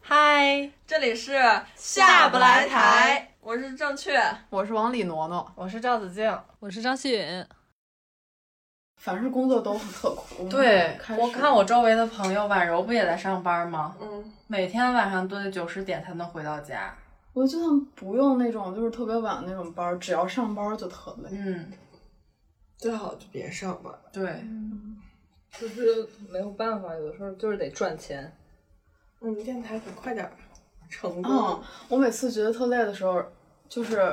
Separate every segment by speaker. Speaker 1: 嗨，
Speaker 2: 这里是
Speaker 1: 下不来台，
Speaker 2: 我是正确。
Speaker 1: 我是往里挪挪。
Speaker 3: 我是赵子静，
Speaker 4: 我是张希允，
Speaker 5: 凡是工作都很刻苦。
Speaker 3: 对
Speaker 5: 嗯开
Speaker 3: 嗯
Speaker 5: 始
Speaker 3: 我看我周围的朋友，婉柔不也在上班吗？
Speaker 2: 嗯，
Speaker 3: 每天晚上都得九十点才能回到家。
Speaker 5: 我就算不用那种就是特别晚那种班儿，只要上班儿就特累。
Speaker 3: 嗯，
Speaker 2: 最好就别上班，
Speaker 3: 对，
Speaker 5: 嗯
Speaker 6: 就是没有办法，有的时候就是得赚钱。
Speaker 2: 我们电台可快点儿成功。
Speaker 5: 嗯，我每次觉得特累的时候，就是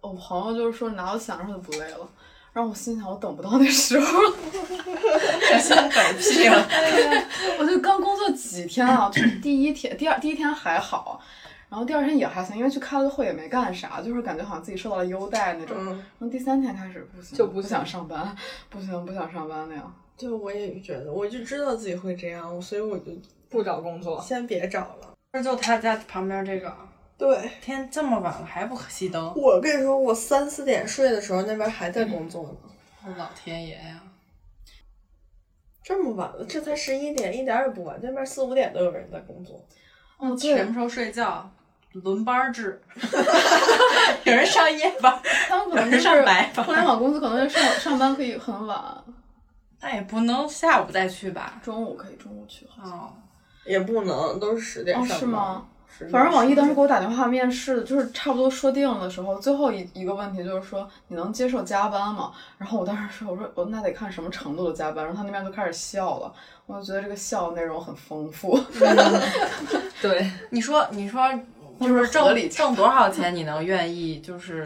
Speaker 5: 我朋友就是说你拿到钱上就不累了，然后我心想我等不到那时候，
Speaker 3: 心 梗屁了。
Speaker 5: 我就刚工作几天啊，就是第一天、第二第一天还好，然后第二天也还行，因为去开了个会也没干啥，就是感觉好像自己受到了优待那种。
Speaker 2: 嗯
Speaker 5: 然后第三天开始不行，
Speaker 6: 就
Speaker 5: 不
Speaker 6: 不
Speaker 5: 想上班，不行不想上班那样。
Speaker 2: 对，我也觉得，我就知道自己会这样，所以我就
Speaker 6: 不找工作，
Speaker 2: 先别找了。
Speaker 3: 这就他家旁边这个，
Speaker 2: 对，
Speaker 3: 天这么晚了还不熄灯，
Speaker 2: 我跟你说，我三四点睡的时候，那边还在工作呢。
Speaker 3: 我老天爷呀！
Speaker 2: 这么晚了，这才十一点，一点儿也不晚。那边四五点都有人在工作。
Speaker 5: 嗯，
Speaker 3: 什
Speaker 5: 对
Speaker 3: 么，时候睡觉？轮班 制，有人上夜班，
Speaker 5: 他们可能
Speaker 3: 有
Speaker 5: 就
Speaker 3: 人上
Speaker 5: 是
Speaker 3: 白
Speaker 5: 互联
Speaker 3: 班，
Speaker 5: 网公司可能就上上班可以很晚，
Speaker 3: 那也不能下午再去吧？
Speaker 5: 中午可以中午去。好像
Speaker 3: 哦，
Speaker 2: 也不能，都是十点
Speaker 5: 哦，
Speaker 2: 上班。
Speaker 5: 是吗？
Speaker 2: 十点？
Speaker 5: 反正网易当时
Speaker 2: 十
Speaker 5: 给我打电话面试，就是差不多说定的时候，最后一一个问题就是说你能接受加班吗？然后我当时说，我说我那得看什么程度的加班。然后他那边就开始笑了，我就觉得这个笑内容很丰富。
Speaker 6: 对，
Speaker 3: 你说，你说，
Speaker 5: 那
Speaker 3: 就是是
Speaker 5: 合
Speaker 3: 挣
Speaker 5: 理差
Speaker 3: 挣多少钱，你能愿意就是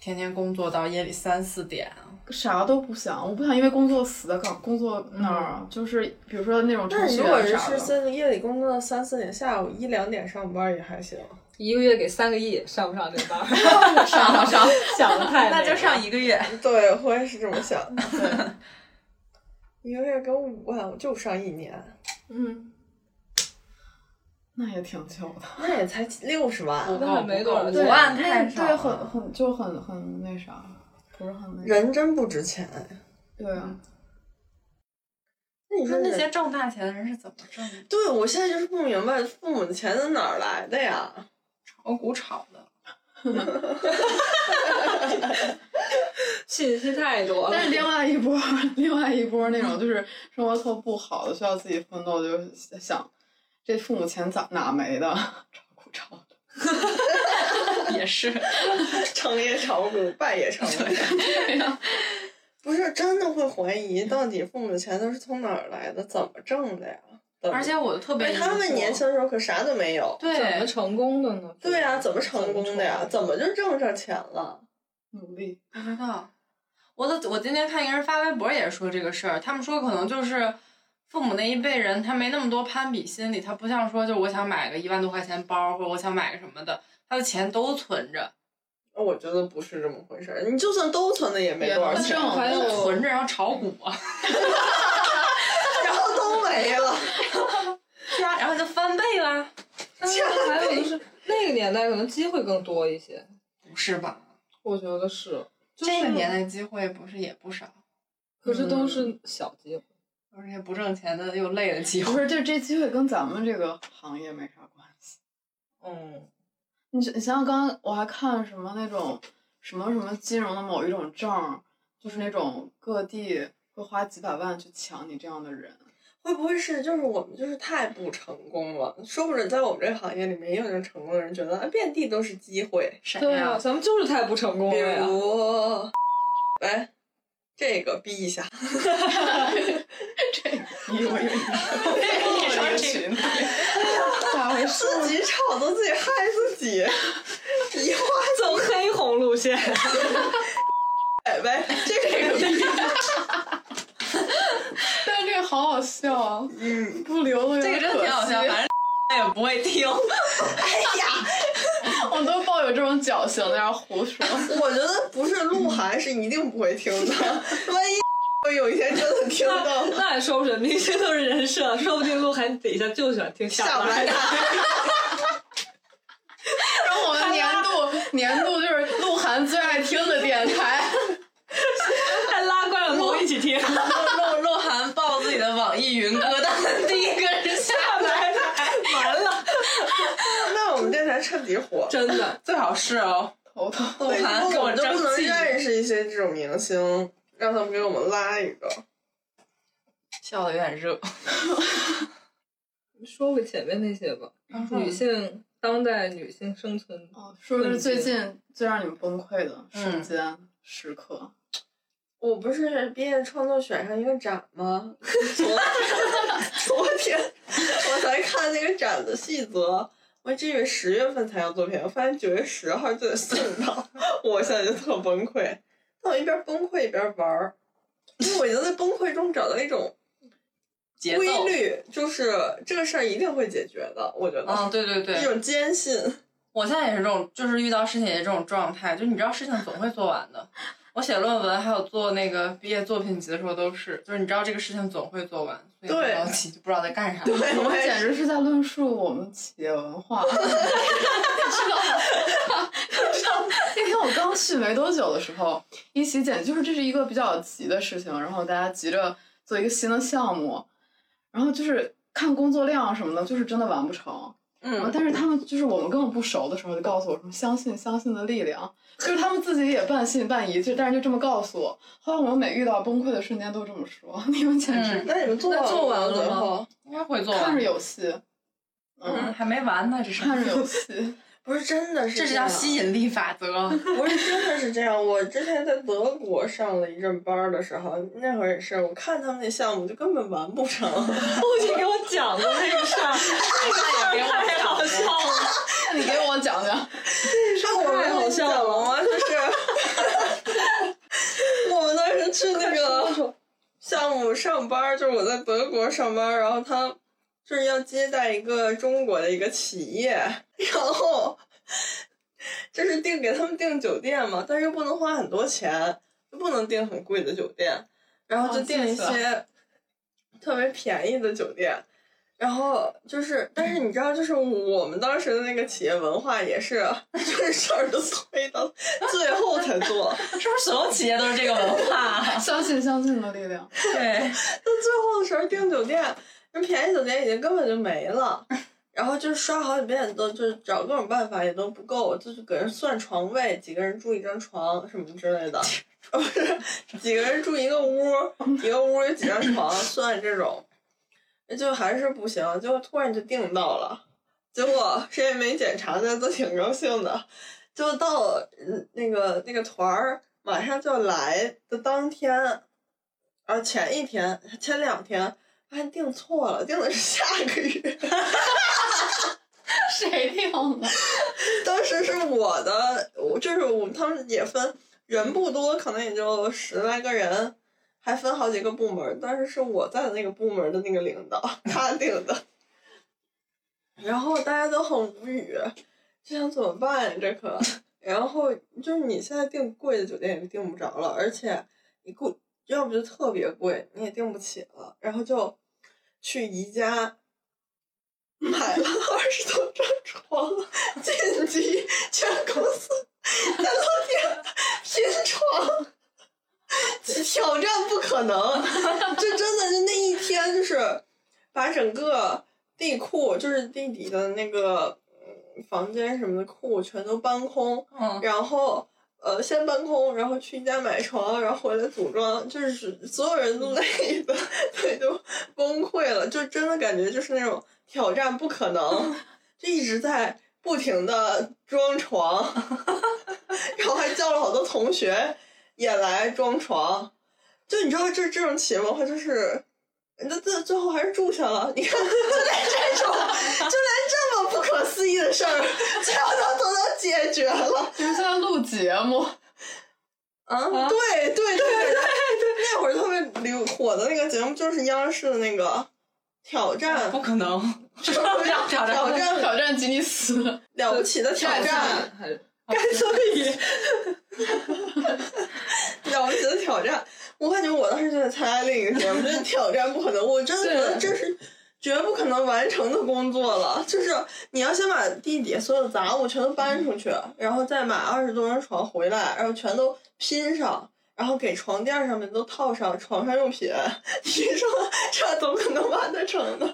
Speaker 3: 天天工作到夜里三四点啊？
Speaker 5: 啥都不想，我不想因为工作死在岗工作那儿啊，就是比如说那种
Speaker 2: 那
Speaker 5: 程
Speaker 2: 你
Speaker 5: 序
Speaker 2: 如果
Speaker 5: 员
Speaker 2: 是
Speaker 5: 啥的。
Speaker 2: 在夜里工作到三四点，下午一两点上班也还行。
Speaker 6: 一个月给三个亿，上不上这班？
Speaker 5: 上上，
Speaker 6: 想的 太美了
Speaker 3: 那就上一个月。
Speaker 2: 对，我也是这么想的。
Speaker 5: 对，
Speaker 2: 一个月给我五万，我就上一年，
Speaker 5: 嗯， 那也挺巧的。
Speaker 2: 那也才六十万。
Speaker 3: 不
Speaker 6: 那
Speaker 3: 够，
Speaker 6: 没
Speaker 3: 不够
Speaker 6: 多少
Speaker 3: 五万
Speaker 5: 对
Speaker 3: 太少
Speaker 5: 对，
Speaker 3: 了。
Speaker 5: 很很就很很那啥，不是很那
Speaker 2: 人真不值钱。
Speaker 5: 对啊，
Speaker 2: 那你
Speaker 3: 你
Speaker 2: 说
Speaker 3: 说那
Speaker 2: 人
Speaker 3: 些挣大钱的人是怎么挣的？
Speaker 2: 对，我现在就是不明白父母的钱从哪儿来的呀？
Speaker 3: 炒股炒的。
Speaker 6: 信息太多了
Speaker 5: 但。是另外一波，另外一波那种就是生活特不好的，需要自己奋斗，就是想这父母钱咋哪没的，炒股炒的。
Speaker 3: 也是，
Speaker 2: 成也炒股，败也炒股。 不是真的会怀疑，到底父母的钱都是从哪儿来的，怎么挣的呀？怎 么
Speaker 3: 而且我特别
Speaker 2: 对
Speaker 3: 疑惑
Speaker 2: 他们年轻的时候可啥都没有。
Speaker 6: 怎么
Speaker 3: 对
Speaker 6: 成功的呢？
Speaker 2: 对呀、怎么成功的呀？怎
Speaker 6: 么
Speaker 2: 么就挣上钱了？
Speaker 5: 努力，
Speaker 3: 不知道。我都我今天看一个人发微博也说这个事儿，他们说可能就是父母那一辈人，他没那么多攀比心理，他不像说就是我想买个一万多块钱包，或者我想买个什么的，他的钱都存着，
Speaker 2: 我觉得不是这么回事儿。你就算都存的也没多少
Speaker 5: 也能
Speaker 2: 钱，
Speaker 5: 挣
Speaker 6: 还有
Speaker 3: 都存着然后炒股啊，
Speaker 2: 然后都没 了。
Speaker 3: 是啊，然后就翻倍啦，
Speaker 6: 但是啊还有就是那个年代可能机会更多一些，
Speaker 3: 不是吧？
Speaker 6: 我觉得是，就是
Speaker 3: 这个年代机会不是也不少，
Speaker 6: 可是都是小机会。
Speaker 3: 而且不挣钱的又累的机
Speaker 5: 不
Speaker 3: 会。
Speaker 5: 是这这机会跟咱们这个行业没啥关系。
Speaker 6: 嗯，
Speaker 5: 你你想想，刚刚我还看什么那种什么什么金融的某一种证儿，就是那种各地会花几百万去抢你这样的人。
Speaker 2: 会不会是就是我们就是太不成功了？说不准在我们这个行业里面也有人成功的人，觉得啊遍地都是机会。
Speaker 3: 谁
Speaker 6: 对
Speaker 3: 呀、
Speaker 6: 啊，咱们就是太不成功
Speaker 2: 比
Speaker 6: 了
Speaker 3: 啊
Speaker 6: 呀。
Speaker 2: 如，哎，这个逼一下，
Speaker 5: 你以为你
Speaker 3: 说这个
Speaker 5: 群，咋回事？
Speaker 2: 自己吵都自己害自己，一话
Speaker 6: 走黑红路线，
Speaker 2: 改呗，哎这个逼，
Speaker 5: 但是这个好好笑啊！
Speaker 2: 嗯，
Speaker 5: 不留了，
Speaker 3: 这个真的挺好笑，反正也不会听。
Speaker 5: 我们都抱有这种侥 幸在那儿胡说。
Speaker 2: 我觉得不是鹿晗是一定不会听的，万一我有一天真的听到了，
Speaker 6: 那也说不准，明星都是人设，说不定鹿晗底下就喜欢听
Speaker 2: 下不来
Speaker 6: 的。
Speaker 2: 台。
Speaker 5: 然后我们年度年度就是鹿晗最爱听的电台，
Speaker 6: 还拉关晓彤一起听。
Speaker 3: 鹿鹿晗报自己的网易云歌单，第一个是下白台， 完了，
Speaker 2: 那我们电台彻底火，
Speaker 6: 真的，
Speaker 3: 最好是哦，
Speaker 5: 头疼。
Speaker 3: 鹿
Speaker 2: 为什
Speaker 3: 晗给
Speaker 2: 么我
Speaker 3: 我
Speaker 2: 们都
Speaker 3: 争
Speaker 2: 不能
Speaker 3: 气，
Speaker 2: 认识一些这种明星，让他们给我们拉一个？
Speaker 3: 笑的有点热。
Speaker 6: 说回前面那些吧，女性当代女性生存，
Speaker 5: 哦，说是
Speaker 3: 嗯
Speaker 5: 最近最让你们崩溃的瞬间、时刻，
Speaker 2: 我不是毕业创作选上一个展吗？ 昨天，昨天我才看那个展的细则，我一直以为十月份才要作品，我发现九月十号就得送到，我现在就特崩溃。但我一边崩溃一边玩儿，因为我已经在崩溃中找到一种
Speaker 3: 节
Speaker 2: 规
Speaker 3: 奏，
Speaker 2: 律，就是这个事儿一定会解决的，我觉
Speaker 3: 嗯，
Speaker 2: 得
Speaker 3: 对对对
Speaker 2: 一，种坚信。
Speaker 3: 我现在也是这种，就是遇到事情也是这种状态，就你知道事情总会做完的。我写论文还有做那个毕业作品集的时候都是，就是你知道这个事情总会做完，所以不
Speaker 2: 对
Speaker 3: 着急，就不知道在干啥。
Speaker 2: 对，
Speaker 5: 我
Speaker 2: 我
Speaker 5: 们
Speaker 2: 也
Speaker 5: 简
Speaker 2: 是。
Speaker 5: 直是在论述我们企业文化。 那天我刚去没多久的时候，一起简就是这是一个比较急的事情，然后大家急着做一个新的项目，然后就是看工作量什么的，就是真的完不成。然后
Speaker 2: 嗯，
Speaker 5: 但是他们就是我们根本不熟的时候，就告诉我什么相信相信的力量，就是他们自己也半信半疑，就但是就这么告诉我。后来我们每遇到崩溃的瞬间都这么说，你们简直、
Speaker 3: 嗯，
Speaker 2: 那你们做
Speaker 6: 那做完了
Speaker 2: 最
Speaker 6: 吗
Speaker 2: 后
Speaker 3: 应该会做
Speaker 5: 看着
Speaker 3: 完。
Speaker 5: 有戏，
Speaker 3: 嗯，还没完呢，这是
Speaker 5: 看着有戏。
Speaker 2: 不是真的是
Speaker 3: 这是
Speaker 2: 样
Speaker 3: 叫吸引力法则。
Speaker 2: 不是，真的是这样。我之前在德国上了一阵班儿的时候，那会儿也是，我看他们那项目就根本完不成。
Speaker 6: 不许给我讲的那个事儿， 那个事儿太好笑了。
Speaker 5: 那你给我讲讲，
Speaker 2: 说我们好笑了吗？啊就是， 我们当时去那个 项目上班儿，就是我在德国上班儿，然后他就是要接待一个中国的一个企业，然后就是订给他们订酒店嘛，但是又不能花很多钱，就不能订很贵的酒店，然后就
Speaker 5: 哦
Speaker 2: 订一
Speaker 5: 记得
Speaker 2: 些特别便宜的酒店。然后就是，但是你知道，就是我们当时的那个企业文化也是， 就是事儿都推到最后才做，
Speaker 3: 是不是所有企业都是这个文化？
Speaker 5: 相信相信的力量。
Speaker 3: 对，
Speaker 2: 到最后的时候订酒店，那便宜酒店已经根本就没了，然后就是刷好几遍都就是找各种办法也都不够，就是给人算床位，几个人住一张床什么之类的，不是几个人住一个屋，一个屋有几张床，算这种，那就还是不行，结果突然就订到了，结果谁也没检查，大家都挺高兴的，就到了嗯那个那个团儿马上就要来的当天。啊，前一天、前两天发现订错了，订的是下个月。
Speaker 5: 谁定的？
Speaker 2: 当时是我的，我就是我，他们也分人不多，可能也就十来个人，还分好几个部门。当时是我在的那个部门的那个领导， 他订的。然后大家都很无语，这想怎么办呀、这可，然后就是你现在订贵的酒店也订不着了，而且你贵，要不就特别贵，你也订不起了。然后就去宜家买了二十多张床，晋级全公司在楼顶拼床，挑战不可能。就真的就那一天，就是把整个地库，就是地底的那个嗯房间什么的库全都搬空，
Speaker 3: 嗯，
Speaker 2: 然后。呃，先搬空，然后去宜家买床，然后回来组装，就是所有人都累的， 对，就崩溃了，就真的感觉就是那种挑战不可能，就一直在不停的装床， 然后还叫了好多同学也来装床，就你知道这这种企业文化就是，那最最后还是住下了。你看，就连这种，就连这么不可思议的事儿，最后都都能解决了。
Speaker 5: 你们现在录节目，
Speaker 2: 啊，对对对对对，那会儿特别流火的那个节目就是央视的那个挑战
Speaker 3: 不可能，挑
Speaker 2: 挑
Speaker 3: 战，
Speaker 2: 战
Speaker 5: 挑战吉尼斯，
Speaker 2: 了不起的挑战，
Speaker 6: 还 是
Speaker 2: 所以了不起的挑战。我感觉我当时就在参加另一个节目，就是挑战不可能，我真的觉得这是绝不可能完成的工作了。就是你要先把地底下所有的杂物全都搬出去，然后再买二十多张床回来，然后全都拼上。然后给床垫上面都套上床上用品，你说这怎么可能完得成呢？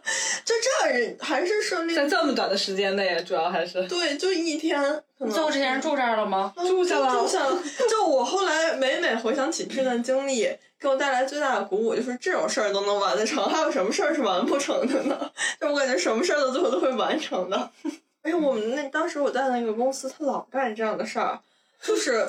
Speaker 2: 就这样人还是顺利
Speaker 6: 在这么短的时间内，主要还是
Speaker 2: 对，就一天，可能
Speaker 3: 最后这些人住这儿了吗？
Speaker 6: 住下了
Speaker 2: 就像就我后来每每回想起这段经历，给我带来最大的鼓舞就是这种事儿都能完得成，还有什么事儿是完不成的呢？就我感觉什么事儿到最后都会完成的。 哎，我们那当时我在那个公司，他老干这样的事儿，就是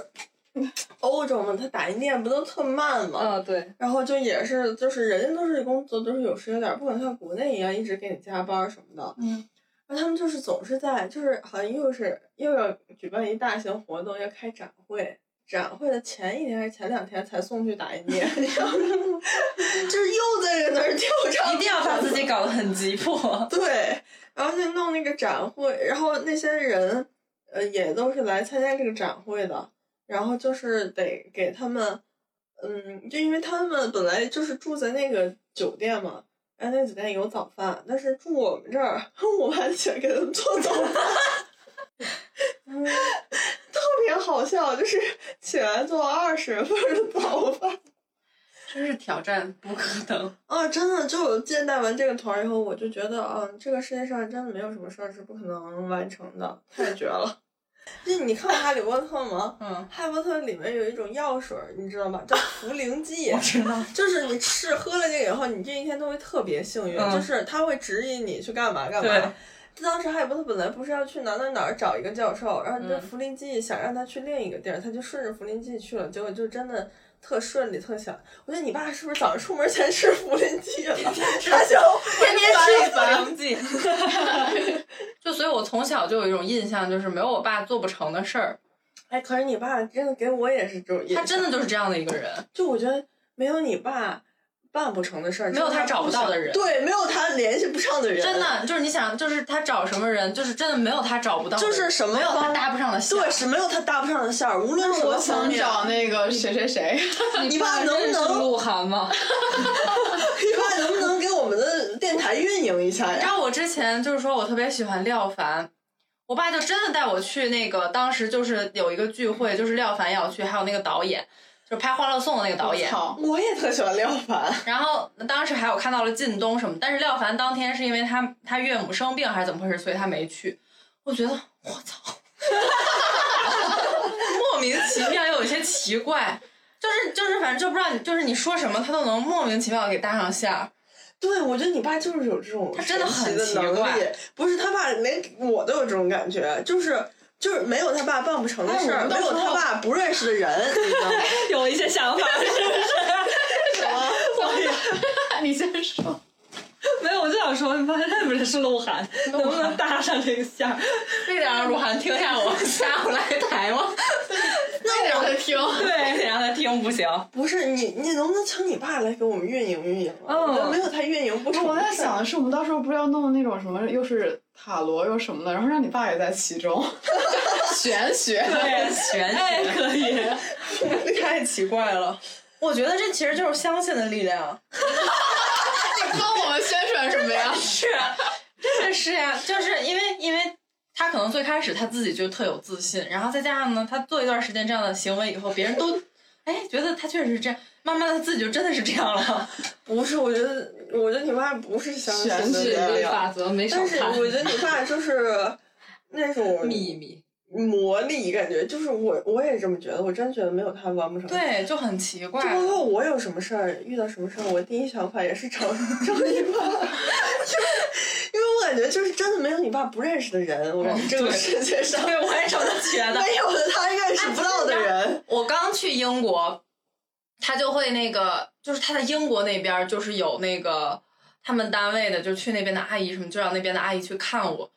Speaker 2: 欧洲嘛，他打印店不都特慢嘛，
Speaker 6: 嗯，对，
Speaker 2: 然后就也是，就是人家都是工作都是有时有点儿，不管像国内一样一直给你加班儿什么的。
Speaker 3: 嗯。
Speaker 2: 然后他们就是总是在，就是好像又是又要举办一大型活动，要开展会，展会的前一天还是前两天才送去打印店， 你知道吗？就是又在那儿跳
Speaker 3: 一
Speaker 2: 唱。
Speaker 3: 定要把自己搞得很急 迫。
Speaker 2: 对，然后就弄那个展会，然后那些人，呃，也都是来参加这个展会的，然后就是得给他们，嗯，就因为他们本来就是住在那个酒店嘛，然后那酒店有早饭，但是住我们这儿， 我们还得给他们做早饭。特别好笑，就是起来做二十份儿的早饭，
Speaker 3: 真是挑战不可能。
Speaker 2: 啊，真的，就我接待完这个团儿以后，我就觉得，啊，这个世界上真的没有什么事儿是不可能完成的，太绝了。 就你看过《哈利波特》吗？
Speaker 3: 嗯，，
Speaker 2: 《哈利波特》里面有一种药水儿，你知道吗？叫茯苓剂
Speaker 3: 知道。
Speaker 2: 就是你吃喝了这个以后，你这一天都会特别幸运，
Speaker 3: 嗯
Speaker 2: 就是他会指引你去干嘛干
Speaker 3: 对
Speaker 2: 嘛。当时哈利波特本来不是要去哪哪哪儿找一个教授，然后这
Speaker 3: 嗯
Speaker 2: 弗林记想让他去另一个地儿，他就顺着弗林记去了，结果就真的特顺利，特想。我觉得你爸是不是早上出门前吃弗林记了？他就天天吃
Speaker 3: 茯苓剂。 就所以，我从小就有一种印象，就是没有我爸做不成的事儿。
Speaker 2: 哎，可是你爸真的给我也是这种印象，
Speaker 3: 他真的就是这样的一个人。
Speaker 2: 就我觉得没有你爸办不成的事儿，
Speaker 3: 没有
Speaker 2: 就是
Speaker 3: 他找不到
Speaker 2: 想
Speaker 3: 的人
Speaker 2: 对，没有他联系不上的人，
Speaker 3: 真的就是你想，就是他找什么人，就是真的没有他找不到的
Speaker 2: 就
Speaker 3: 人，
Speaker 2: 是什么
Speaker 3: 没有他
Speaker 2: 方
Speaker 3: 搭不上的线。
Speaker 2: 对，是没有他搭不上的线儿，无论是
Speaker 5: 我
Speaker 2: 我
Speaker 5: 想找那个谁谁谁，
Speaker 2: 你爸能不
Speaker 6: 认识
Speaker 2: 能，
Speaker 6: 鹿晗吗？
Speaker 2: 你爸能不能给我们的电台运营一下
Speaker 3: 你知
Speaker 2: 呀？
Speaker 3: 道我之前就是说我特别喜欢廖凡，我爸就真的带我去那个，当时就是有一个聚会，就是廖凡也要去，还有那个导演，就是拍《欢乐颂》的那个导演。
Speaker 5: 操，
Speaker 2: 我也特喜欢廖凡，
Speaker 3: 然后当时还有看到了靳东什么，但是廖凡当天是因为他他岳母生病还是怎么回事，所以他没去。我觉得我操， 莫名其妙又有些奇怪，就是就是反正就不知道你就是你说什么他都能莫名其妙地给搭上线儿。
Speaker 2: 对我觉得你爸就是有这种
Speaker 3: 他真的很
Speaker 2: 神奇的能
Speaker 3: 奇
Speaker 2: 力
Speaker 3: 怪，
Speaker 2: 不是他爸连我都有这种感觉，就是。就是没有他爸办不成的事
Speaker 5: 哎
Speaker 2: 儿，
Speaker 5: 我
Speaker 2: 没
Speaker 5: 到时
Speaker 2: 有
Speaker 5: 候
Speaker 2: 他爸不认识的人，你知道 吗？
Speaker 6: 有一些想法，
Speaker 5: 你先说。
Speaker 6: 没有，我就想说，你爸认不认识鹿晗，能不能搭上这个线儿？
Speaker 3: 非得让鹿晗听下我下午来台吗？
Speaker 5: 那让他听。
Speaker 6: 对，
Speaker 3: 得让他听不行。
Speaker 2: 不是你，你能不能请你爸来给我们运营运营啊？
Speaker 6: 嗯
Speaker 2: 我觉得没有他运营不成。
Speaker 5: 我在想，的是，我们到时候不是要弄那种什么，又是塔罗又什么的，然后让你爸也在其中，玄学。
Speaker 6: 对，
Speaker 3: 玄
Speaker 6: 哎，
Speaker 3: 学，
Speaker 6: 可以，
Speaker 3: 太奇怪了。我觉得这其实就是相信的力量。
Speaker 5: 你帮我们宣传什么呀？
Speaker 3: 是，真的是呀、就是因为因为他可能最开始他自己就特有自信，然后再加上呢，他做一段时间这样的行为以后，别人 都哎觉得他确实是这样，慢慢的自己就真的是这样了。
Speaker 2: 不是，我觉得，我觉得你爸不是相信
Speaker 5: 选
Speaker 2: 的
Speaker 5: 举
Speaker 2: 力
Speaker 6: 对
Speaker 2: 量
Speaker 6: 法则没少
Speaker 2: 但是
Speaker 6: 看。
Speaker 2: 我觉得你爸就是那 种
Speaker 6: 秘密，
Speaker 2: 魔力，感觉就是我我也这么觉得，我真觉得没有他完不成。，
Speaker 3: 对，就很奇怪
Speaker 2: 就。包括我有什么事儿，遇到什么事儿，我第一想法也是找找你爸，就是因为我感觉就是真的没有你爸不认识的人，我感觉这个世界上
Speaker 3: 对，我也这么觉得。
Speaker 2: 没有他认识不到的人。
Speaker 3: 我刚去英国，他就会那个，就是他在英国那边儿就是有那个他们单位的，就去那边的阿姨什么，就让那边的阿姨去看我。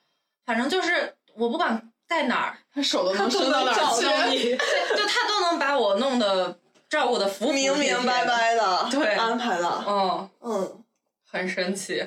Speaker 3: 反正就是我不管在哪儿，
Speaker 5: 他手都能
Speaker 6: 不
Speaker 5: 伸到
Speaker 6: 能
Speaker 5: 哪
Speaker 6: 找到
Speaker 5: 儿去？
Speaker 6: 你，
Speaker 3: 对就他都能把我弄得照顾的服服帖
Speaker 2: 明
Speaker 3: 帖
Speaker 2: 明白，白的，
Speaker 3: 对
Speaker 2: 安排的，
Speaker 3: 嗯，
Speaker 2: 嗯，
Speaker 3: 很神奇。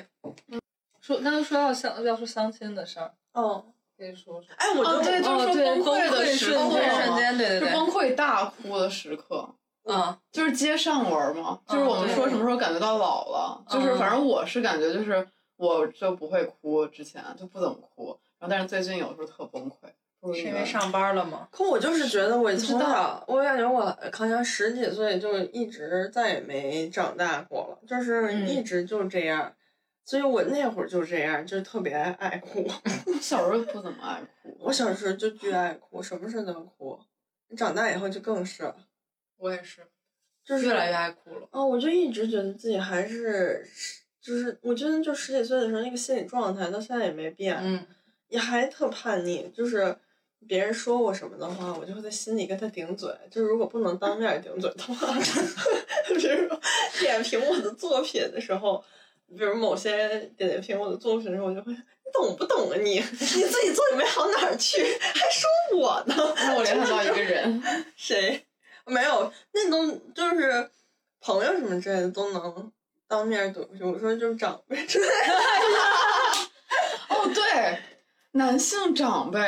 Speaker 6: 说刚才说到相要说相亲的事儿，
Speaker 2: 哦，
Speaker 6: 可以说说。
Speaker 2: 哎，我
Speaker 5: 哦，
Speaker 2: 就
Speaker 5: 对，就是
Speaker 6: 哦
Speaker 5: 说
Speaker 6: 对
Speaker 5: 崩
Speaker 6: 崩
Speaker 5: 溃的
Speaker 6: 溃
Speaker 5: 时
Speaker 6: 瞬
Speaker 5: 刻
Speaker 3: 崩
Speaker 6: 间
Speaker 3: 溃瞬
Speaker 5: 嘛，
Speaker 3: 间，对对
Speaker 5: 就
Speaker 3: 对，
Speaker 5: 崩溃大哭的时刻。
Speaker 3: 嗯，
Speaker 5: 就是接上文嘛，就是我
Speaker 3: 嗯
Speaker 5: 们说什么时候感觉到老了，就是
Speaker 3: 嗯
Speaker 5: 反正我是感觉就是我就不会哭，之前就不怎么哭，然后但是最近有时候特崩溃，不知
Speaker 3: 是
Speaker 5: 道
Speaker 3: 因为上班了吗？
Speaker 2: 可我就是觉得我从
Speaker 5: 不知
Speaker 2: 小，我感觉我好像十几岁就一直再也没长大过了，就是
Speaker 3: 嗯
Speaker 2: 一直就这样。所以我那会儿就这样，就特别爱哭。
Speaker 5: 我 小时候不怎么爱哭，
Speaker 2: 我小时候就巨爱哭，什么事都哭。长大以后就更是，了，
Speaker 3: 我也是，
Speaker 2: 就是
Speaker 3: 越来越爱哭了。
Speaker 2: 啊、我就一直觉得自己还是，就是我觉得就十几岁的时候那个心理状态到现在也没变，
Speaker 3: 嗯，
Speaker 2: 也还特叛逆，就是别人说我什么的话，我就会在心里跟他顶嘴。就是如果不能当面顶嘴的话， 比如说点评我的作品的时候，比如某些点评我的作品的时候，我就会你懂不懂啊你？你自己做也没好哪儿去，还说我呢？
Speaker 5: 让我联想到一个人，
Speaker 2: 谁？没有，那都就是朋友什么之类的都能当面怼回去。我说就是长辈之类的。
Speaker 5: 哦对，男性长辈，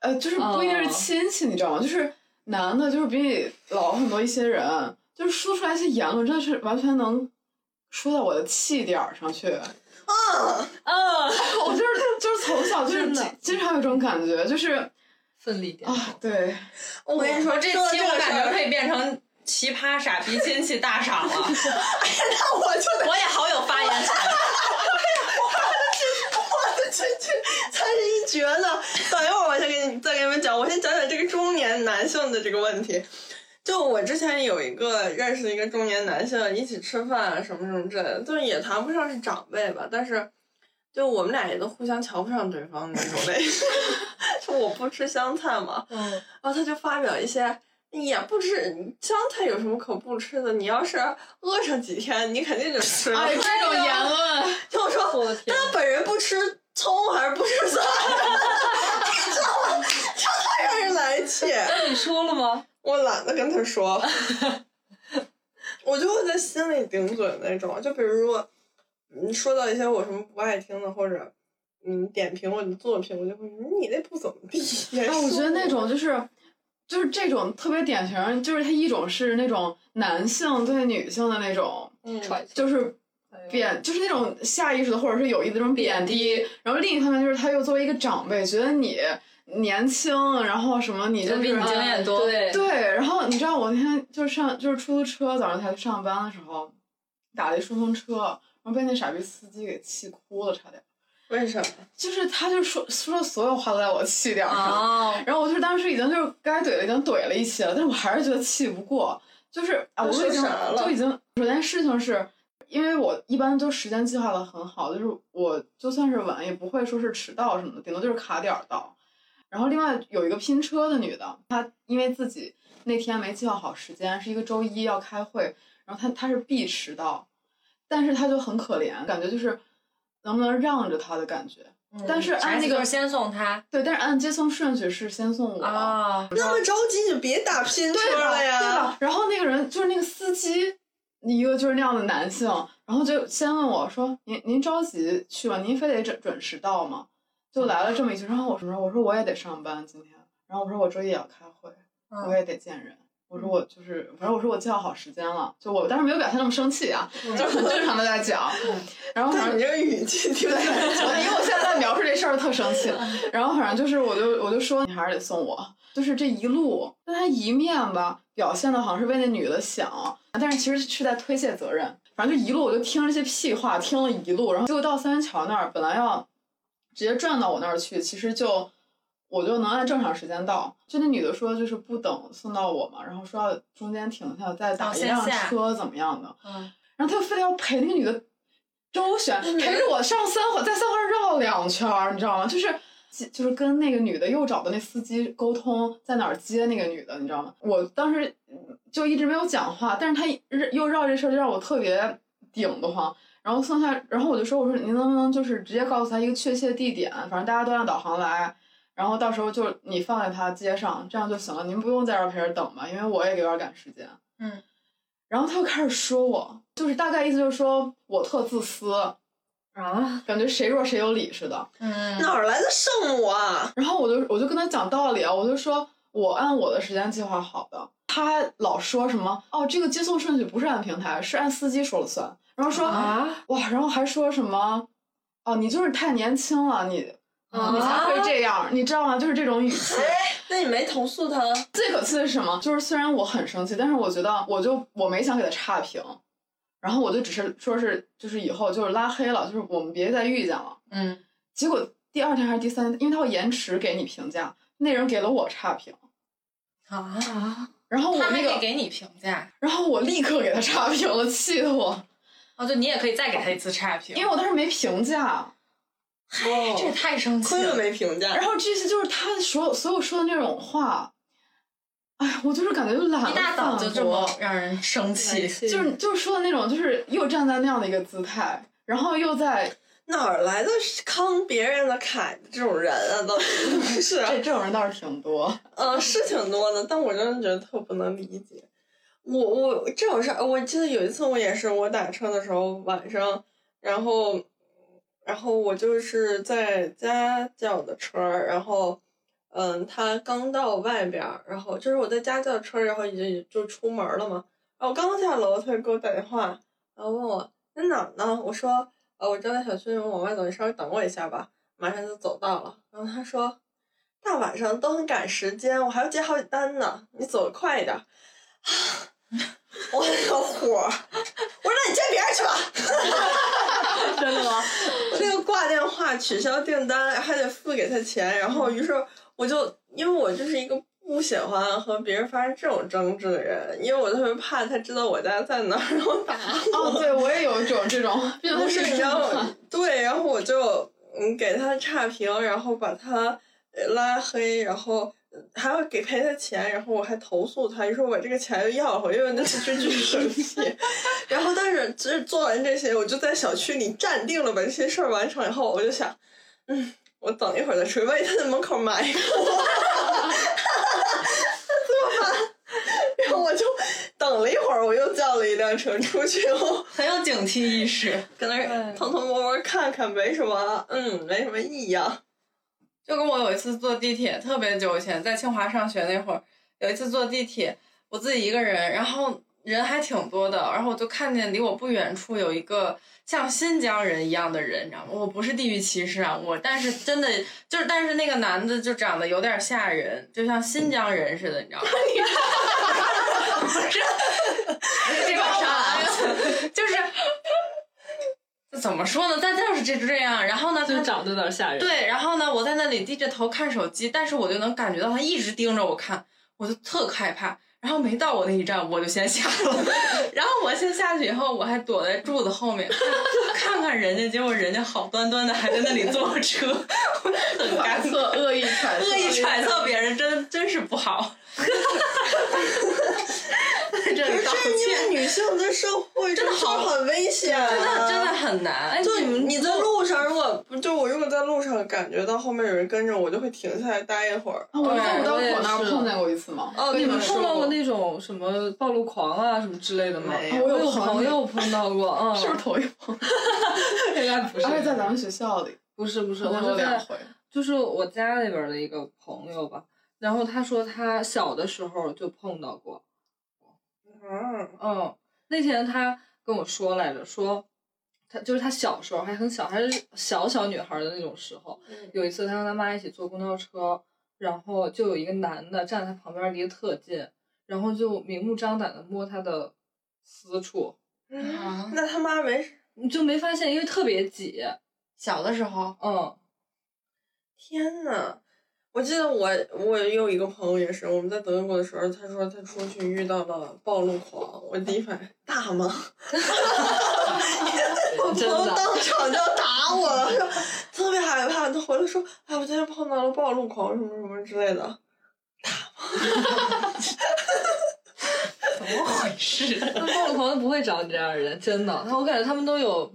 Speaker 5: 呃，就是不一定是
Speaker 6: 哦
Speaker 5: 亲戚，你知道吗？就是男的，就是比你老很多一些人，就是说出来一些言论，真的是完全能说到我的气点儿上去。
Speaker 6: 嗯，
Speaker 5: 我就是就是从小就是
Speaker 6: 真的
Speaker 5: 经经常有种感觉，就是
Speaker 6: 奋力点
Speaker 5: 啊，对，
Speaker 2: 我跟你说，
Speaker 3: 这
Speaker 2: 说到
Speaker 3: 期我
Speaker 2: 个事
Speaker 3: 感觉
Speaker 2: 儿
Speaker 3: 可以变成奇葩傻逼亲戚大赏了，
Speaker 2: 那我就得
Speaker 3: 我也好有发言权。
Speaker 2: 这这才是一绝呢！等一会儿我先给你再给你们讲，我先讲讲这个中年男性的这个问题。就我之前有一个认识的一个中年男性，一起吃饭啊什么什么之类的，就是也谈不上是长辈吧，但是就我们俩也都互相瞧不上对方那种类型。就我不吃香菜嘛，
Speaker 3: 嗯，
Speaker 2: 然后他就发表一些也不吃香菜有什么可不吃的，你要是饿上几天，你肯定就吃了。
Speaker 5: 哎，这种言论，
Speaker 2: 听我说，
Speaker 6: 我的天
Speaker 2: 但他本人不吃葱还是不吃蒜， 你知道吗？就太让人来气。
Speaker 6: 你说了吗？
Speaker 2: 我懒得跟他说，我就会在心里顶嘴那种。就比如说，你说到一些我什么不爱听的，或者嗯点评我的作品，我就会说你那不怎么地。
Speaker 5: 哎，我觉得那种就是。就是这种特别典型，就是他一种是那种男性对女性的那种，
Speaker 2: 嗯
Speaker 6: 揣测，
Speaker 5: 就是
Speaker 6: 变
Speaker 5: 贬，就是那种下意识的或者是有意的那种哎贬低。然后另一方面就是他又作为一个长辈，觉得你年轻，然后什么你就
Speaker 3: 就比
Speaker 5: 是
Speaker 3: 你经验多。
Speaker 6: 啊对，
Speaker 5: 对，然后你知道我那天就是上就是出租车早上才去上班的时候，打了一顺风车，然后被那傻逼司机给气哭了，差点。
Speaker 2: 为什么？
Speaker 5: 就是他就说说所有话都在我气点儿上，
Speaker 3: 啊
Speaker 6: 哦，
Speaker 5: 然后我就是当时已经就是该怼的已经怼了一气了，但是我还是觉得气不过，就是啊，我都
Speaker 2: 都
Speaker 5: 已
Speaker 2: 说
Speaker 5: 经
Speaker 2: 啥了
Speaker 5: 都已经首先事情是。因为我一般都时间计划的很好，就是我就算是晚也不会说是迟到什么的，顶多就是卡点儿到。然后另外有一个拼车的女的，她因为自己那天没计划好时间，是一个周一要开会，然后她她是必迟到，但是她就很可怜，感觉就是能不能让着她的感觉。 但是按那
Speaker 6: 啥意嗯思就
Speaker 5: 个
Speaker 6: 是先送他
Speaker 5: 对，但是按接送顺序是先送我，
Speaker 6: 啊，
Speaker 2: 那么着急就别打拼车
Speaker 5: 对吧？
Speaker 2: 了
Speaker 5: 对
Speaker 2: 呀。
Speaker 5: 吧？然后那个人就是那个司机，一个就是那样的男性，然后就先问我说：“您您着急去吗？您非得准准时到吗？”就来了这么一句，然后我说：“我说我也得上班今天，然后我说我周一也要开会，
Speaker 2: 嗯
Speaker 5: 我也得见人。”我说我就是，反正我说我计划好时间了，就我当时没有表现那么生气啊，就是很正常的在讲。然后反正
Speaker 2: 嗯但你这个语气听起
Speaker 5: 对，
Speaker 2: 来
Speaker 5: 我因为我现在在描述这事儿特生气，
Speaker 6: 嗯
Speaker 5: 然后反正就是我就我就说你还是得送我，就是这一路，但他一面吧表现的好像是为那女的想，但是其实是在推卸责任。反正就一路我就听着这些屁话，听了一路，然后结果到三元桥那儿，本来要直接转到我那儿去，其实就我就能按正常时间到。就那女的说就是不等送到我嘛，然后说要中间停下再打
Speaker 6: 哦
Speaker 5: 一
Speaker 6: 先
Speaker 5: 辆
Speaker 6: 下
Speaker 5: 车怎么样的，
Speaker 6: 嗯
Speaker 5: 然后他又非得要陪那个女的周旋，陪着我上三环，在三环绕两圈儿，你知道吗？就是。就是跟那个女的又找的那司机沟通，在哪儿接那个女的，你知道吗？我当时嗯就一直没有讲话，但是他一又绕这事儿，就让我特别顶得慌。然后剩下，然后我就说，我说您能不能就是直接告诉他一个确切地点，反正大家都按导航来，然后到时候就你放在他街上，这样就行了，您不用在这儿陪着等吧，因为我也有点赶时间。
Speaker 3: 嗯。
Speaker 5: 然后他又开始说我，就是大概意思就是说我特自私，
Speaker 6: 啊，
Speaker 5: 感觉谁弱谁有理似的。
Speaker 3: 嗯，
Speaker 2: 哪儿来的圣母啊？
Speaker 5: 然后我就我就跟他讲道理啊，我就说我按我的时间计划好的，他老说什么哦，这个接送顺序不是按平台，是按司机说了算。然后说
Speaker 6: 啊
Speaker 5: 哇，然后还说什么哦，你就是太年轻了，你、你才
Speaker 6: 啊！
Speaker 5: 会这样，你知道吗？就是这种语气。
Speaker 2: 哎那你没投诉他？
Speaker 5: 最可气的是什么？就是虽然我很生气，但是我觉得我就我没想给他差评，然后我就只是说是就是以后就是拉黑了，就是我们别再遇见了。
Speaker 3: 嗯，
Speaker 5: 结果第二天还是第三天，因为他会延迟给你评价，那人给了我差评，
Speaker 3: 啊，
Speaker 5: 然后我
Speaker 3: 他还
Speaker 5: 那
Speaker 3: 可以
Speaker 5: 个，
Speaker 3: 给你评价，
Speaker 5: 然后我立刻给他差评了，气 得我，
Speaker 3: 哦，对你也可以再给他一次差评，
Speaker 5: 因为我当时没评价。哎
Speaker 2: 哦
Speaker 3: 这也太生气
Speaker 2: 亏了
Speaker 3: 了。
Speaker 2: 没评价
Speaker 5: 然。后这些就是他所有所有说的那种话，哎，我就是感觉就懒得
Speaker 3: 一大早就
Speaker 5: 反
Speaker 3: 这
Speaker 5: 驳
Speaker 3: 么让人生气，
Speaker 5: 就是就是说的那种，就是又站在那样的一个姿态，然后又 在
Speaker 2: 哪儿来的坑别人的凯的这种人啊？都 是，啊
Speaker 5: 这这种人倒是挺 多。
Speaker 2: 呃，是挺多的，但我真的觉得特不能理解。我我这种事儿，我记得有一次我也是，我打车的时候晚上，然后然后我就是在家叫的车儿，然后嗯，他刚到外边儿，然后就是我在家叫车儿，然后已经就出门了嘛。然后刚下楼，他就给我打电话，然后问我在哪儿呢？我说呃，我正在小区里面往外走，你稍微等我一下吧，马上就走到了。然后他说大晚上都很赶时间，我还要接好几单呢，你走得快一点。啊 我很有火儿，我说那你接别人去吧。
Speaker 6: 真的吗？
Speaker 2: 我那个挂电话取消订单，还得付给他钱，然后于是我就因为我就是一个不喜欢和别人发生这种争执的人，因为我特别怕他知道我家在哪儿，然后打
Speaker 5: 哦，对我也有一种 这种，毕竟
Speaker 2: 不
Speaker 5: 他
Speaker 2: 是，
Speaker 5: 是
Speaker 2: 你知道 我， 对，然后我就嗯给他差评，然后把他呃拉黑，然后呃还要给赔他钱，然后我还投诉他，于是我把这个钱又要回去，因为那次就巨生气。 然后但是就是做完这些，我就在小区里站定了，把这些事儿完成以后，我就想，嗯，我等一会儿再出去，万一他在门口埋伏我， 怎么办？ 然后我就等了一会儿，我又叫了一辆车出去，我
Speaker 3: 很有警惕意识。
Speaker 2: 搁那儿偷偷摸摸看看，没什么，嗯，没什么异样。
Speaker 3: 就跟我有一次坐地铁，特别久以前，在清华上学那会儿，有一次坐地铁，我自己一个人，然后人还挺多的，然后我就看见离我不远处有一个像新疆人一样的人，你知道吗？我不是地域歧视啊，我但是真的就是，但是那个男的就长得有点吓人，就像新疆人似 的，你知道吗？不是，这把上啊来，就是。 怎么说呢？但就是这这样，然后呢，他
Speaker 6: 就长得有点吓人。
Speaker 3: 对，然后呢，我在那里低着头看手机，但是我就能感觉到他一直盯着我看，我就特害怕。然后没到我那一站，我就先下了。 然后我先下去以后，我还躲在柱子后面看看看人家，结果人家好端端的还在那里坐车，我就很
Speaker 5: 揣
Speaker 3: 尴尬。
Speaker 5: 测恶意揣测，
Speaker 3: 恶意揣测别人真真是不 好， 在这里道歉，
Speaker 2: 女性在社会
Speaker 3: 真的好
Speaker 2: 很危险、啊，
Speaker 3: 真的真的。很难。哎
Speaker 2: 就你你在路上，如果就我如果在路上感觉到后面有人跟着我，我就会停下来待一会儿。
Speaker 5: 啊我
Speaker 3: 对
Speaker 5: 在五道
Speaker 6: 我也
Speaker 5: 口那儿
Speaker 6: 是
Speaker 5: 碰见过一次嘛。
Speaker 2: 哦，
Speaker 5: 跟
Speaker 6: 你
Speaker 5: 你
Speaker 6: 们
Speaker 5: 们
Speaker 6: 碰
Speaker 5: 说
Speaker 6: 到过
Speaker 5: 过
Speaker 6: 那种什么暴露狂啊什么之类的吗？
Speaker 2: 没
Speaker 5: 有
Speaker 6: 我
Speaker 5: 我
Speaker 6: 有
Speaker 5: 有朋
Speaker 6: 朋
Speaker 5: 友
Speaker 6: 友碰到 过，嗯，
Speaker 5: 是不是头一回？
Speaker 6: 应该不是，
Speaker 5: 而且在咱们学校里
Speaker 6: 不是不是，
Speaker 5: 碰
Speaker 6: 我
Speaker 5: 见
Speaker 6: 是
Speaker 5: 过两
Speaker 6: 在
Speaker 5: 回。
Speaker 6: 就是我家那边儿的一个朋友吧，然后他说他小的时候就碰到过，
Speaker 2: 嗯，
Speaker 6: 嗯，那天他跟我说来着，说他就是他小时候还很小，还是小小女孩儿的那种时候，
Speaker 3: 嗯
Speaker 6: 有一次他跟他妈一起坐公交车，然后就有一个男的站在他旁边儿离得特近，然后就明目张胆的摸他的私处，
Speaker 3: 啊
Speaker 2: 那他妈没事
Speaker 6: 你就没发现，因为特别挤，
Speaker 3: 小的时候，
Speaker 6: 嗯，
Speaker 2: 天呐，我记得我我有一个朋友也是，我们在德国的时候，他说他出去遇到了暴露狂，我第一反应大吗？我朋
Speaker 6: 真
Speaker 2: 友
Speaker 6: 的
Speaker 2: 当场就打我了， 说特别害怕。他回来说：“哎，我今天碰到了暴露狂什么什么之类的。
Speaker 3: 怎么回事？
Speaker 6: 那暴露狂都不会找你这样的人，真的，他我感觉他们都有，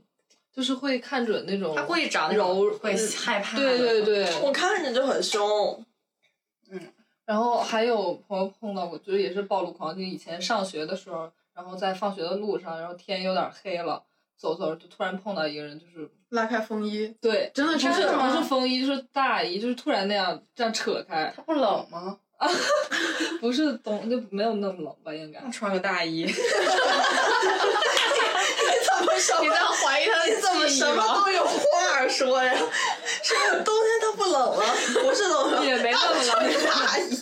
Speaker 6: 就是会看准那种，
Speaker 3: 他故意找那
Speaker 6: 柔
Speaker 3: 种会害怕的，
Speaker 6: 对对对，”
Speaker 2: 我看着就很凶，
Speaker 6: 然后还有朋友碰到过，就是也是暴露狂，就以前上学的时候，然后在放学的路上，然后天有点黑了，走走就突然碰到一个人，就是
Speaker 5: 拉开风衣，
Speaker 6: 对，
Speaker 5: 真的是
Speaker 6: 不
Speaker 5: 这
Speaker 6: 是
Speaker 5: 种
Speaker 6: 不是风衣，就是大衣，就是突然那样这样扯开
Speaker 3: 他不冷吗？
Speaker 6: 不是冬就没有那么冷吧？应该
Speaker 3: 那穿个大 衣，
Speaker 2: 怎么什
Speaker 1: 你
Speaker 2: 么
Speaker 1: 在怀疑他
Speaker 2: 你怎么
Speaker 1: 的
Speaker 2: 什
Speaker 1: 记忆
Speaker 2: 么
Speaker 1: 吗？
Speaker 2: 都有话说呀？是不是冬天它不冷了？ 不是冷了，
Speaker 6: 也没那么冷。
Speaker 2: 大衣。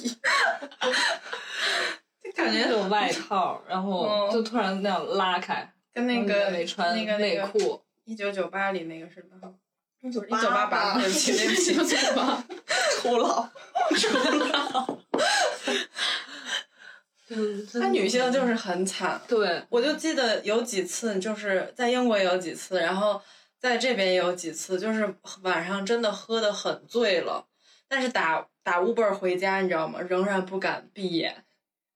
Speaker 3: 就 感觉
Speaker 6: 这种外套，然后
Speaker 3: 嗯
Speaker 6: 就突然那样拉开，
Speaker 3: 跟那
Speaker 6: 然后
Speaker 3: 个
Speaker 6: 嗯你没穿
Speaker 3: 那个
Speaker 6: 内
Speaker 3: 那个
Speaker 6: 裤，
Speaker 3: 一九九八里那个似的，
Speaker 2: 一九
Speaker 3: 一九八八，对不起对不起，
Speaker 2: 初老，
Speaker 6: 嗯，真
Speaker 3: 那
Speaker 6: 的
Speaker 3: 女性就是很惨，
Speaker 6: 对，
Speaker 3: 我就记得有几次，就是在英国也有几次，然后在这边也有几次，就是晚上真的喝的很醉了，但是打打 Uber 回家，你知道吗？仍然不敢闭眼，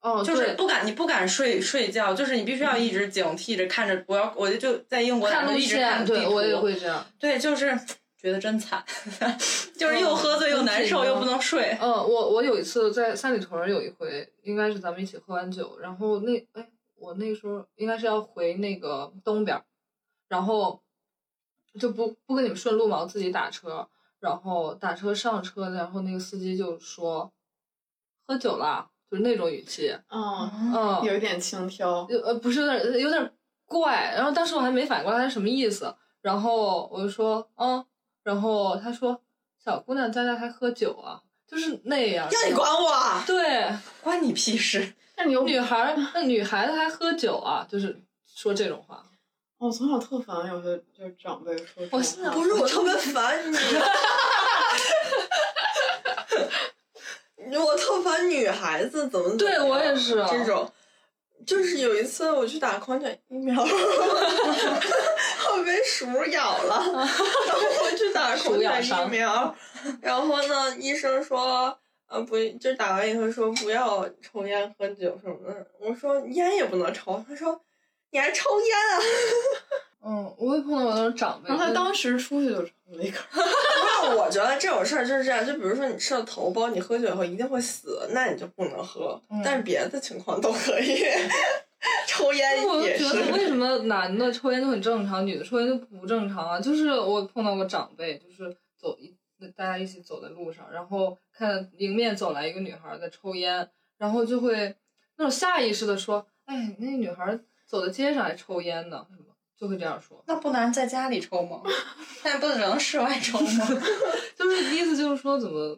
Speaker 5: 哦，
Speaker 3: 就是
Speaker 5: 对
Speaker 3: 不敢，你不敢睡睡觉，就是你必须要一直警惕着看着，我要我就就在英国
Speaker 6: 嗯看
Speaker 3: 打
Speaker 6: 路
Speaker 3: 就一直看
Speaker 6: 线，
Speaker 3: 地
Speaker 6: 对
Speaker 3: 图，
Speaker 6: 我也会这样。
Speaker 3: 对，就是觉得真惨， 就是又
Speaker 6: 嗯
Speaker 3: 喝醉又
Speaker 6: 真
Speaker 3: 难
Speaker 6: 紧
Speaker 3: 受
Speaker 6: 张
Speaker 3: 又不能睡，
Speaker 6: 嗯，我我有一次在三里屯儿有一回，应该是咱们一起喝完酒，然后那哎，我那时候应该是要回那个东边儿，然后就不不跟你们顺路嘛，我自己打车，然后打车上车，然后那个司机就说喝酒啦，就是那种语
Speaker 2: 啊
Speaker 6: 气，
Speaker 5: 嗯，
Speaker 6: 嗯，
Speaker 5: 有一点轻佻，
Speaker 6: 有呃不是有点有点怪，然后当时我还没反应过来他是什么意思，然后我就说嗯，然后他说小姑娘家家还喝酒啊，就是那样。
Speaker 2: 让你管我啊？
Speaker 6: 对，
Speaker 3: 关你屁事。
Speaker 5: 但你又
Speaker 6: 女孩儿那女孩子还喝酒啊，就是说这种话。
Speaker 5: 我哦从小特烦有些就是长辈说这种话，
Speaker 6: 我是啊
Speaker 2: 不是我特别 烦你，我特烦女孩子怎么怎么
Speaker 6: 对
Speaker 2: 样
Speaker 6: 我也是
Speaker 2: 这种。就是有一次我去打狂犬疫苗， 我被鼠咬了，然后我去打狂
Speaker 6: 鼠咬
Speaker 2: 犬疫
Speaker 6: 伤
Speaker 2: 苗，然后呢，医生说，呃，不，就打完以后说不要抽烟喝酒什么的。我说烟也不能抽，他说你还抽烟啊？
Speaker 6: 嗯，我也碰到过那种长辈，
Speaker 5: 然后他
Speaker 6: 就是
Speaker 5: 当时出去就抽了 一根儿，
Speaker 2: 不是，我觉得这种事儿就是这样，就比如说你吃了头孢，你喝酒以后一定会死，那你就不能喝。
Speaker 6: 嗯
Speaker 2: 但是别的情况都可以，抽烟
Speaker 6: 我就
Speaker 2: 也
Speaker 6: 觉
Speaker 2: 是。
Speaker 6: 得为什么男的抽烟就很正常，女的抽烟就不正常啊？就是我碰到过长辈，就是走一大家一起走在路上，然后看迎面走来一个女孩在抽烟，然后就会那种下意识的说：“哎，那女孩走在街上还抽烟呢，什么就会这样说。”
Speaker 3: 那不能在家里抽 吗？那不能室外抽 吗？
Speaker 6: 就是意思就是说，怎么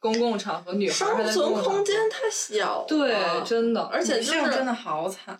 Speaker 6: 公共场合女孩儿还
Speaker 2: 生
Speaker 6: 在公
Speaker 2: 存
Speaker 6: 共场合
Speaker 2: 空间太小
Speaker 5: 啊
Speaker 2: 了，
Speaker 6: 对，真的，
Speaker 2: 而且就
Speaker 3: 这样真
Speaker 2: 是
Speaker 3: 的好惨。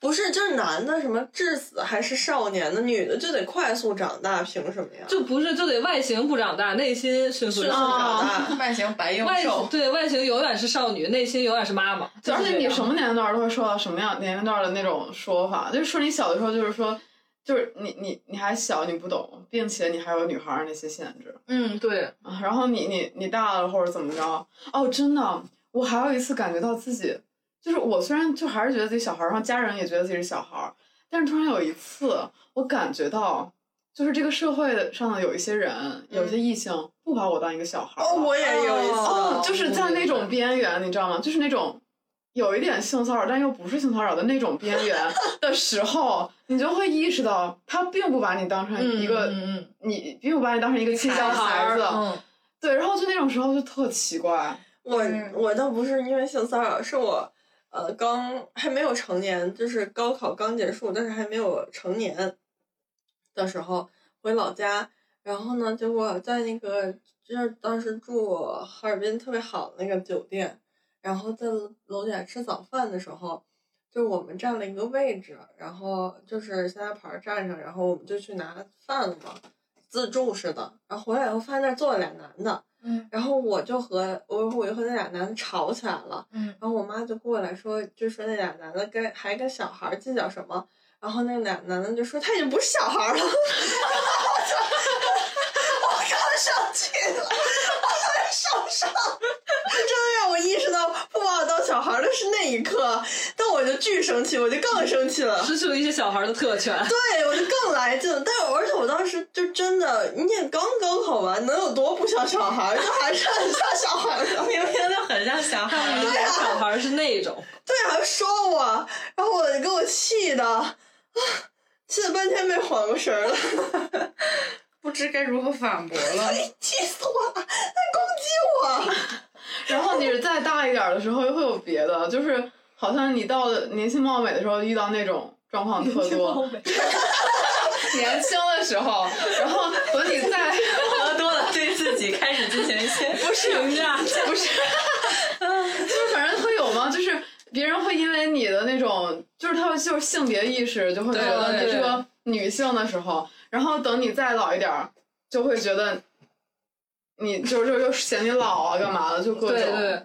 Speaker 2: 不是就是男的什么致死还是少年的，女的就得快速长大，凭什么呀？
Speaker 6: 就不是就得外形不长大，内心迅速
Speaker 2: 迅速
Speaker 6: 长大。
Speaker 5: 啊
Speaker 2: 长大，
Speaker 3: 外形白又
Speaker 6: 外
Speaker 3: 瘦，
Speaker 6: 对外形永远是少女，内心永远是妈妈。
Speaker 5: 而且你什
Speaker 6: 么
Speaker 5: 么年龄段儿都会受到什么样年龄段儿的那种说法，就是说你小的时候就是说，就是你你你还小你不懂，并且你还有女孩儿那些限制，
Speaker 6: 嗯，对，
Speaker 5: 啊，然后你你你大了或者怎么着？哦，真的，我还有一次感觉到自己，就是我虽然就还是觉得自己小孩儿，然后家人也觉得自己是小孩儿，但是突然有一次，我感觉到，就是这个社会上的有一些人，有一些异性不把我当一个小孩儿
Speaker 2: 哦，
Speaker 5: 了
Speaker 2: 我也有一次，
Speaker 6: 哦
Speaker 5: 就是在那种边缘，你知道吗？就是那种有一点性骚扰，但又不是性骚扰的那种边缘的时候，你就会意识到他并不把你当成一个，哦
Speaker 6: 嗯嗯
Speaker 5: 你并不把你当成一个亲
Speaker 6: 小
Speaker 5: 生孩
Speaker 6: 儿
Speaker 5: 子。
Speaker 6: 嗯，
Speaker 5: 对，然后就那种时候就特奇怪，
Speaker 2: 我
Speaker 3: 嗯
Speaker 2: 我倒不是因为性骚扰，是我呃刚还没有成年，就是高考刚结束，但是还没有成年的时候回老家，然后呢，结果在那个就是当时住哈尔滨特别好的那个酒店，然后在楼底下吃早饭的时候，就我们占了一个位置，然后就是现在牌儿站上，然后我们就去拿饭了嘛，自助式的，然后回来以后发现那儿坐了俩男的。
Speaker 3: 嗯
Speaker 2: 然后我就和我我就和那俩男的吵起来了，
Speaker 3: 嗯，
Speaker 2: 然后我妈就过来说，就说那俩男的跟还跟小孩儿计较什么，然后那俩男的就说他已经不是小孩儿了，然后 我就我刚生气了，我很受伤， 真的让我意识到不把我当小孩儿的是那一刻，但我就巨生气，我就更生气了。
Speaker 6: 嗯失去了一些小孩儿的特权。
Speaker 2: 对，我就更来劲了。但是，而且我当时就真的，你也刚高考完，能有多不像小孩儿？就还是很像小孩儿的。
Speaker 3: 明明就很像小孩儿。
Speaker 6: 对啊小孩儿是那 种，
Speaker 2: 对，还说我，然后我给我气的，啊气了半天没缓过神儿了，
Speaker 3: 不 知该如何反驳了。
Speaker 2: 气死我了！他攻击我，
Speaker 5: 然后你你是再大一点儿的时候，又会有别的，就是好像你到了年轻貌美的时候，遇到那种状况特多。年轻的时候，然后等你再
Speaker 4: 喝多了，对自己开始进行一些不是评价，
Speaker 5: 不是，就是反正会有嘛，就是别人会因为你的那种，就是他们就是性别意识，就会觉得你
Speaker 3: 对
Speaker 5: 是个女性的时候，然后等你再老一点儿，就会觉得你就是就又嫌你老啊，干嘛的，就各种。
Speaker 6: 对对。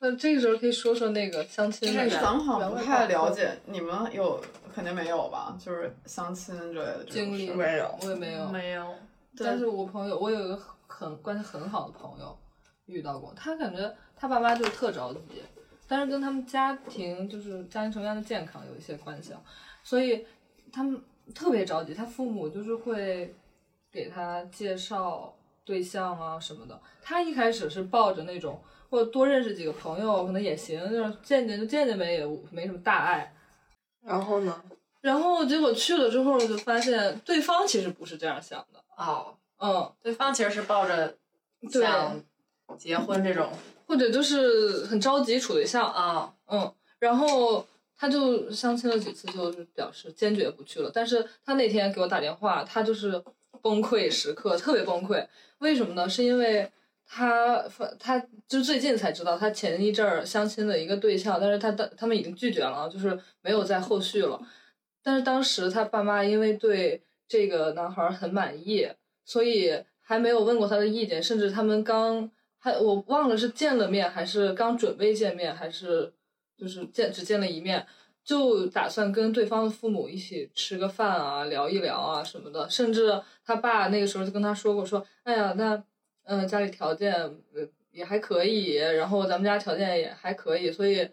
Speaker 6: 那这个时候可以说说那个相亲的
Speaker 5: 咱们好像不太了解，你们有肯定没有吧？就是相亲之类的这种
Speaker 6: 经历
Speaker 5: 事，
Speaker 2: 没有，
Speaker 6: 我也没有，
Speaker 4: 没有，
Speaker 6: 但是我朋友，我有一个很关系很好的朋友遇到过，他感觉他爸妈就是特着急，但是跟他们家庭就是家庭成员的健康有一些关系啊，所以他们特别着急，他父母就是会给他介绍对象啊什么的。他一开始是抱着那种或者多认识几个朋友可能也行，就是见见就见见呗，也无没什么大碍。
Speaker 2: 然后呢？
Speaker 6: 然后结果去了之后就发现对方其实不是这样想的，
Speaker 4: 哦，
Speaker 6: 嗯，
Speaker 4: 对方其实是抱着
Speaker 6: 对。
Speaker 4: 想结婚这种
Speaker 6: 或者就是很着急处对象，
Speaker 4: 啊，
Speaker 6: 嗯，然后他就相亲了几次，就是表示坚决不去了。但是他那天给我打电话，他就是崩溃时刻，特别崩溃。为什么呢？是因为他他就最近才知道，他前一阵儿相亲的一个对象，但是他的他们已经拒绝了，啊就是没有在后续了。但是当时他爸妈因为对这个男孩儿很满意，所以还没有问过他的意见，甚至他们刚还我忘了是见了面，还是刚准备见面，还是就是见只见了一面，就打算跟对方的父母一起吃个饭啊，聊一聊啊什么的。甚至他爸那个时候就跟他说过，说，哎呀，那嗯、呃家里条件呃也还可以，然后咱们家条件也还可以，所以。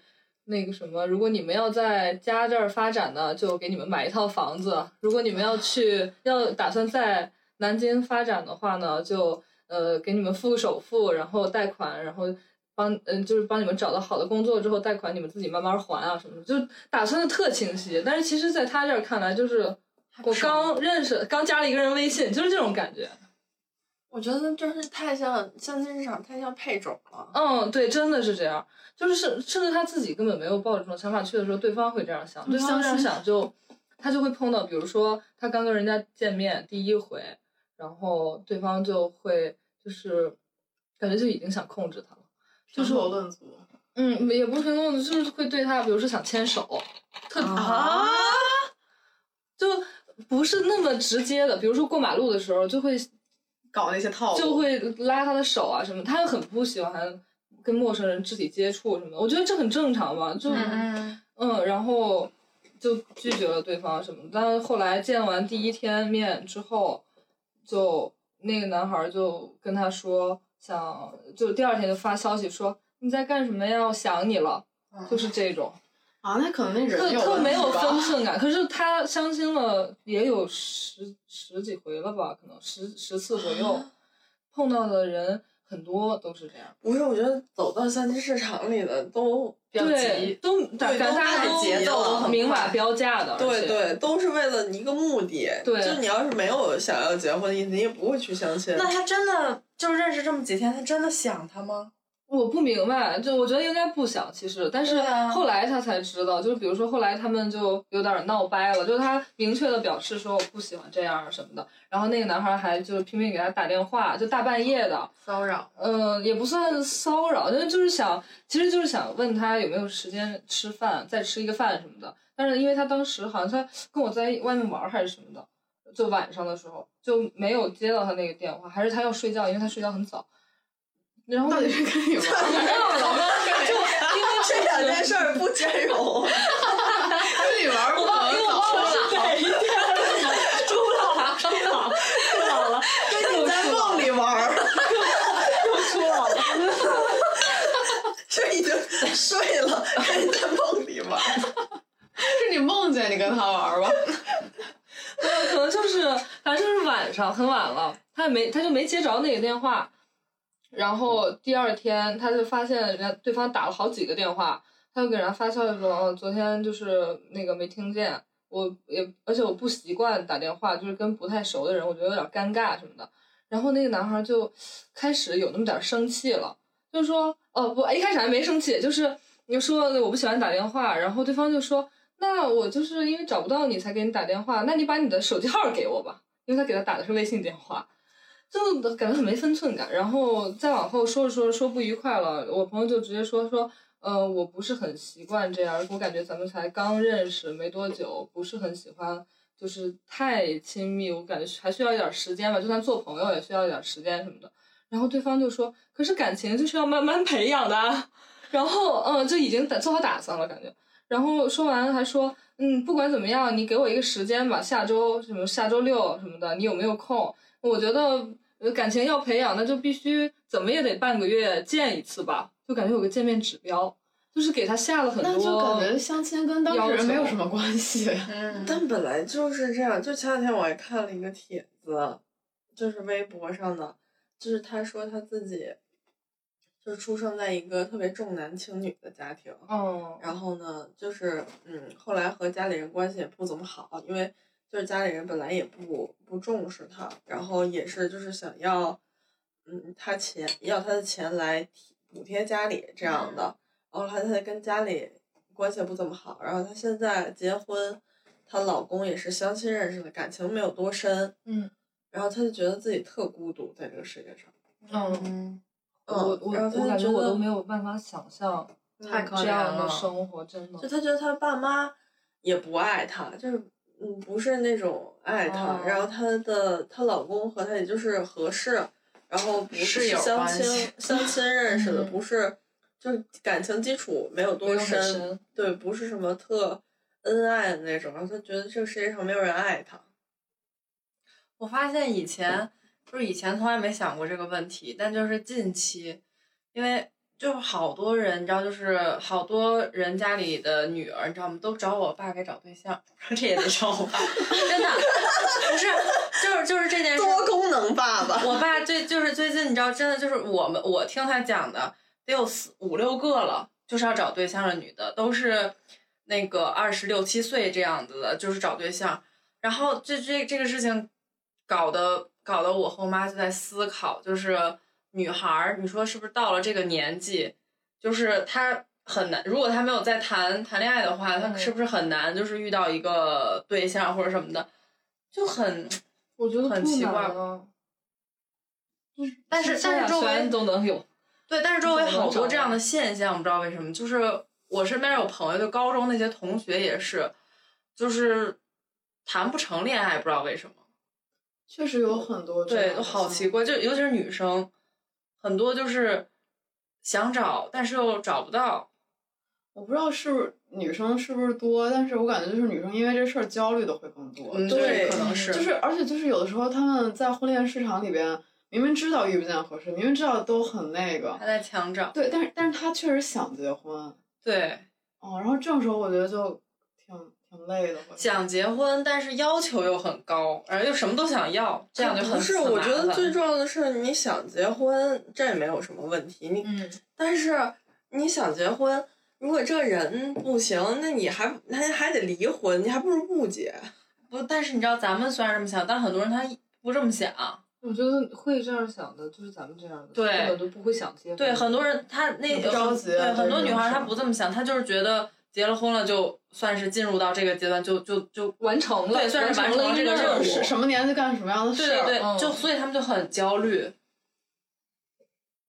Speaker 6: 那个什么，如果你们要在家这儿发展呢，就给你们买一套房子；如果你们要去要打算在南京发展的话呢，就呃给你们付个首付，然后贷款，然后帮嗯、就是帮你们找到好的工作之后贷款，你们自己慢慢还啊什么的，就打算的特清晰。但是其实，在他这儿看来，就是我刚认识，刚加了一个人微信，就是这种感觉。
Speaker 2: 我觉得真是太像相亲市场，太像配种了。
Speaker 6: 嗯，对，真的是这样，就是甚甚至他自己根本没有抱着这种想法去的时候，对方会这样想，对方这样想就他就会碰到，比如说他刚跟人家见面第一回，然后对方就会就是感觉就已经想控制他了，就是
Speaker 5: 矛盾足。
Speaker 6: 嗯，也不是评论，就是会对他，比如说想牵手，特
Speaker 4: 啊，
Speaker 6: 就不是那么直接的，比如说过马路的时候就会
Speaker 5: 搞那些套路，
Speaker 6: 就会拉他的手啊什么，他很不喜欢跟陌生人肢体接触什么的，我觉得这很正常嘛，就嗯
Speaker 4: 嗯，
Speaker 6: 然后就拒绝了对方什么，但是后来见完第一天面之后，就那个男孩就跟他说想，就第二天就发消息说你在干什么呀，我想你了，就是这种。
Speaker 5: 啊，那可能那
Speaker 6: 特
Speaker 5: 人有
Speaker 6: 特
Speaker 5: 问
Speaker 6: 没
Speaker 5: 题
Speaker 6: 有
Speaker 5: 吧
Speaker 6: 分寸感。可是他相亲了也有十十几回了吧，可能十十次左右，
Speaker 2: 啊
Speaker 6: 碰到的人很多都是这样。
Speaker 2: 不是，我觉得走到相亲市场里的都
Speaker 4: 比较
Speaker 6: 对
Speaker 4: 急，，
Speaker 6: 都
Speaker 2: 对
Speaker 6: 感觉
Speaker 2: 都
Speaker 6: 大家
Speaker 2: 太
Speaker 6: 都
Speaker 2: 节奏了很
Speaker 6: 明码
Speaker 4: 快
Speaker 6: 标价的，而
Speaker 2: 对
Speaker 6: 且，
Speaker 2: 对，都是为了一个目的。
Speaker 6: 对
Speaker 2: 就你要是没有想要结婚的意思，你也不会去相亲。
Speaker 4: 那他真的就是认识这么几天，他真的想他吗？
Speaker 6: 我不明白，就我觉得应该不想，其实，但是
Speaker 4: 对啊
Speaker 6: 后来他才知道，就是比如说后来他们就有点闹掰了，就是他明确的表示说我不喜欢这样什么的，然后那个男孩还就是拼命给他打电话，就大半夜的，
Speaker 1: 骚扰，
Speaker 6: 嗯，也不算骚扰，但是就是想，其实就是想问他有没有时间吃饭，再吃一个饭什么的。但是因为他当时好像他跟我在外面玩儿还是什么的，就晚上的时候就没有接到他那个电话，还是他要睡觉，因为他睡觉很早。然后
Speaker 5: 到底是跟你玩儿？
Speaker 2: 这两件事儿不兼容。
Speaker 5: 跟你玩儿不
Speaker 6: 因为我忘了是
Speaker 4: 对，猪了，猪了，猪老了，
Speaker 2: 跟你在梦里玩 儿，
Speaker 4: 猪老了。
Speaker 2: 这已经睡 了，跟你在梦里玩儿。
Speaker 5: 是你梦见你跟他玩儿吧？
Speaker 6: 可能就是，反正就是晚上很晚了，他也没，他就没接着那个电话。然后第二天，他就发现人家对方打了好几个电话，他就给人家发消息说，哦，昨天就是那个没听见，我也而且我不习惯打电话，就是跟不太熟的人，我觉得有点尴尬什么的。然后那个男孩就开始有那么点儿生气了，就说哦不，一开始还没生气，就是你说我不喜欢打电话，然后对方就说那我就是因为找不到你才给你打电话，那你把你的手机号给我吧，因为他给他打的是微信电话，就感觉很没分寸感。然后再往后说着说着说不愉快了，我朋友就直接说说。呃，我不是很习惯这样，我感觉咱们才刚认识没多久，不是很喜欢，就是太亲密，我感觉还需要一点时间吧，就算做朋友也需要一点时间什么的。然后对方就说：“可是感情就是要慢慢培养的啊。”然后，嗯，就已经打做好打算了，感觉。然后说完还说：“嗯，不管怎么样，你给我一个时间吧，下周什么下周六什么的，你有没有空？我觉得呃感情要培养，那就必须怎么也得半个月见一次吧，就感觉有个见面指标，就是给他下了很多。”
Speaker 5: 那就感觉相亲跟当事人没有什么关系。
Speaker 3: 嗯，
Speaker 2: 但本来就是这样。就前两天我还看了一个帖子，就是微博上的，就是他说他自己，就是出生在一个特别重男轻女的家庭，
Speaker 6: 哦，
Speaker 2: 然后呢，就是嗯，后来和家里人关系也不怎么好，因为就是家里人本来也不不重视他，然后也是就是想要，嗯，他钱要他的钱来提补贴家里这样的，然后他他跟家里关系也不怎么好，然后她现在结婚，她老公也是相亲认识的，感情没有多深，
Speaker 6: 嗯，
Speaker 2: 然后她就觉得自己特孤独在这个世界上，
Speaker 6: 嗯，
Speaker 3: 嗯，
Speaker 6: 我我
Speaker 2: 然后
Speaker 6: 我
Speaker 2: 她
Speaker 6: 感
Speaker 2: 就
Speaker 6: 觉我都
Speaker 2: 得
Speaker 6: 没有办法想象
Speaker 1: 太可
Speaker 6: 这
Speaker 1: 怜
Speaker 6: 样
Speaker 1: 了
Speaker 6: 的。生活，真的
Speaker 2: 就。他觉得他爸妈也不爱他，就是嗯不是那种爱他，
Speaker 6: 哦
Speaker 2: 然后她的她老公和她也就是合适，然后不
Speaker 1: 室
Speaker 2: 是
Speaker 1: 友
Speaker 2: 相
Speaker 1: 关
Speaker 2: 亲
Speaker 1: 系
Speaker 2: 相亲认识的，
Speaker 6: 嗯
Speaker 2: 不是就是感情基础没有
Speaker 6: 没
Speaker 2: 多
Speaker 6: 有很
Speaker 2: 深，
Speaker 6: 深，
Speaker 2: 对，不是什么特恩爱的那种，然后她觉得这个世界上没有人爱她，
Speaker 3: 我发现以前就是以前从来没想过这个问题，但就是近期，因为就是好多人，你知道，就是好多人家里的女儿，你知道吗？都找我爸给找对象， 这也得找我爸，真的不是，就是就是这件事。
Speaker 2: 多功能爸爸，
Speaker 3: 我爸最就是最近，你知道，真的就是我们我听他讲的，得有四五六个了，就是要找对象的女的，都是那个二十六七岁这样子的，就是找对象。然后这这这个事情搞得搞得我和我妈就在思考，就是女孩儿，你说是不是到了这个年纪，就是她很难，如果她没有在谈谈恋爱的话，她
Speaker 6: 嗯
Speaker 3: 是不是很难就是遇到一个对象或者什么的，就很。
Speaker 6: 我觉得
Speaker 3: 很
Speaker 6: 不
Speaker 3: 奇
Speaker 6: 难
Speaker 3: 怪
Speaker 6: 啊。就是
Speaker 3: 但是
Speaker 6: 现
Speaker 3: 但是
Speaker 6: 在
Speaker 3: 周
Speaker 6: 谁
Speaker 3: 围
Speaker 6: 都能有，
Speaker 3: 对，但是周
Speaker 6: 你
Speaker 3: 围
Speaker 6: 怎么
Speaker 3: 好
Speaker 6: 能
Speaker 3: 多
Speaker 6: 找
Speaker 3: 这样
Speaker 6: 到
Speaker 3: 的现象，不知道为什么。就是我身边有朋友，就高中那些同学也是，就是谈不成恋爱，不知道为什么。
Speaker 5: 确实有很多这样
Speaker 3: 对，
Speaker 5: 的嗯
Speaker 3: 都好
Speaker 5: 像
Speaker 3: 奇怪，就尤其是女生，很多就是想找，但是又找不到。
Speaker 5: 我不知道是不是女生是不是多，但是我感觉就是女生因为这事儿焦虑的会更多。
Speaker 3: 嗯，
Speaker 5: 就
Speaker 2: 对
Speaker 5: 是
Speaker 3: 可能是，
Speaker 5: 就是，而且就是有的时候他们在婚恋市场里边，明明知道遇不见合适，明明知道都很那个
Speaker 3: 他，在强找。
Speaker 5: 对，但是但是他确实想结婚，
Speaker 3: 对，
Speaker 5: 哦，然后这种时候我觉得就挺挺累的。会
Speaker 3: 想结婚，但是要求又很高，然后又什么都想要，这样就很
Speaker 2: 不是，
Speaker 3: 很
Speaker 2: 我
Speaker 3: 麻
Speaker 2: 觉得
Speaker 3: 烦
Speaker 2: 最重要的是你想结婚，这也没有什么问题，你
Speaker 6: 嗯，
Speaker 2: 但是你想结婚，如果这人不行，那你还还还得离婚，你还不如不结。
Speaker 3: 不，但是你知道，咱们虽然这么想，但很多人他不这么想。
Speaker 6: 我觉得会这样想的就是咱们这样的，
Speaker 3: 对
Speaker 6: 根本就不会想结婚。
Speaker 3: 对，很多人她那
Speaker 5: 也不着急
Speaker 3: 对
Speaker 5: 啊对
Speaker 3: 很多
Speaker 5: 这
Speaker 3: 女
Speaker 5: 种
Speaker 3: 孩
Speaker 5: 事
Speaker 3: 她
Speaker 5: 儿
Speaker 3: 不这么想，她就是觉得结了婚了就算是进入到这个阶段，就就就
Speaker 6: 完成了，
Speaker 3: 对算是完
Speaker 6: 成
Speaker 3: 成了
Speaker 6: 一
Speaker 3: 这个任
Speaker 6: 任
Speaker 3: 务
Speaker 5: 是什么年纪干什么样的事
Speaker 3: 对
Speaker 5: 儿？
Speaker 3: 对对，
Speaker 6: 嗯
Speaker 3: 就所以他们就很焦虑。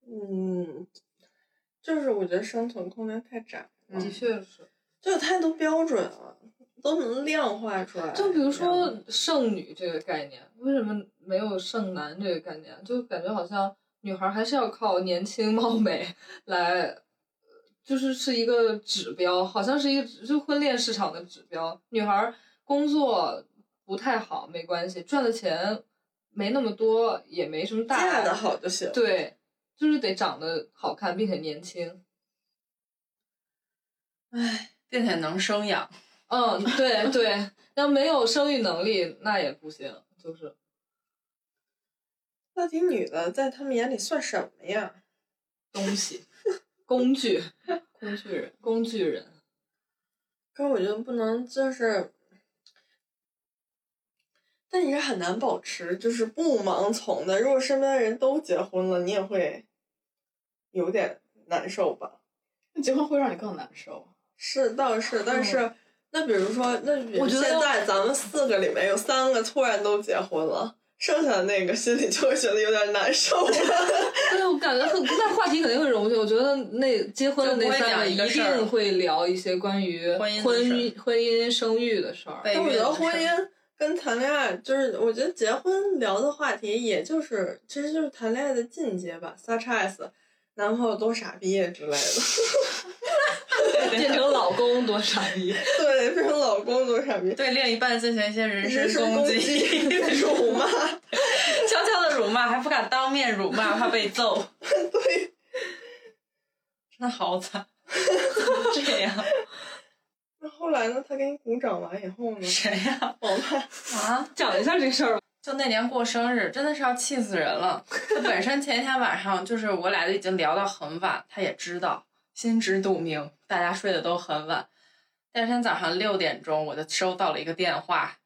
Speaker 2: 嗯，就是我觉得生存空间太窄，
Speaker 3: 嗯
Speaker 6: 的确是，
Speaker 2: 就有太多标准了，都能量化出来。
Speaker 6: 就比如说剩女这个概念，为什么没有剩男这个概念？就感觉好像女孩还是要靠年轻貌美来，呃就是是一个指标，好像是一个指就婚恋市场的指标。女孩工作不太好没关系，赚的钱没那么多也没什么大碍
Speaker 2: 嫁的好就行。
Speaker 6: 对，就是得长得好看并且年轻。
Speaker 2: 唉，
Speaker 3: 并且能生养，
Speaker 6: 嗯，对对，要没有生育能力那也不行，就是
Speaker 2: 那挺女的在他们眼里算什么呀？
Speaker 6: 东西、工具、
Speaker 5: 工具人。
Speaker 6: 工具人。
Speaker 2: 可是我觉得不能就是，但你是很难保持就是不盲从的。如果身边的人都结婚了，你也会有点难受吧。
Speaker 5: 那结婚会让你更难受。啊
Speaker 2: 是，倒是，
Speaker 6: 嗯
Speaker 2: 但是，那比如说，那比如
Speaker 1: 我觉得
Speaker 2: 现
Speaker 1: 要
Speaker 2: 在咱们四个里面有三个突然都结婚了，剩下的那个心里就会觉得有点难受了。
Speaker 6: 但是我感觉很，那话题肯定会融进。我觉得那结婚的
Speaker 4: 就不
Speaker 6: 那
Speaker 4: 会
Speaker 6: 三
Speaker 4: 讲
Speaker 6: 个
Speaker 4: 一个
Speaker 6: 一
Speaker 4: 事儿
Speaker 6: 定会聊一些关于
Speaker 4: 婚姻的
Speaker 6: 婚
Speaker 4: 事儿
Speaker 6: 姻、婚姻生育的事儿。
Speaker 4: 被
Speaker 2: 但我
Speaker 4: 约
Speaker 2: 觉得
Speaker 4: 的
Speaker 2: 婚
Speaker 4: 事儿
Speaker 2: 姻跟谈恋爱，就是我觉得结婚聊的话题，也就是其实就是谈恋爱的进阶吧，such as 男朋友多傻逼之类的。
Speaker 6: 变成老公多傻逼！
Speaker 2: 对，变成老公多傻逼，
Speaker 4: 对另一半进行一些人
Speaker 2: 人身
Speaker 4: 身
Speaker 2: 攻
Speaker 4: 击，
Speaker 2: 击、 辱骂。
Speaker 4: 悄悄的辱骂，还不敢当面辱骂，怕被揍。对， 真的好惨，怎么这 样？
Speaker 2: 那后来呢？他给你鼓掌完以后 呢？
Speaker 4: 谁呀、
Speaker 2: 王派
Speaker 4: 啊？
Speaker 6: 讲一下这事儿吧。
Speaker 3: 就那年过生日，真的是要气死人了。他本身前一天晚上就是我俩就已经聊到很晚，他也知道，心知肚明，大家睡得都很晚。第二天早上六点钟，我就收到了一个电话。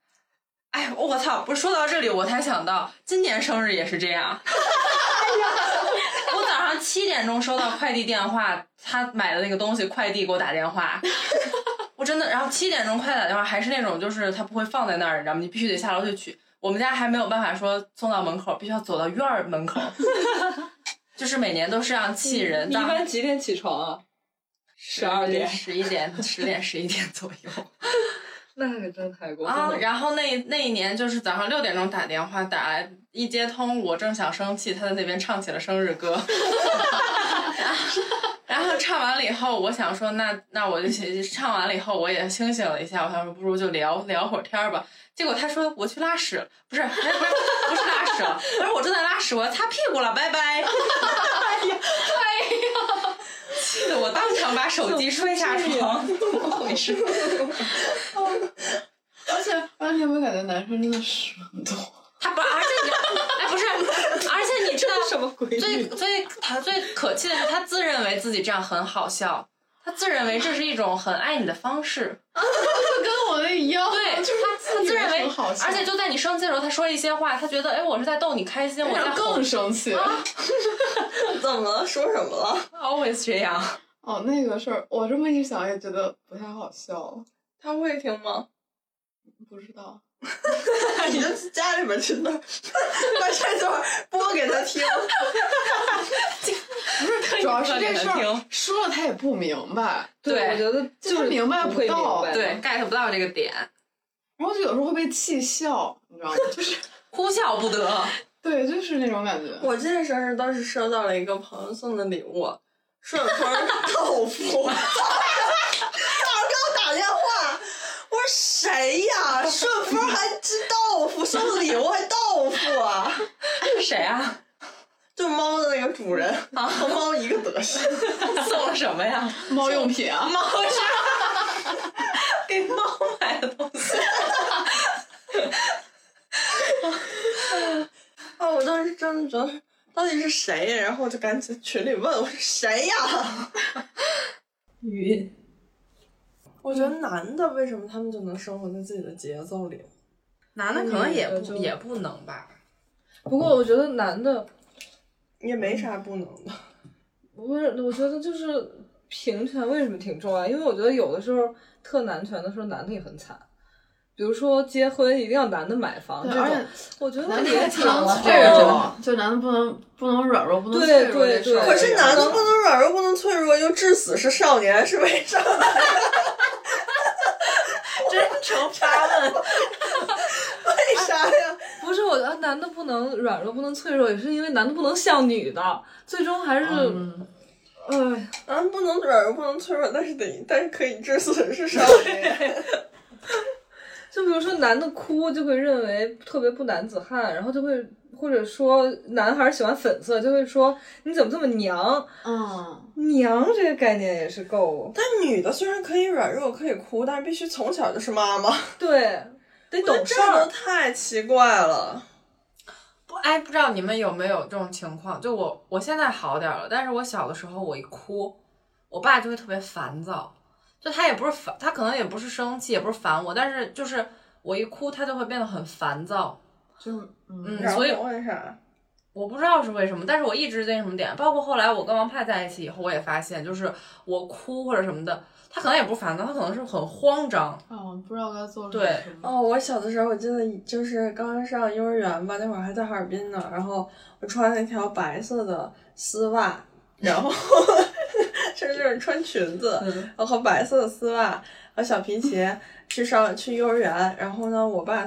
Speaker 3: 哎，我操！不是说到这里，我才想到今年生日也是这样。 我早上七点钟收到快递电话，他买的那个东西快递给我打电话，我真的，然后七点钟快打电话，还是那种就是他不会放在那儿，你知道吗？你必须得下楼去取。我们家还没有办法说送到门口，必须要走到院儿门口， 就是每年都是这样气人。
Speaker 6: 你一
Speaker 3: 当
Speaker 6: 般几点起床啊？十二点。
Speaker 3: 十一点、 十点、十一点左右
Speaker 6: 那可真太过
Speaker 3: 啊。然后那那一年就是早上六点钟打电话打来，一接通我正想生气，他在那边唱起了生日 歌。然后唱完了以后，我想说那那我就去唱完了以后，我也清醒了一下，我想说不如就聊聊会儿天儿吧。结果他说我去拉屎了，不是，哎不是不是拉屎了，他说我正在拉屎，我要擦屁股了，拜 拜。哎呀，气得我当场把手机摔下床，怎么 回事？
Speaker 5: 而且你有没有感觉男生真的屎很多？
Speaker 4: 他不，而且你，哎，不是，而且你知道
Speaker 6: 什么规
Speaker 4: 最
Speaker 6: 律？
Speaker 4: 最他最可气的是，他自认为自己这样很好笑，他自认为这是一种很爱你的方式。
Speaker 5: 跟我的一样，
Speaker 4: 对，
Speaker 5: 就是
Speaker 4: 他他自认为
Speaker 5: 很好，笑
Speaker 4: 而且就在你生气的时候，他说了一些话，他觉得哎，我是在逗你开心，我在哄
Speaker 5: 让更生气。
Speaker 2: 怎么了？说什么了？
Speaker 4: always 这样。
Speaker 5: 哦，那个事儿，我这么一想也觉得不太好笑，
Speaker 2: 他会听吗？
Speaker 5: 不知道。
Speaker 2: 你就家里边去弄， 把这段播给他听。
Speaker 5: 主要是
Speaker 3: 说
Speaker 5: 这
Speaker 3: 给他
Speaker 5: 事儿
Speaker 3: 听
Speaker 5: 说了他也不明白，
Speaker 6: 对，我
Speaker 4: 对
Speaker 6: 觉得
Speaker 5: 就是
Speaker 6: 就是
Speaker 5: 明白不
Speaker 6: 会明
Speaker 5: 到
Speaker 6: 白。
Speaker 4: 对，，get 不到这个点，
Speaker 5: 然后就有时候会被气笑，你知道吗？就是
Speaker 4: 哭笑不得。
Speaker 5: 对，就是那种感觉。
Speaker 2: 我今年生日当时收到了一个朋友送的礼物，顺丰豆腐。早 上给我打电话，我说谁呀？顺丰还吃豆腐，送礼物还豆腐啊？
Speaker 4: 是谁啊？
Speaker 2: 就猫的那个主人啊，和猫一个德行。
Speaker 4: 送了什么呀？
Speaker 5: 猫用品啊，
Speaker 4: 猫是给猫买的东西。
Speaker 2: 啊，我当时真的觉得到底是谁呀？然后我就赶紧群里问我说谁呀？
Speaker 4: 语音
Speaker 2: 我觉得男的为什么他们就能生活在自己的节奏里？
Speaker 3: 男的可能也
Speaker 6: 女的
Speaker 3: 不
Speaker 6: 就
Speaker 3: 也不能吧。
Speaker 6: 不过我觉得男的
Speaker 2: 也没啥不能的。
Speaker 6: 不是，我觉得就是平权为什么挺重要？因为我觉得有的时候特男权的时候，男的也很惨。比如说结婚一定要男的买房这
Speaker 5: 对，而且，
Speaker 6: 种我觉得
Speaker 5: 男的
Speaker 6: 也
Speaker 5: 也挺
Speaker 6: 挺脆
Speaker 5: 脆
Speaker 6: 弱。
Speaker 5: 弱，就男的不能不能软弱，不能
Speaker 6: 对
Speaker 5: 脆弱
Speaker 6: 对
Speaker 5: 这事儿。
Speaker 6: 对
Speaker 2: 可是男的不能软弱，不能脆弱，又至死是少年，是为啥？
Speaker 4: 真诚发问，
Speaker 2: 为啥呀？
Speaker 6: 不是我觉得男的不能软弱，不能脆弱，也是因为男的不能像女的，最终还是，
Speaker 5: 嗯
Speaker 6: 哎，
Speaker 2: 咱不能软弱，不能脆弱，但是得，但是可以至死是少年。
Speaker 6: 就比如说男的哭就会认为特别不男子汉，然后就会或者说男孩喜欢粉色就会说你怎么这么娘？
Speaker 5: 嗯，
Speaker 6: 娘这个概念也是够，
Speaker 2: 但女的虽然可以软弱，可以哭，但是必须从小就是妈妈，
Speaker 6: 对，得懂事
Speaker 2: 这都
Speaker 6: 儿。
Speaker 2: 太奇怪了。
Speaker 3: 不，哎，不知道你们有没有这种情况？就我，我现在好点儿了，但是我小的时候，我一哭，我爸就会特别烦躁。就他也不是烦，他可能也不是生气，也不是烦我，但是就是我一哭，他就会变得很烦躁。
Speaker 5: 就是嗯
Speaker 3: 嗯所以
Speaker 2: 问啥？啊
Speaker 3: 我不知道是为什么，但是我一直那什么点，包括后来我跟王派在一起以后，我也发现，就是我哭或者什么的，他可能也不是烦躁，他可能是很慌张，
Speaker 5: 啊，我不知道该做什么。
Speaker 3: 对
Speaker 2: 哦，我小的时候，我记得就是刚刚上幼儿园吧，那会儿还在哈尔滨呢。然后我穿了一条白色的丝袜，然后就是就是穿裙子，然后和白色的丝袜和小皮鞋去上去幼儿园。然后呢，我爸，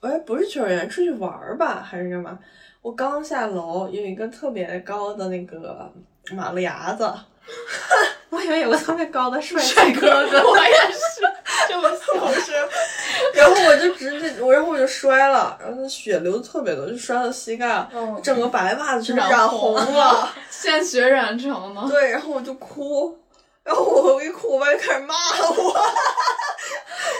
Speaker 2: 哎，不是去幼儿园，出去玩儿吧，还是干嘛？我刚下楼，有一个特别高的那个马路牙子，
Speaker 7: 我以为有个特别高的帅帅哥哥，我也是，就
Speaker 2: 不是，然后我就直接，我然后我就摔了，然后血流得特别多，就摔到膝盖了，
Speaker 3: 嗯
Speaker 2: 整个白袜子全染红了。
Speaker 5: 现血染成了。
Speaker 2: 对，然后我就哭，然后我一哭，我爸就开始骂我，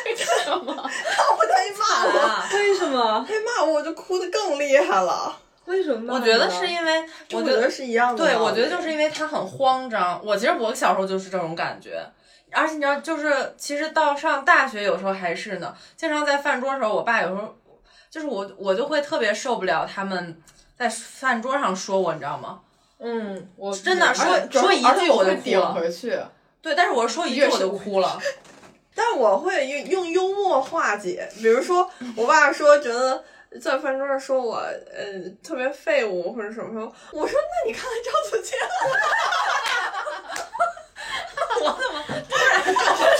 Speaker 2: 为什么？然后他一骂
Speaker 3: 啊
Speaker 2: 我，
Speaker 6: 为什么？
Speaker 2: 他一骂我，我就哭的更厉害了。
Speaker 6: 为什么？
Speaker 3: 我觉得是因为，我
Speaker 2: 我
Speaker 3: 觉
Speaker 2: 觉
Speaker 3: 得
Speaker 2: 得是一样的吧。
Speaker 3: 对，我觉得就是因为他很慌张。我其实我小时候就是这种感觉，而且你知道，就是其实到上大学有时候还是呢，经常在饭桌的时候，我爸有时候就是我我就会特别受不了他们在饭桌上说我，你知道吗？
Speaker 6: 嗯，我
Speaker 3: 真的说
Speaker 5: 主要
Speaker 3: 说一
Speaker 5: 而且
Speaker 3: 句我
Speaker 5: 会
Speaker 3: 就哭
Speaker 5: 顶
Speaker 3: 了，
Speaker 5: 回去，
Speaker 3: 对，但是我说一句我就哭了。
Speaker 2: 但我会用用幽默化解，比如说我爸说觉得。在饭桌上说我呃特别废物或者什么什么，我说那你看看张子健，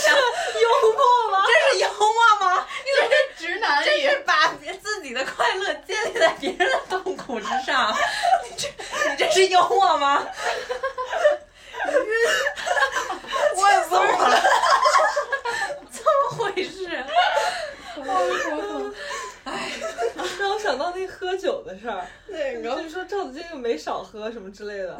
Speaker 3: 这是幽默吗？
Speaker 5: 直男
Speaker 3: 这是把别自己的快乐建立在别人的痛苦之上，你这你这是幽默吗？
Speaker 2: 我也不是
Speaker 3: 怎么回事？
Speaker 6: 让我想到那喝酒的事儿，
Speaker 2: 那
Speaker 6: 就
Speaker 2: 个
Speaker 6: 是说赵子健又没少喝什么之类的，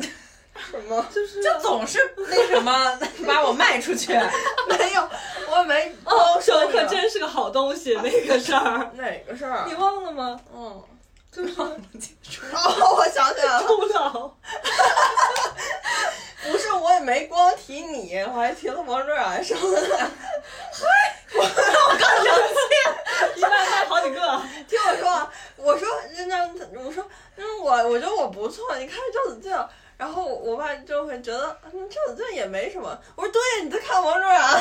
Speaker 2: 什么，
Speaker 6: 就是
Speaker 3: 就总是那什么 把我卖出去。
Speaker 2: 没有，我没
Speaker 6: 哦，说
Speaker 2: 可
Speaker 6: 可真是个好东西那个事儿，
Speaker 2: 哪个事儿
Speaker 6: 你？忘了吗？
Speaker 2: 嗯，
Speaker 6: 就是
Speaker 2: 哦， 我想起来了，
Speaker 6: 不老，
Speaker 2: 不是，我也没光提你，我还提了王卓然什么的。
Speaker 6: 一万卖好几个，
Speaker 2: 听我说啊，我说那那我说，嗯，我我觉得我不错，你看赵子健。啊然后我爸就会觉得，嗯，赵子健也没什么。我说对呀，你在看王卓然。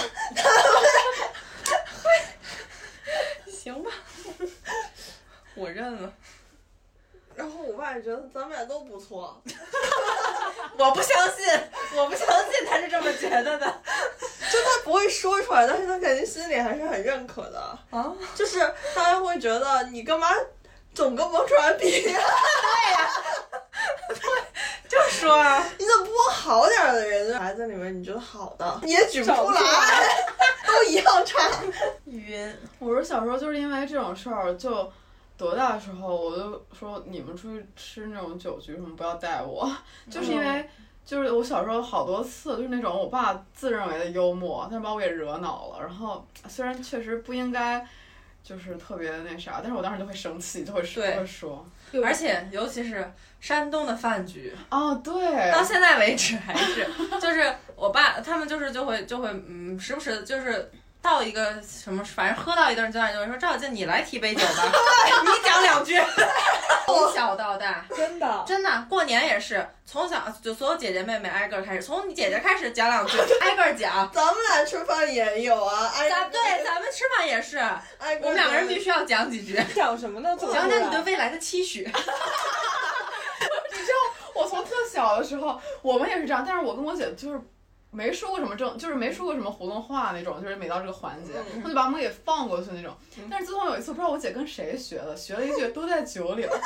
Speaker 3: 行吧，我认了。
Speaker 2: 然后我爸也觉得咱们俩都不错。
Speaker 3: 我不相信，我不相信他是这么觉得 的。
Speaker 2: 他不会说出来，但是他肯定心里还是很认可的
Speaker 3: 啊。
Speaker 2: 就是他会觉得你干嘛总跟王卓然比呀、
Speaker 3: 就说啊，
Speaker 2: 你怎么不往好点儿的人孩子里面你觉得好的，你也举不出来，都一样差。
Speaker 3: 晕。
Speaker 5: 我说小时候就是因为这种事儿，就多大的时候我就说你们出去吃那种酒局什么不要带我，就是因为就是我小时候好多次就是那种我爸自认为的幽默，但是把我给惹恼了。然后虽然确实不应该，就是特别那啥，但是我当时就会生气，就会说
Speaker 3: 对
Speaker 5: 就会说
Speaker 3: 而且尤其是山东的饭局，
Speaker 5: 哦，对，
Speaker 3: 到现在为止还是就是我爸他们就是就会就会嗯，时不时地就是。到一个什么，反正喝到一顿就就会说赵静，你来提杯酒吧，你讲两句。从小到大，
Speaker 6: 真的。
Speaker 3: 真的，过年也是从小就所有姐姐妹妹挨个儿开始，从你姐姐开始讲两句，挨个儿讲。
Speaker 2: 咱们俩吃饭也有啊，挨
Speaker 3: 咱对，咱们吃饭也是，我
Speaker 2: 挨个
Speaker 3: 们两个人必
Speaker 2: 须
Speaker 3: 须要讲几句，
Speaker 6: 讲什么呢？讲
Speaker 3: 讲讲你对未来的期许。
Speaker 5: 我从特小的时候，我们也是这样，但是我跟我姐就是没说过什么正，就是没说过什么胡弄话那种，就是每到这个环节，她就把我们给放过去那种。但是自从有一次，不知道我姐跟谁学的，学了一句“都在酒里了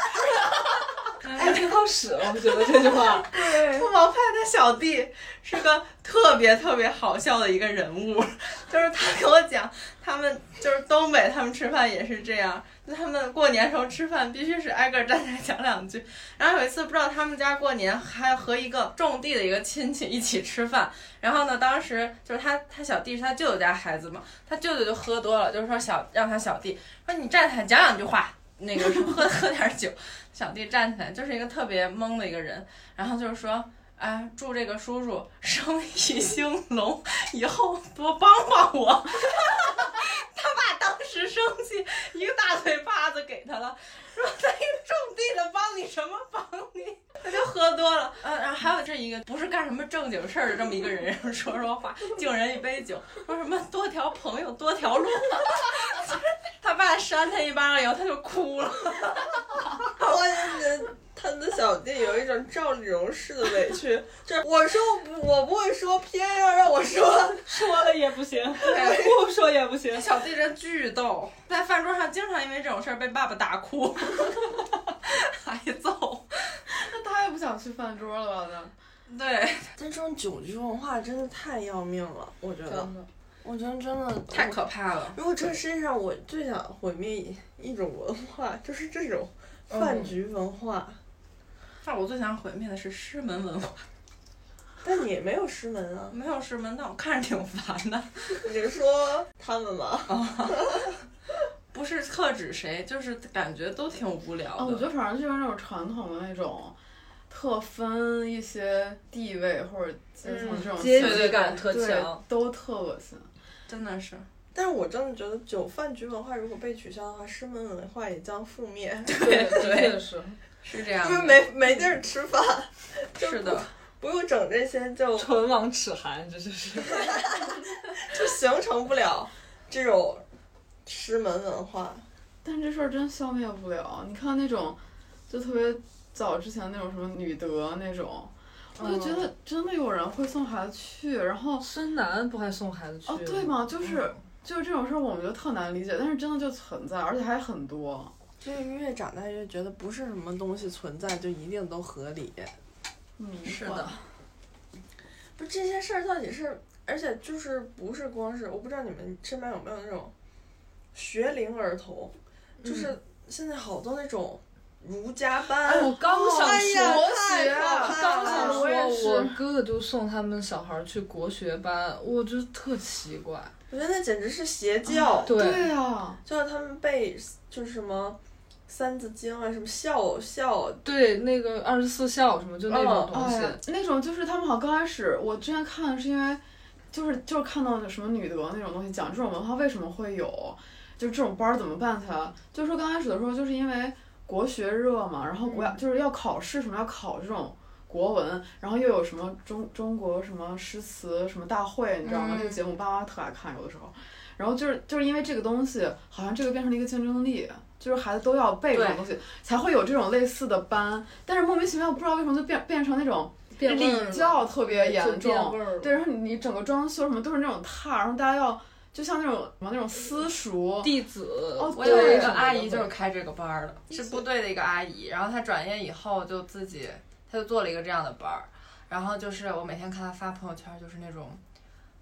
Speaker 6: 哎，挺好使，我觉得这句话。
Speaker 3: 兔毛派的小弟是个特别特别好笑的一个人物，就是他给我讲，他们就是东北，他们吃饭也是这样，就他们过年时候吃饭必须是挨个儿站起来讲两句。然后有一次不知道他们家过年还和一个种地的一个亲戚一起吃饭，然后呢，当时就是他他小弟是他舅舅家孩子嘛，他舅舅就喝多了，就是说小让他小弟说你站起来讲两句话，那个说喝 喝点儿酒。小弟站起来就是一个特别懵的一个人，然后就是说。哎，祝这个叔叔生意兴隆，以后多帮帮我。 他爸当时生气，一个大嘴巴子给他了，说：“他一种地的帮你什么忙？呃是一个不是干什么正经事儿的这么一个人说说话，敬人一杯酒，说什么多条朋友多条路， 他爸扇他一巴掌以后他就哭了。
Speaker 2: 我也觉得嗯他的小弟有一种赵丽蓉式的委屈，就是我说我不我不会说，偏要让我说。
Speaker 8: 说了也不行，不说也不 行。
Speaker 3: 小弟这巨逗，在饭桌上经常因为这种事儿被爸爸打哭， 挨揍。
Speaker 5: 那他也不想去饭桌了吧？
Speaker 3: 对，
Speaker 2: 但这种酒局文化真的太要命了，我觉得，
Speaker 5: 的，
Speaker 2: 我觉得真的
Speaker 3: 太可怕了。
Speaker 2: 如果这个世界上我最想毁灭一一种文化，就是这种饭局文化。
Speaker 3: 但是我最想毁灭的是师门文化，
Speaker 2: 但你没有师门啊？
Speaker 3: 没有师门，但我看着挺烦的。
Speaker 2: 你是说他们吗？
Speaker 3: 不是特指谁，就是感觉都挺无聊
Speaker 5: 啊，我觉
Speaker 3: 的。
Speaker 5: 得反正就是那种传统的那种，特分一些地位或者阶层这种
Speaker 6: 阶
Speaker 5: 分
Speaker 6: 级感特
Speaker 5: 对
Speaker 6: 强。，
Speaker 5: 都特恶心。
Speaker 3: 真的是，
Speaker 2: 但是我真的觉得酒饭局文化如果被取消的话，师门文化也将覆 灭，
Speaker 6: 对，的确是。
Speaker 3: 是这样
Speaker 2: 就是
Speaker 3: 的。
Speaker 2: 没没地儿吃饭，
Speaker 3: 是的，
Speaker 2: 不用整这些就
Speaker 6: 唇亡齿寒，这就是。
Speaker 2: 就 形成不了这种师门文化。
Speaker 5: 但这事儿真消灭不了。你看那种，就特别早之前那种什么女德那种，我就觉得真的有人会送孩子去，然后
Speaker 6: 深南不还送孩子去？
Speaker 5: 哦对？嘛，就是就是这种事儿，我们就特难理解，但是真的就存在，而且还很多。
Speaker 2: 就是越长大越觉得不是什么东西存在就一定都合理，
Speaker 5: 迷幻
Speaker 3: 是的，
Speaker 2: 不是这些事儿到底是，而且就是不是光是，我不知道你们身边有没有那种学龄儿童，就是现在好多那种儒家班，
Speaker 6: 哎，我刚想
Speaker 2: 嗯哎呀，
Speaker 6: 说，
Speaker 2: 太可怕
Speaker 6: 刚想
Speaker 2: 了！
Speaker 5: 我也是
Speaker 6: 啊说，我哥哥就送他们小孩去国学班，我觉得特奇怪。
Speaker 2: 我觉得那简直是邪教，
Speaker 5: 对啊，
Speaker 2: 就像他们背就是什么《三字经》啊，什么孝孝，
Speaker 6: 对，那个二十四孝什么就那种东
Speaker 5: 哎
Speaker 6: 西，
Speaker 5: 呀，那种就是他们好像刚开始，我之前看是因为，就是就是看到有什么女德那种东西，讲这种文化为什么会有，就这种班儿怎么办才，就是说刚开始的时候就是因为国学热嘛，然后国、就是要考试什么要考这种。国文，然后又有什么中中国什么诗词什么大会，你知道吗？
Speaker 3: 嗯
Speaker 5: 那个节目爸妈特爱看，有的时候，然后就是就是因为这个东西，好像这个变成了一个竞争力，就是孩子都要背这种
Speaker 3: 对
Speaker 5: 东西，才会有这种类似的班，但是莫名其妙不知道为什么就变变成那种
Speaker 6: 变味儿
Speaker 5: 礼
Speaker 6: 了
Speaker 5: 教特别
Speaker 6: 就
Speaker 5: 严
Speaker 6: 变味
Speaker 5: 重，
Speaker 6: 儿了。
Speaker 5: 对，然后你你整个装修什么都是那种榻，然后大家要就像那种什么那种私塾，
Speaker 6: 弟子，
Speaker 5: 哦
Speaker 3: 我有一
Speaker 5: 对
Speaker 3: 个阿姨就是开这个班儿的，是部队的一个阿姨，然后她转业以后就自己，她就做了一个这样的班儿，然后就是我每天看她发朋友圈儿，就是那种，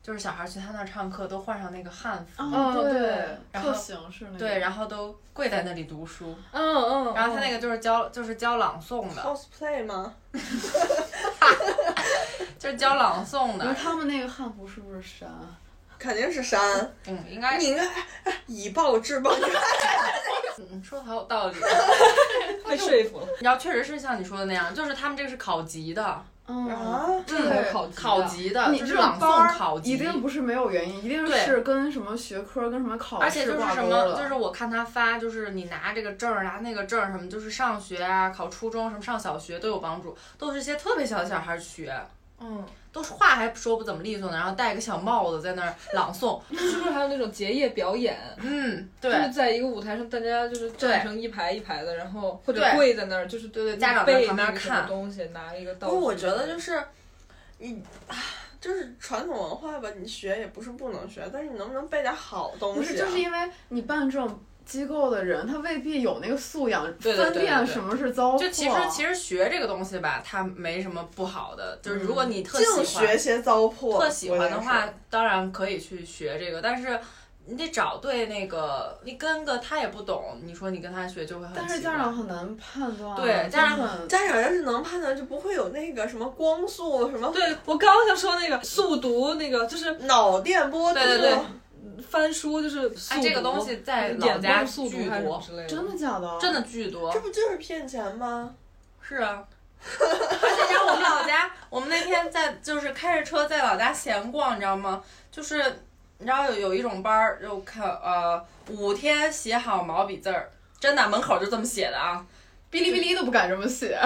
Speaker 3: 就是小孩儿去她那儿上课都换上那个汉服，
Speaker 5: 啊
Speaker 6: 对
Speaker 3: 嗯然
Speaker 5: 特
Speaker 3: 后
Speaker 5: 形式那种，
Speaker 3: 对，然后都跪在那里读书，
Speaker 6: 嗯
Speaker 5: 哦
Speaker 6: 嗯，
Speaker 3: 然后她那个就是教就是教朗诵的，
Speaker 2: cosplay 吗？
Speaker 3: 就是教朗诵
Speaker 5: 你说
Speaker 3: 的，
Speaker 5: 他们那个汉服是不是山？
Speaker 2: 肯定是删，
Speaker 3: 嗯，应该
Speaker 2: 你应该哎以暴制暴。
Speaker 3: 嗯说的好有道理。啊
Speaker 6: 被说服了，
Speaker 3: 然后确实是像你说的那样，就是他们这个是考级的，
Speaker 5: 嗯。
Speaker 2: 啊，
Speaker 6: 这
Speaker 5: 对
Speaker 6: 才考级
Speaker 3: 考
Speaker 6: 的，
Speaker 3: 级的，
Speaker 5: 你
Speaker 3: 就是
Speaker 5: 这种
Speaker 3: 朗
Speaker 5: 班
Speaker 3: 诵
Speaker 5: 儿
Speaker 3: 考级，
Speaker 5: 一定不是没有原因，一定
Speaker 3: 对
Speaker 5: 是跟什么学科、跟什么考
Speaker 3: 而且
Speaker 5: 试
Speaker 3: 就是
Speaker 5: 挂
Speaker 3: 什
Speaker 5: 钩
Speaker 3: 么，
Speaker 5: 了。
Speaker 3: 就是我看他发，就是你拿这个证儿，拿啊那个证儿，什么就是上学啊，考初中什么上小学都有帮助，都是一些特别小的小孩儿学，
Speaker 6: 嗯，
Speaker 3: 都是话还说不怎么利索呢，然后戴个小帽子在那儿朗诵，
Speaker 6: 是不是还有那种结业表演？
Speaker 3: 嗯，
Speaker 6: 就是
Speaker 3: 对，
Speaker 6: 在一个舞台上，大家就是
Speaker 3: 对
Speaker 6: 站成一排一排的，然后或者
Speaker 3: 对
Speaker 6: 跪在那儿，就是对对
Speaker 3: 家长在
Speaker 6: 背
Speaker 3: 旁
Speaker 6: 那
Speaker 3: 边
Speaker 6: 个什么
Speaker 3: 看
Speaker 6: 东西，拿一个道
Speaker 2: 不
Speaker 6: 具。
Speaker 2: 过我觉得就是你，唉就是传统文化吧，你学也不是不能学，但是你能不能背点好
Speaker 5: 不
Speaker 2: 东
Speaker 5: 是，
Speaker 2: 西、啊？
Speaker 5: 就是因为你办这种机构的人，他未必有那个素养，
Speaker 6: 对对对
Speaker 5: 分辨
Speaker 6: 对对
Speaker 5: 什么是糟粕。
Speaker 3: 就其实其实学这个东西吧，它没什么不好的，就是如
Speaker 5: 嗯
Speaker 3: 果你特
Speaker 2: 净
Speaker 3: 喜欢，
Speaker 2: 学些糟粕。
Speaker 3: 特喜
Speaker 2: 我
Speaker 3: 欢
Speaker 2: 也
Speaker 3: 的
Speaker 2: 是
Speaker 3: 话，，当然可以去学这个，但是。你得找对那个，你跟个他也不懂，你说你跟他学就会很奇怪。
Speaker 5: 但是家长很难判断啊，
Speaker 3: 对家长
Speaker 5: 真的
Speaker 2: 家长要是能判断，就不会有那个什么光速什么。
Speaker 6: 对，我刚想说那个速读，那个就是
Speaker 2: 脑电波读，
Speaker 3: 对对对
Speaker 6: 翻书，就是速
Speaker 3: 哎，
Speaker 6: 读。
Speaker 3: 这个东西在老
Speaker 6: 眼
Speaker 3: 家
Speaker 6: 光速
Speaker 3: 巨
Speaker 6: 读还是什么
Speaker 3: 多，
Speaker 6: 之类的，
Speaker 5: 真的啊假的？
Speaker 3: 真的巨多
Speaker 2: 这。不就是骗钱吗？
Speaker 3: 是啊，而且你知道我们老家， 我们那天在就是开着车在老家闲逛，你知道吗？就是你知道有有一种班儿，就看呃五天写好毛笔字儿，真的门口就这么写的啊，
Speaker 5: 哔哩哔哩都不敢这么写，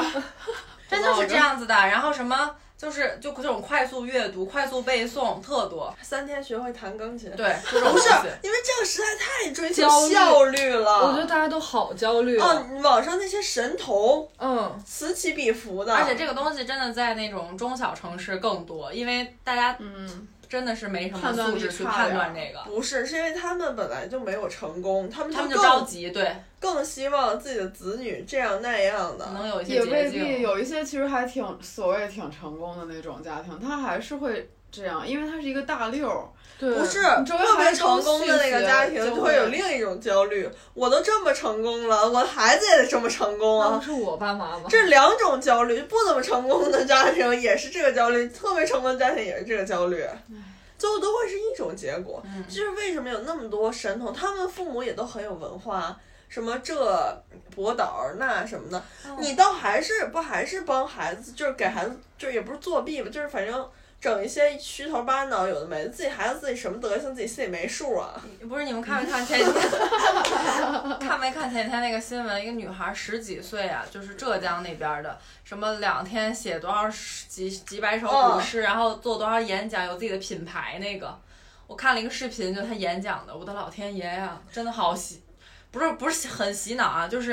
Speaker 3: 真的是这样子的。然后什么就是就这种快速阅读、快速背诵特多。
Speaker 2: 三天学会弹钢琴。
Speaker 3: 对，
Speaker 2: 不
Speaker 3: 不
Speaker 2: 是，因为这个时代太追求
Speaker 6: 焦虑
Speaker 2: 效率了。
Speaker 6: 我觉得大家都好焦虑
Speaker 3: 哦
Speaker 6: 啊
Speaker 2: 啊，网上那些神童
Speaker 6: 嗯，
Speaker 2: 此起彼伏的，
Speaker 3: 而且这个东西真的在那种中小城市更多，因为大家
Speaker 5: 嗯，
Speaker 3: 真的是没什么
Speaker 5: 判断
Speaker 3: 素
Speaker 5: 力
Speaker 3: 质去
Speaker 5: 差
Speaker 3: 判
Speaker 5: 点
Speaker 3: 断
Speaker 5: 儿
Speaker 3: 这个，
Speaker 2: 不是，是因为他们本来就没有成功，他们
Speaker 3: 他们就
Speaker 2: 更
Speaker 3: 着急，对，
Speaker 2: 更希望自己的子女这样那样的。
Speaker 3: 能有一些
Speaker 5: 也
Speaker 3: 捷
Speaker 5: 未必，
Speaker 3: 径。
Speaker 5: 有一些其实还挺所谓挺成功的那种家庭，他还是会这样，因为他是一个大溜儿，
Speaker 6: 对，
Speaker 2: 不是
Speaker 5: 周围
Speaker 2: 特别
Speaker 5: 孩子
Speaker 2: 成
Speaker 5: 都
Speaker 2: 功的那个
Speaker 5: 细
Speaker 2: 家
Speaker 5: 节
Speaker 2: 庭，
Speaker 5: 就
Speaker 2: 就会有
Speaker 5: 会
Speaker 2: 另一种焦虑。我都这么成功了，我的孩子也得这么成功
Speaker 6: 那
Speaker 5: 嗯
Speaker 2: 啊
Speaker 6: 不！是我爸妈
Speaker 3: 哦
Speaker 6: 吗？
Speaker 2: 这两种焦虑，不怎么成功的家庭也是这个焦虑，特别成功的家庭也是这个焦虑，最后都会是一种结果。
Speaker 3: 嗯
Speaker 2: 这是为什么有那么多神童，他们父母也都很有文化，什么这博导儿那什么的，
Speaker 5: 哦
Speaker 2: 你倒还是不还是帮孩子，就是给孩子，就是也不是作弊吧，就是反正整一些虚头巴脑，有的没的，自己孩子自己什么德行，自己心里没数啊。
Speaker 3: 不是你们看没看前几天？ 看没看前几天那个新闻？一个女孩十几岁啊，就是浙江那边的，什么两天写多少十几几百首古诗，然后做多少演讲，有自己的品牌那个。我看了一个视频，就她演讲的，我的老天爷呀、真的好洗，不是不是很洗脑啊，就是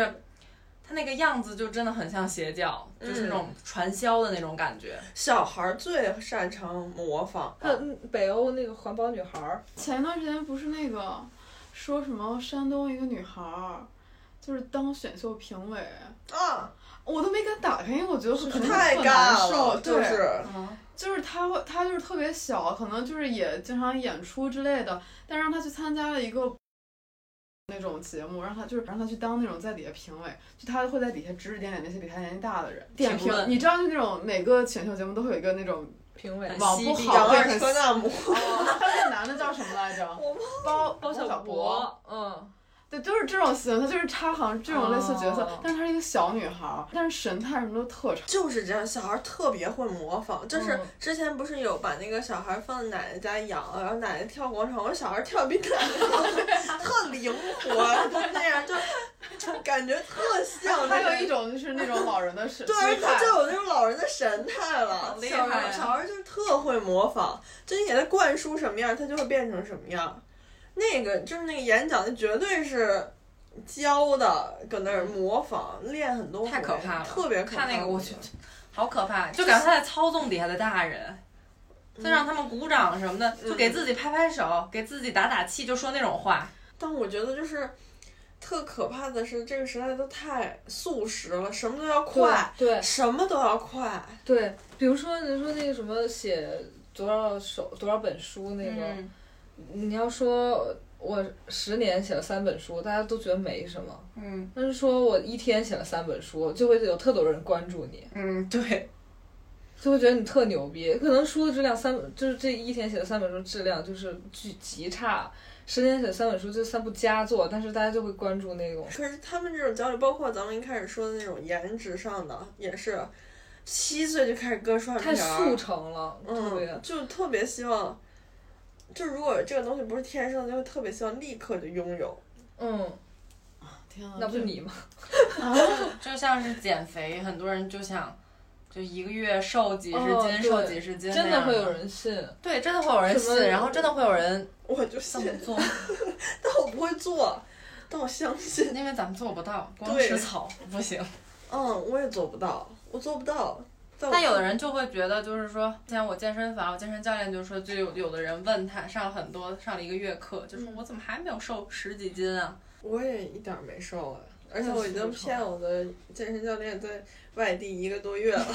Speaker 3: 她那个样子就真的很像邪教，就是那种传销的那种感觉。
Speaker 2: 小孩儿最擅长模仿
Speaker 6: 那嗯北欧那个环保女孩儿，
Speaker 5: 前一段时间不是那个说什么山东一个女孩儿，就是当选秀评委，
Speaker 2: 啊，
Speaker 5: 我都没敢打开，因为我觉得可能
Speaker 2: 太
Speaker 5: 很难
Speaker 2: 尬
Speaker 5: 受
Speaker 2: 了，就是。
Speaker 5: 就是他会，他就是特别小，可能就是也经常演出之类的，但让他去参加了一个那种节目，让他就是让他去当那种在底下评委，就他会在底下指指点点那些比他年纪大的人点
Speaker 3: 评
Speaker 5: 评
Speaker 3: 论。
Speaker 5: 你知道，就那种每个选秀节目都会有一个那种
Speaker 6: 评委
Speaker 3: 很
Speaker 5: 网
Speaker 3: 犀
Speaker 5: 不
Speaker 3: 利
Speaker 2: 杨
Speaker 5: 好
Speaker 2: 二
Speaker 5: 对
Speaker 2: 车
Speaker 5: 很
Speaker 2: 纳姆，
Speaker 5: 哦，他那个男的叫什么来着？包包
Speaker 6: 小
Speaker 5: 博。
Speaker 6: 博，嗯，
Speaker 5: 对，就是这种型，他就是他好像这种类似角色，
Speaker 6: 哦
Speaker 5: 但是她是一个小女孩儿，但是神态什么都特长。
Speaker 2: 就是这样，小孩儿特别会模仿。就是
Speaker 6: 嗯
Speaker 2: 之前不是有把那个小孩儿放在奶奶家养，然后奶奶跳广场，我说小孩儿跳比奶奶好 特灵活，就那样就就感觉特像。
Speaker 5: 还有一种就是那种老人的神
Speaker 2: 对，而且他就有那种老人的神态了
Speaker 3: 好。厉
Speaker 2: 小孩
Speaker 3: 害啊
Speaker 2: 儿小孩儿就是特会模仿，就你给他灌输什么样，他就会变成什么样。那个就是那个演讲，那绝对是教的，搁那儿模仿，练很多回，
Speaker 3: 嗯太可怕了
Speaker 2: 特别可怕。
Speaker 3: 看那个我去，好可怕，就嗯感觉他在操纵底下的大人，就让他们鼓掌什么的，就给自己拍拍手，给自己打打气，就说那种话。
Speaker 2: 但我觉得就是特可怕的是，这个时代都太速食了，什么都要快，
Speaker 6: 对
Speaker 2: 什么都要快。
Speaker 6: 对，比如说你说那个什么写多少首多少本书那个，
Speaker 3: 嗯，
Speaker 6: 你要说我十年写了三本书，大家都觉得没什么，
Speaker 3: 嗯
Speaker 6: 但是说我一天写了三本书，就会有特多人关注你，
Speaker 3: 嗯，对，
Speaker 6: 就会觉得你特牛逼。可能书的质量三就是这一天写的三本书质量就是巨极差，十年写的三本书就三部佳作，但是大家就会关注那种。
Speaker 2: 可是他们这种焦虑，包括咱们一开始说的那种颜值上的，也是七岁就开始割双眼皮
Speaker 6: 太
Speaker 2: 儿，
Speaker 6: 速成了，特别、
Speaker 2: 嗯，就特别希望，就如果这个东西不是天生的，就会特别希望立刻就拥有。
Speaker 6: 嗯，
Speaker 5: 天啊，
Speaker 6: 那不是
Speaker 5: 这
Speaker 6: 你吗？
Speaker 3: 就像是减肥，很多人就想。就一个月瘦几十斤，
Speaker 6: 哦对
Speaker 3: 瘦几十斤，
Speaker 6: 真的会有，人信？
Speaker 3: 对，真的会有人
Speaker 6: 什么
Speaker 3: 信，然后真的会有人
Speaker 2: 我就
Speaker 3: 这
Speaker 2: 信
Speaker 3: 么，做，
Speaker 2: 但我不会做，但我相信。
Speaker 3: 因为咱们做不 到，光
Speaker 2: 对
Speaker 3: 吃草不行。
Speaker 2: 嗯，我也做不到，我做不到。但我
Speaker 3: 但有的人就会觉得，就是说，像我健身房，我健身教练就说，就有有的人问他上很多上了一个月课，就说
Speaker 5: 嗯
Speaker 3: 我怎么还没有瘦十几斤啊？
Speaker 2: 我也一点儿没瘦啊，而且
Speaker 6: 那
Speaker 2: 我
Speaker 6: 是
Speaker 2: 已
Speaker 6: 不
Speaker 2: 经
Speaker 6: 瘦
Speaker 2: 骗我的健身教练在外地一个多月了。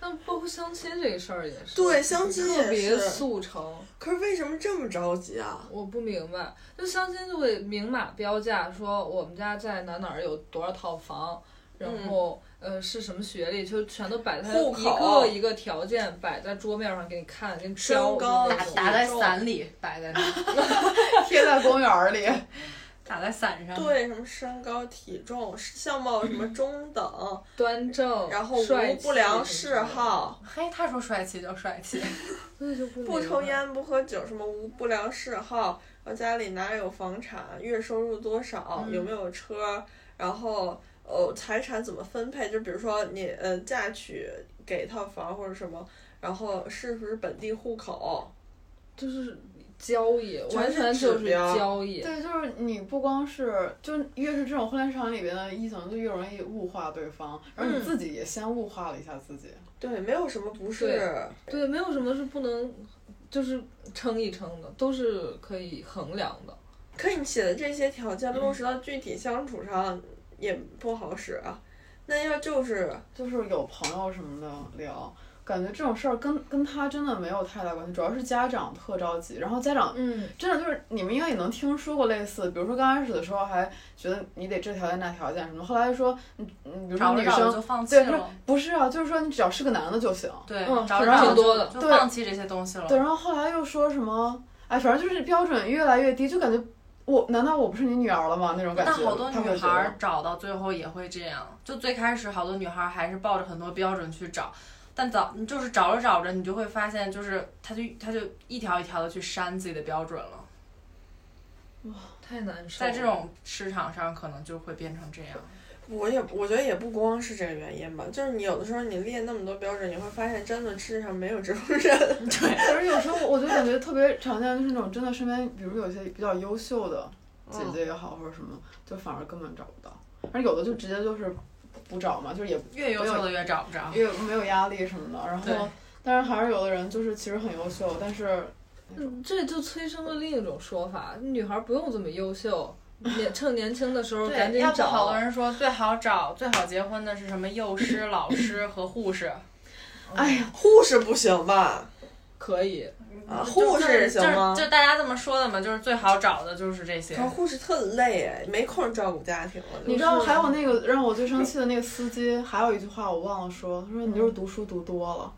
Speaker 6: 那包括相亲这个事儿也是，
Speaker 2: 对，相亲
Speaker 6: 特
Speaker 2: 也
Speaker 6: 别
Speaker 2: 是。
Speaker 6: 速成，
Speaker 2: 可是为什么这么着急啊？
Speaker 6: 我不明白，就相亲就会明码标价，说我们家在哪哪儿有多少套房，然后、呃是什么学历，就全都摆在
Speaker 2: 嗯户
Speaker 6: 一
Speaker 2: 口
Speaker 6: 个一个条件摆在桌面上给你看，给你
Speaker 2: 身
Speaker 6: 标
Speaker 2: 高
Speaker 6: 的
Speaker 3: 打
Speaker 6: 那种
Speaker 3: 打在伞里，摆在那，
Speaker 5: 贴在公园儿里，
Speaker 3: 打在伞上。，
Speaker 2: 对，什么身高、体重、相貌什么中等，
Speaker 6: 端正，
Speaker 2: 然后
Speaker 6: 帅
Speaker 2: 无
Speaker 6: 气
Speaker 2: 不良
Speaker 6: 什么
Speaker 2: 嗜
Speaker 6: 的，
Speaker 2: 好，
Speaker 3: 嘿，他说帅气就帅气，
Speaker 6: 所以就不
Speaker 2: 不
Speaker 6: 明
Speaker 2: 抽
Speaker 6: 白，
Speaker 2: 烟、不喝酒，什么无不良嗜好，呃然后家里哪有房产，月收入多少，有没有车，然后呃财产怎么分配，就比如说你呃嫁娶给一套房或者什么，然后是不是本地户口，
Speaker 6: 就是交易，
Speaker 2: 全
Speaker 6: 完
Speaker 2: 是
Speaker 6: 全就
Speaker 2: 指
Speaker 6: 是
Speaker 2: 标
Speaker 6: 交 易。
Speaker 5: 对，就是你不光是，就是越是这种婚恋市场里边的异性，就越容易物化对方，然后你
Speaker 2: 嗯
Speaker 5: 自己也先物化了一下自己。
Speaker 2: 对，没有什么不是
Speaker 6: 对，对，没有什么是不能，就是称一称的，都是可以衡量的。
Speaker 2: 可你写的这些条件落实到具体相处上也不好使啊。那要就是
Speaker 5: 就是有朋友什么的聊，感觉这种事儿跟跟他真的没有太大关系，主要是家长特着急，然后家长
Speaker 6: 嗯，
Speaker 5: 真的就是你们应该也能听说过类似，比如说刚开始的时候还觉得你得这条件那条件什么的，后来说你你比如说
Speaker 3: 找着
Speaker 5: 女
Speaker 3: 找着
Speaker 5: 生
Speaker 3: 就放弃
Speaker 5: 对不是
Speaker 3: 了，
Speaker 5: 不是啊，就是说你只要是个男的就行。
Speaker 3: 对，
Speaker 6: 嗯
Speaker 3: 找着
Speaker 5: 挺
Speaker 3: 找着
Speaker 6: 多的
Speaker 3: 就就
Speaker 5: 对
Speaker 3: 放弃这些东西了。
Speaker 5: 对，然后后来又说什么，哎，反正就是标准越来越低，就感觉我难道我不是你女儿了吗？那种感觉。
Speaker 3: 但好多
Speaker 5: 他会
Speaker 3: 女
Speaker 5: 觉
Speaker 3: 孩
Speaker 5: 得
Speaker 3: 儿找到最后也会这样，就最开始好多女孩儿还是抱着很多标准去找，但找你就是找着找着，你就会发现，就是她就她就一条一条的去删自己的标准了，
Speaker 6: 太难受
Speaker 3: 在
Speaker 6: 了。
Speaker 3: 这种市场上可能就会变成这样。
Speaker 2: 我也我觉得也不光是这个原因吧，就是你有的时候你列那么多标准，你会发现真的世界上没有这种人。
Speaker 5: 可是有时候我就感觉特别常见，就是那种真的身边，比如有些比较优秀的姐
Speaker 3: 嗯
Speaker 5: 姐也好，或者什么，就反而根本找不到。而有的就直接就是不找嘛，就是也
Speaker 3: 越优秀的越找不着。
Speaker 5: 也没有压力什么的。然
Speaker 3: 啊对
Speaker 5: 后，但是还是有的人就是其实很优秀，但是
Speaker 6: 嗯，这就催生了另一种说法：女孩不用这么 优秀，年趁年轻的时候赶
Speaker 3: 对，
Speaker 6: 紧
Speaker 3: 要不
Speaker 6: 找。
Speaker 3: 好多人说最好找最好结婚的是什么幼师、老师和护士，
Speaker 5: 哎呀，
Speaker 2: 护士不行吧？
Speaker 6: 可以，
Speaker 2: 啊，
Speaker 3: 就
Speaker 2: 护士行吗
Speaker 3: 就是？就大家这么说的嘛，就是最好找的就是这些
Speaker 2: 可。是护士特累哎，没空照顾家庭了。
Speaker 5: 你知道还
Speaker 2: 啊
Speaker 5: 有那个让我最生气的那个司机，还有一句话我忘了说，他说你就是读书读多了。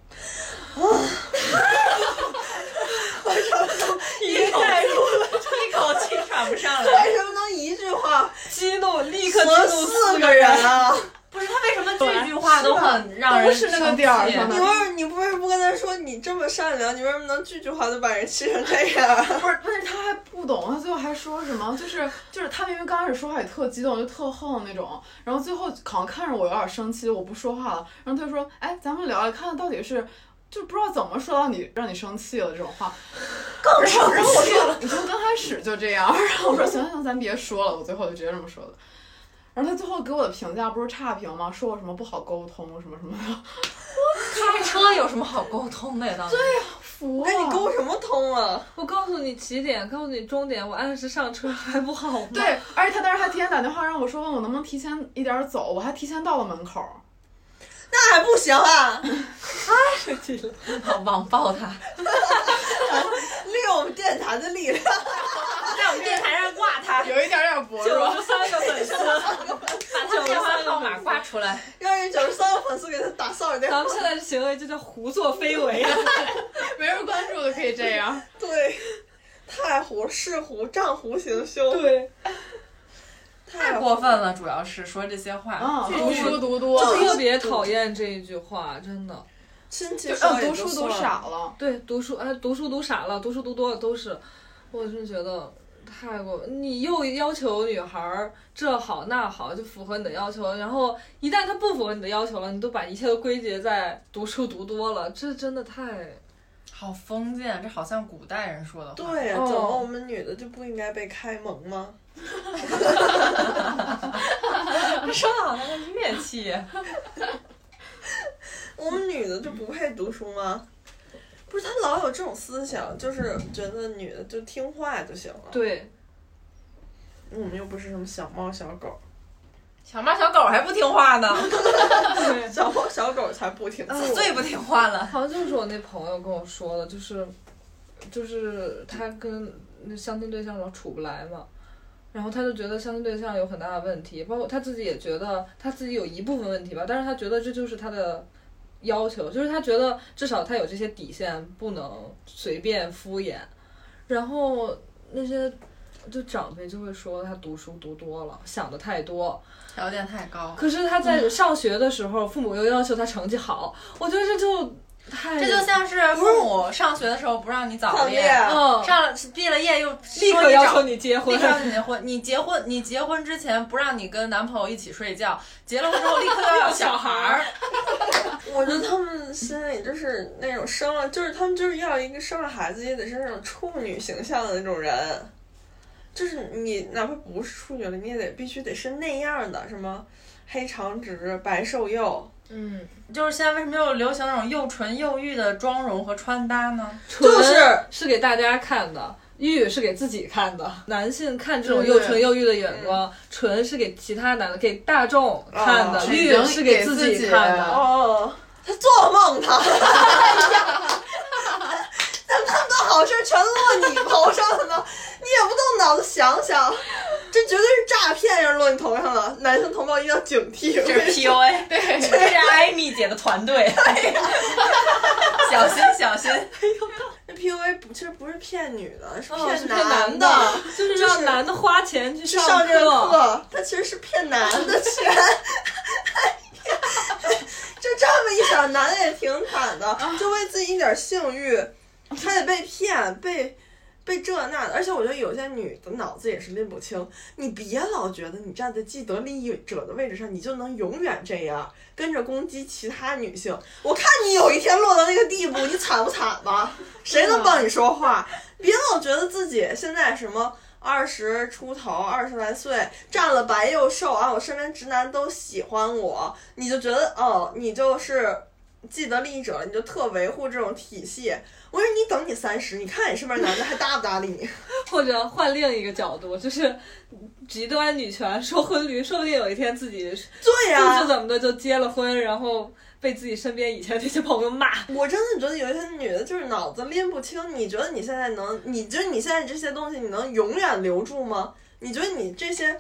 Speaker 2: 一口
Speaker 4: 一口气喘不上来。
Speaker 2: 为什么能一句话
Speaker 6: 激动立 刻
Speaker 2: 和
Speaker 3: 呃
Speaker 2: 四个人啊？
Speaker 3: 不是他为什么这句话都很让人
Speaker 5: 都是那个啊点儿
Speaker 3: 生气
Speaker 5: 上的
Speaker 2: 你为什么你不是不跟他说你这么善良，你为什么能句句话都把人气成这样？
Speaker 5: 不是，但是他还不懂，他最后还说什么？就是就是他明明刚开始说话也特激动，就特横那种，然后最后好像看着我有点生气，我不说话了，然后他就说：“哎，咱们聊聊，看看到底是。”就不知道怎么说到你让你生气了这种话，更生气了。然后我说，你从刚开始就这样，然后我说行行行，咱别说了，我最后就直接这么说的。然后他最后给我的评价不是差评吗？说我什么不好沟通什么 什么的，
Speaker 3: 开车有什么好沟通的呀？到底
Speaker 5: 服
Speaker 2: 我
Speaker 5: 了。
Speaker 2: 跟你沟什么 通啊？
Speaker 6: 我告诉你起点，告诉你终点，我按时上车还不好吗？
Speaker 5: 对，而且他当时还天天打电话让我说问我能不能提前一点儿走，我还提前到了门口儿。
Speaker 2: 那还不行 啊？
Speaker 3: 网暴他，
Speaker 2: 利用我们电台的力量。
Speaker 3: 在我们电台上挂他，
Speaker 5: 有一点点薄
Speaker 6: 九。十三个粉丝，
Speaker 3: 把他电话号码挂出来。
Speaker 2: 让人九十三个粉丝给他打骚扰电
Speaker 6: 咱
Speaker 2: 话
Speaker 6: 们。现在的行为就叫胡作非 为。
Speaker 5: 没人关注的可以这样。
Speaker 2: 对，太湖是湖，丈湖行凶，
Speaker 6: 对，
Speaker 2: 太
Speaker 3: 太过分了，主要是说这些话
Speaker 2: 哦
Speaker 5: 啊，，读书读多
Speaker 6: 我
Speaker 5: 了，
Speaker 6: 特别讨厌这一句话，真的。
Speaker 2: 亲戚
Speaker 5: 就
Speaker 2: 说
Speaker 5: 嗯
Speaker 2: 也
Speaker 5: 读
Speaker 2: 就
Speaker 5: 书读
Speaker 2: 算了。嗯
Speaker 5: 傻了。
Speaker 6: 对，读书哎，读书读傻了，读书读多了都是，我真觉得太过。你又要求女孩儿这好那好，就符合你的要求，然后一旦她不符合你的要求了，你都把一切都归结在读书读多了，这真的太……
Speaker 3: 好封建，这好像古代人说的话。
Speaker 2: 对呀、
Speaker 6: 哦
Speaker 2: 怎么我们女的就不应该被开蒙吗？
Speaker 3: 这说的好像是乐器。
Speaker 2: 我们女的就不配读书吗？不是，他老有这种思想，就是觉得女的就听话就行了。
Speaker 6: 对，
Speaker 2: 我们又不是什么小猫小狗，
Speaker 3: 小猫小狗还不听话呢，
Speaker 2: 小猫小狗才不听 话。
Speaker 6: 哎
Speaker 3: 最不听话了。
Speaker 6: 好像就是我那朋友跟我说的，就是，就是他跟那相亲对象老处不来嘛，然后他就觉得相亲对象有很大的问题，包括他自己也觉得他自己有一部分问题吧，但是他觉得这就是他的要求，就是他觉得至少他有这些底线，不能随便敷衍。然后那些就长辈就会说他读书读多了，想的太多，
Speaker 3: 条件太高，
Speaker 4: 嗯
Speaker 6: 可是他在上学的时候，父母又要求他成绩好，我觉得这就太
Speaker 4: 这就像是父母上学的时候不让你嗯早
Speaker 2: 早
Speaker 4: 恋，
Speaker 2: 恋
Speaker 6: 嗯，
Speaker 4: 上了毕了业又
Speaker 6: 立
Speaker 4: 说
Speaker 6: 刻要求
Speaker 4: 找
Speaker 6: 你结
Speaker 4: 立
Speaker 6: 婚
Speaker 4: 刻，让你结婚，你结婚，你结婚之前不让你跟男朋友一起睡觉，结了婚之后立刻要有小孩 儿，
Speaker 2: 我觉得他们心里就是那种生了，就是他们就是要一个生了孩子也得是那种处女形象的那种人，就是你哪怕不是处女了，你也得必须得是那样的，什么黑长直、白瘦幼，
Speaker 6: 嗯，
Speaker 4: 就是现在为什么又流行那种又纯又欲的妆容和穿搭呢？
Speaker 2: 就是
Speaker 6: 是给大家看的，玉是给自己看的。男性看这种
Speaker 5: 对
Speaker 6: 又纯又欲的眼光，纯是给其他男的、给大众看的
Speaker 2: 哦，
Speaker 6: 玉是给自己
Speaker 5: 给
Speaker 6: 看
Speaker 5: 自己
Speaker 6: 的。
Speaker 2: 哦，他做梦他，咱那么多好事全落你头上了呢，你也不动脑子想想，这绝对是诈骗，要是落你头上了，男性同胞一定要警惕。
Speaker 4: 这 是 PUA，对，这是艾米姐的团队， 小心小心，
Speaker 2: 那 PUA 不其实不是骗女的，是
Speaker 6: 哦是骗
Speaker 2: 男
Speaker 6: 男的就是让男的花钱去
Speaker 2: 去上这个
Speaker 6: 课，
Speaker 2: 课，他其实是骗男的钱。 哎呀，就这么一想，男的也挺惨的，就为自己一点性欲，还得被骗，被被这那的。而且我觉得有些女的脑子也是拎不清，你别老觉得你站在既得利益者的位置上，你就能永远这样跟着攻击其他女性。我看你有一天落到那个地步，你惨不惨 吧？谁能帮你说话？别老觉得自己现在什么。二十出头，二十来岁，站了白又瘦啊！我身边直男都喜欢我，你就觉得哦，你就是既得利益者，你就特维护这种体系。我说你等你三十，你看你身边男的还搭不搭理你？
Speaker 6: 或者换另一个角度，就是极端女权说婚驴，说不定有一天自己
Speaker 2: 对啊
Speaker 6: 不
Speaker 2: 呀、
Speaker 6: 知怎么的就结了婚，然后被自己身边以前那些朋友骂。
Speaker 2: 我真的觉得有一些女的就是脑子拎不清。你觉得你现在能，你觉得你现在这些东西你能永远留住吗？你觉得你这些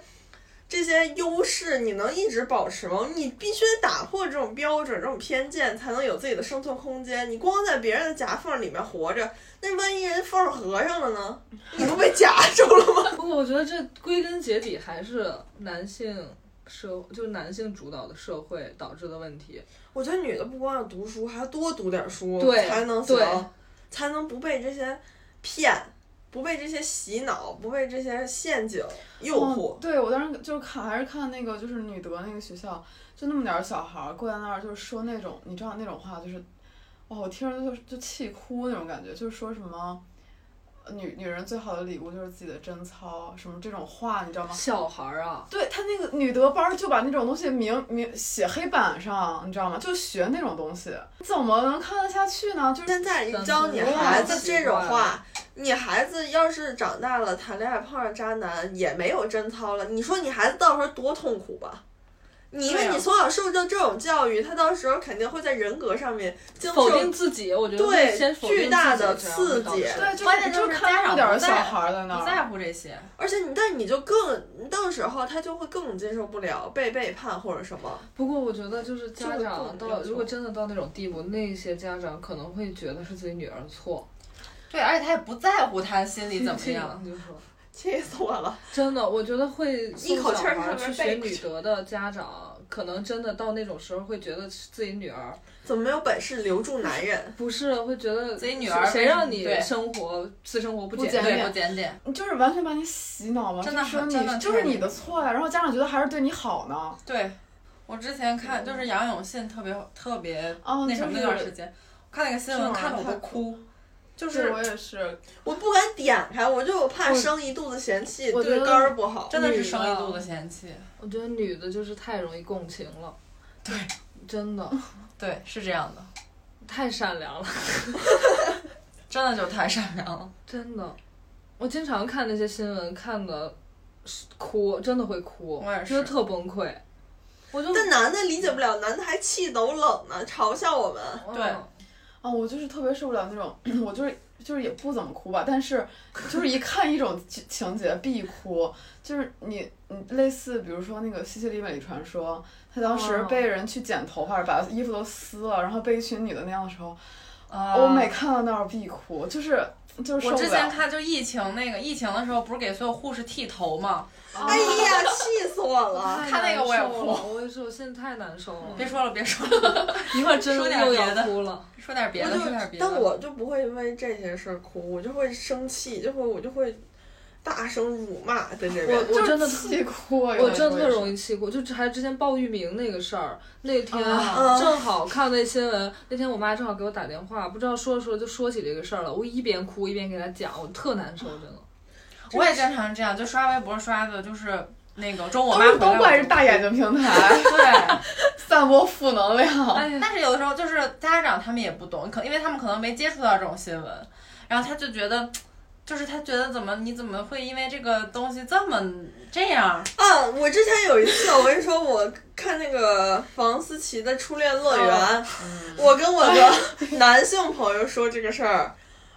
Speaker 2: 这些优势你能一直保持吗？你必须得打破这种标准、这种偏见，才能有自己的生存空间。你光在别人的夹缝里面活着，那万一人缝合上了呢？你不被夹住了吗？
Speaker 6: 不过我觉得这归根结底还是男性社，就是男性主导的社会导致的问题。
Speaker 2: 我觉得女的不光要读书，还要多读点书，
Speaker 6: 对
Speaker 2: 才能行
Speaker 6: 对，
Speaker 2: 才能不被这些骗，不被这些洗脑，不被这些陷阱诱惑
Speaker 5: 哦。对，我当时就是看，还是看那个就是女德那个学校，就那么点儿小孩儿跪在那儿，就是说那种你知道那种话，就是，哇，我听着就就气哭那种感觉，就是说什么。呃女女人最好的礼物就是自己的贞操，什么这种话你知道吗？
Speaker 6: 小孩儿啊，
Speaker 5: 对他那个女德班儿就把那种东西明明写黑板上，你知道吗？就学那种东西，怎么能看得下去呢？就是
Speaker 2: 现在你教你孩子这种话，你孩子要是长大了谈恋爱碰上渣男，也没有贞操了，你说你孩子到时候多痛苦吧？你因为
Speaker 6: 啊
Speaker 2: 你从小受到这种教育，他到时候肯定会在人格上面经
Speaker 6: 否
Speaker 2: 受
Speaker 6: 定自己，我觉得
Speaker 2: 对
Speaker 6: 会先否定
Speaker 2: 巨大的
Speaker 6: 自己这样会导
Speaker 5: 对，
Speaker 6: 致
Speaker 2: 刺激
Speaker 5: 就
Speaker 4: 关键
Speaker 5: 就
Speaker 4: 就是
Speaker 5: 看
Speaker 4: 家
Speaker 5: 那
Speaker 4: 长
Speaker 5: 点儿
Speaker 4: 不在
Speaker 5: 小孩儿在那
Speaker 4: 不
Speaker 5: 儿，
Speaker 4: 在乎这些。
Speaker 2: 而且你，但你就更到时候他就会更接受不了被背叛或者什么。
Speaker 6: 不过我觉得就是家
Speaker 2: 这个
Speaker 6: 长
Speaker 2: 不能要
Speaker 6: 到
Speaker 2: 求
Speaker 6: 如果真的到那种地步，那些家长可能会觉得是自己女儿错，
Speaker 4: 对，而且他也不在乎他心里 怎么
Speaker 6: 这
Speaker 4: 样
Speaker 6: 种。就说
Speaker 2: 气死我了！
Speaker 6: 真的，我觉得会送
Speaker 2: 一口气儿
Speaker 6: 小孩
Speaker 2: 上
Speaker 6: 去
Speaker 2: 面
Speaker 6: 学
Speaker 2: 背过
Speaker 6: 女
Speaker 2: 去
Speaker 6: 德的家长，可能真的到那种时候会觉得是自己女儿
Speaker 2: 怎么没有本事留住男人？
Speaker 6: 不是会觉得
Speaker 4: 自己女儿
Speaker 6: 谁
Speaker 4: 为什么
Speaker 6: 让你
Speaker 4: 对
Speaker 6: 生活私生活不
Speaker 5: 不检
Speaker 6: 检点
Speaker 5: 点？
Speaker 4: 不检点，
Speaker 5: 你就是完全把你洗脑嘛，
Speaker 4: 真的
Speaker 5: 就说
Speaker 4: 很
Speaker 5: 你
Speaker 4: 真的
Speaker 5: 就是
Speaker 4: 太
Speaker 5: 你的错呀，然后家长觉得还是对你好呢。
Speaker 4: 对我之前看就是杨永信特别特别
Speaker 5: 啊，
Speaker 4: 那
Speaker 5: 就
Speaker 4: 什么那段时
Speaker 5: 是，
Speaker 4: 间，我看那个新
Speaker 5: 这
Speaker 4: 闻
Speaker 5: 玩意儿
Speaker 4: 看的我
Speaker 5: 太
Speaker 4: 都哭，就
Speaker 5: 对
Speaker 4: 是
Speaker 5: 我也是，
Speaker 2: 我不敢点开，我就怕
Speaker 5: 我
Speaker 2: 生一肚子嫌弃，
Speaker 6: 我觉
Speaker 2: 对
Speaker 6: 得
Speaker 2: 肝儿不好。
Speaker 4: 真的是
Speaker 6: 女
Speaker 4: 生
Speaker 6: 的
Speaker 4: 一肚子嫌弃。
Speaker 6: 我觉得女的就是太容易共情了，
Speaker 4: 对，
Speaker 6: 真的
Speaker 4: 对，是这样的，
Speaker 6: 太善良了，
Speaker 4: 真的就是太善良了。
Speaker 6: 真的。我经常看那些新闻，看的哭，真的会哭，
Speaker 4: 我也
Speaker 6: 觉得
Speaker 4: 是
Speaker 6: 特崩溃。我就
Speaker 2: 但男的理解不了，男的还气抖冷呢，嘲笑我们。
Speaker 4: 对
Speaker 5: 啊，我就是特别受不了那种， 我就是就是也不怎么哭吧，但是就是一看一种情 情节必哭，就是你你类似比如说那个西西里美丽传说，他当时
Speaker 6: 哦
Speaker 5: 被人去剪头发，把衣服都撕了，然后被一群女的那样的时候，
Speaker 4: 啊
Speaker 5: 我每看到那儿必哭，就是就是
Speaker 3: 呃我
Speaker 5: 受
Speaker 3: 之
Speaker 5: 不了
Speaker 3: 前看就疫情那个疫情的时候，不是给所有护士剃头吗？
Speaker 5: 啊
Speaker 2: 哎呀，气死我了！
Speaker 3: 看那个我也哭
Speaker 6: 我跟你说，我现在太难受了，
Speaker 3: 别说了， 别说了，
Speaker 6: 一会儿真
Speaker 3: 说
Speaker 6: 的
Speaker 3: 点
Speaker 6: 又
Speaker 3: 别
Speaker 6: 要
Speaker 3: 的
Speaker 6: 哭了。
Speaker 3: 说点别
Speaker 2: 我
Speaker 3: 的，说点
Speaker 2: 就
Speaker 3: 别的。
Speaker 2: 但我就不会因为这些事儿哭，我就会生气，就会我就会大声辱骂在这边。
Speaker 6: 我我真的
Speaker 5: 气哭啊，
Speaker 6: 我真的特
Speaker 5: 易。
Speaker 6: 容易气哭，就还之前鲍玉明那个事儿，那天
Speaker 2: 啊
Speaker 6: 正好看那新闻，那天我妈正好给我打电话，不知道说着说着就说起这个事儿了，我一边哭一边给她讲，我特难受，真的。
Speaker 3: 我也经常这样，就刷微博刷的，就是那个中午我妈
Speaker 5: 都
Speaker 3: 回来
Speaker 5: 是都怪
Speaker 3: 我
Speaker 5: 是
Speaker 3: 就
Speaker 5: 大眼睛平台
Speaker 3: 对。
Speaker 5: 散播负能量，
Speaker 3: 哦
Speaker 6: 哎呀，
Speaker 3: 但是有的时候就是家长他们也不懂，可因为他们可能没接触到这种新闻，然后他就觉得，就是他觉得怎么你怎么会因为这个东西这么这样？
Speaker 2: 啊，我之前有一次，我跟你说，我看那个房思琪的《初恋乐园》我跟我的男性朋友说这个事儿，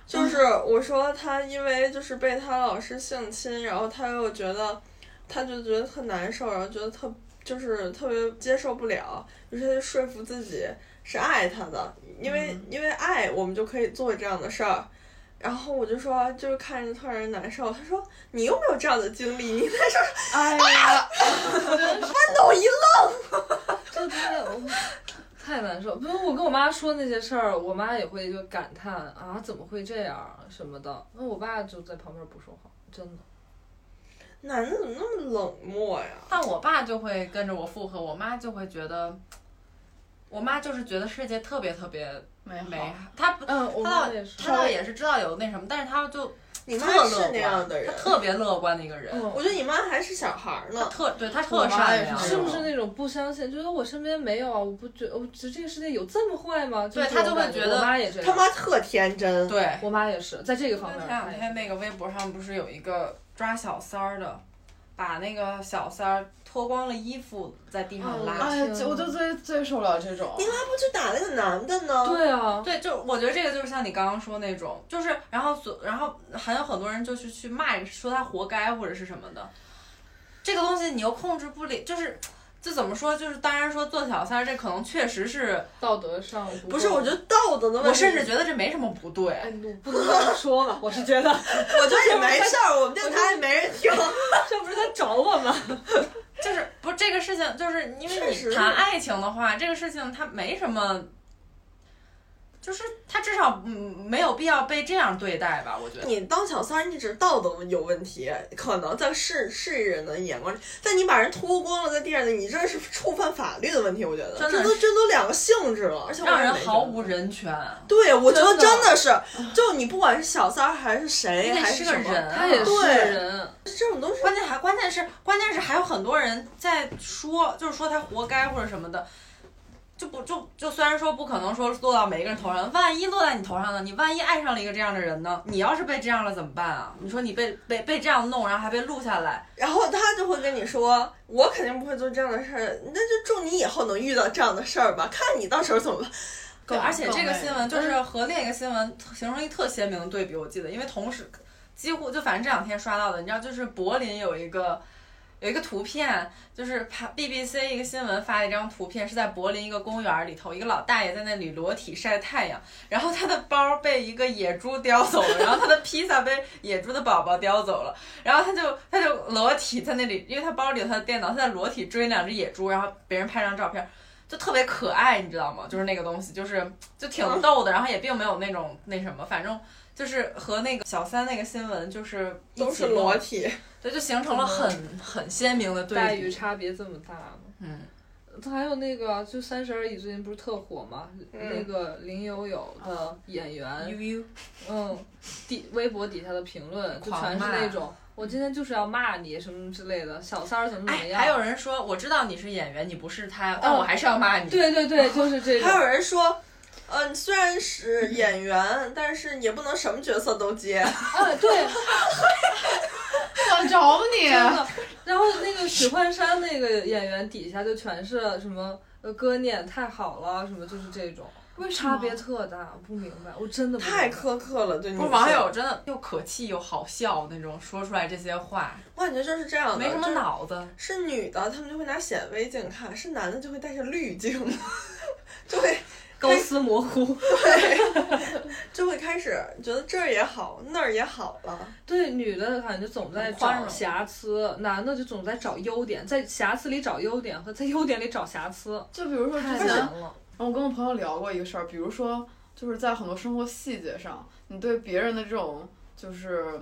Speaker 2: 就是我说他因为就是被他老师性侵，然后他又觉得，他就觉得特难受，然后觉得特就是特别接受不了，于是他就说服自己是爱他的，因为因为爱我们就可以做这样的事儿。然后我就说，就是看着特让人难受。他说：“你有没有这样的经历？”你那时候
Speaker 5: 哎呀，
Speaker 2: 抖一
Speaker 6: 就太我太难受。不是我跟我妈说那些事儿，我妈也会就感叹啊，怎么会这样什么的。那我爸就在旁边不说话，真的。
Speaker 2: 男的怎么那么冷漠呀？
Speaker 3: 但我爸就会跟着我附和，我妈就会觉得，我妈就是觉得世界特别特别
Speaker 5: 美好
Speaker 3: 美，她不
Speaker 6: 嗯，我
Speaker 3: 她
Speaker 6: 妈
Speaker 3: 倒
Speaker 6: 也是
Speaker 3: 她。倒也是知道有那什么，但是她就
Speaker 2: 你妈
Speaker 3: 特乐
Speaker 2: 是那样
Speaker 3: 观，
Speaker 2: 的人
Speaker 3: 她，特别乐观的一个人，
Speaker 6: 嗯
Speaker 2: 我觉得你妈还是小孩儿
Speaker 3: 她
Speaker 2: 呢。
Speaker 3: 特对她
Speaker 5: 我
Speaker 3: 特
Speaker 5: 妈
Speaker 3: 善
Speaker 5: 也是
Speaker 3: 良，
Speaker 6: 是不是那种不相信，觉得我身边没有啊？我不觉，我觉得这个世界有这么坏吗？
Speaker 3: 对
Speaker 6: 是这
Speaker 3: 他就
Speaker 6: 种
Speaker 3: 会
Speaker 6: 感
Speaker 3: 觉得
Speaker 6: 我妈也这样，
Speaker 2: 他妈特天真，
Speaker 3: 对。
Speaker 6: 我妈也是在这个方
Speaker 3: 因为
Speaker 6: 面
Speaker 3: 前
Speaker 6: 她
Speaker 3: 两
Speaker 6: 也是。
Speaker 3: 天那个微博上不是有一个抓小三儿的，把那个小三儿脱光了衣服在地上拉。
Speaker 5: 哎，就
Speaker 6: 啊
Speaker 5: 我就最最受不了这种
Speaker 2: 你，妈不去打那个男的呢？
Speaker 6: 对啊，
Speaker 3: 对，就我觉得这个就是像你刚刚说那种，就是然后所然后还有很多人就是去骂说他活该或者是什么的，这个东西你又控制不了，就是这怎么说？就是当然说做小三儿这可能确实是，
Speaker 6: 道德上不
Speaker 2: 不是，
Speaker 6: 够
Speaker 2: 我觉得道德的问题，
Speaker 3: 我甚至觉得这没什么不对。
Speaker 6: 哎，你不能这么说嘛，我是觉得
Speaker 2: 我觉得也没事儿，我们电台也没人听。
Speaker 6: 这不是在找我吗？
Speaker 3: 就是不这个事情，就是因
Speaker 2: 确
Speaker 3: 为
Speaker 2: 实
Speaker 3: 你谈爱情的话，这个事情它没什么，就是它至少嗯没有必要被这样对待吧？我觉得。
Speaker 2: 你当小三儿，你只是道德有问题，可能在世世人的眼光里，但你把人脱光了在地上，你这是触犯法律的问题，我觉得
Speaker 3: 真的
Speaker 2: 这
Speaker 3: 是
Speaker 2: 都这都两个性质了，而且我
Speaker 3: 让
Speaker 2: 也
Speaker 3: 人
Speaker 2: 没觉得
Speaker 3: 毫无。人权，
Speaker 2: 对，我觉得
Speaker 6: 真的
Speaker 2: 真的是，就你不管是小三儿还是谁，
Speaker 3: 你得
Speaker 2: 哎还
Speaker 3: 是
Speaker 2: 是
Speaker 3: 个
Speaker 2: 什么
Speaker 3: 人啊
Speaker 6: 他也是个
Speaker 2: 对
Speaker 6: 人，
Speaker 2: 这种都是
Speaker 3: 关键还关键是关键是还有很多人在说，就是说他活该或者什么的，就不就就虽然说不可能说落到每一个人头上，万一落在你头上呢？你万一爱上了一个这样的人呢？你要是被这样了怎么办啊？你说你被被被这样弄，然后还被录下来，
Speaker 2: 然后他就会跟你说：“我肯定不会做这样的事儿，那就祝你以后能遇到这样的事儿吧，看你到时候怎么办。
Speaker 3: 对，而且
Speaker 5: 更
Speaker 3: 这个
Speaker 5: 累
Speaker 3: 新闻就是和另一个新闻形成一特鲜明的对比，我记得，因为同时几乎就反正这两天刷到的，你知道，就是柏林有一个有一个图片，就是拍 BBC 一个新闻发了一张图片，是在柏林一个公园里头，一个老大爷在那里裸体晒太阳，然后他的包被一个野猪叼走 了，然后他的披萨被野猪的宝宝叼走了，然后他就他就裸体在那里，因为他包里有他的电脑，他在裸体追两只野猪，然后别人拍张照片。就特别可爱，你知道吗？就是那个东西，就是就挺逗的，然后也并没有那种那什么，反正就是和那个小三那个新闻就是”一
Speaker 2: 都
Speaker 3: 起
Speaker 2: 是
Speaker 3: 弄
Speaker 2: 裸体，
Speaker 3: 对，就形成了很很鲜明的
Speaker 6: 待
Speaker 3: 对
Speaker 6: 遇
Speaker 3: 比。
Speaker 6: 差别这么大吗？
Speaker 3: 嗯，
Speaker 6: 他还有那个，就《三十而已》最近不是特火吗？
Speaker 2: 嗯
Speaker 6: 那个林有有的演员，
Speaker 3: 悠
Speaker 6: 嗯，底微博底下的评论就全
Speaker 3: 狂
Speaker 6: 是
Speaker 3: 骂
Speaker 6: 那种，我今天就是要骂你什么之类的，小三儿怎么怎么
Speaker 3: 哎，
Speaker 6: 样。
Speaker 3: 还有人说我知道你是演员，你不是他，但我还是要骂你。
Speaker 6: 对对对，就是这种。
Speaker 2: 还有人说。嗯，虽然是演员，但是也不能什么角色都接。
Speaker 6: 啊，对，
Speaker 5: 想找你，啊
Speaker 6: 真的。然后那个许幻山那个演员底下就全是什么呃哥你演太好了什么，就是这种，
Speaker 5: 为什
Speaker 6: 差
Speaker 5: 么
Speaker 6: 别特大，我不明白，我真的不明白
Speaker 2: 太苛刻了，对女
Speaker 3: 不
Speaker 2: 性。
Speaker 3: 是网友，真的又可气又好笑那种，说出来这些话
Speaker 2: 我感觉就是这样的，
Speaker 3: 没什么
Speaker 2: 就是
Speaker 3: 脑子。
Speaker 2: 是女的，他们就会拿显微镜看；是男的就会带着滤镜，就会
Speaker 1: 构思模糊。
Speaker 2: 就会开始觉得这儿也好，那儿也好了。
Speaker 6: 对，女的感觉总在
Speaker 1: 很宽
Speaker 6: 找
Speaker 1: 容
Speaker 6: 瑕疵，男的就总在找优点，在瑕疵里找优点和在优点里找瑕疵，
Speaker 5: 就比如说之
Speaker 6: 太
Speaker 5: 前
Speaker 6: 难了。
Speaker 5: 然后我跟我朋友聊过一个事儿，比如说就是在很多生活细节上，你对别人的这种就是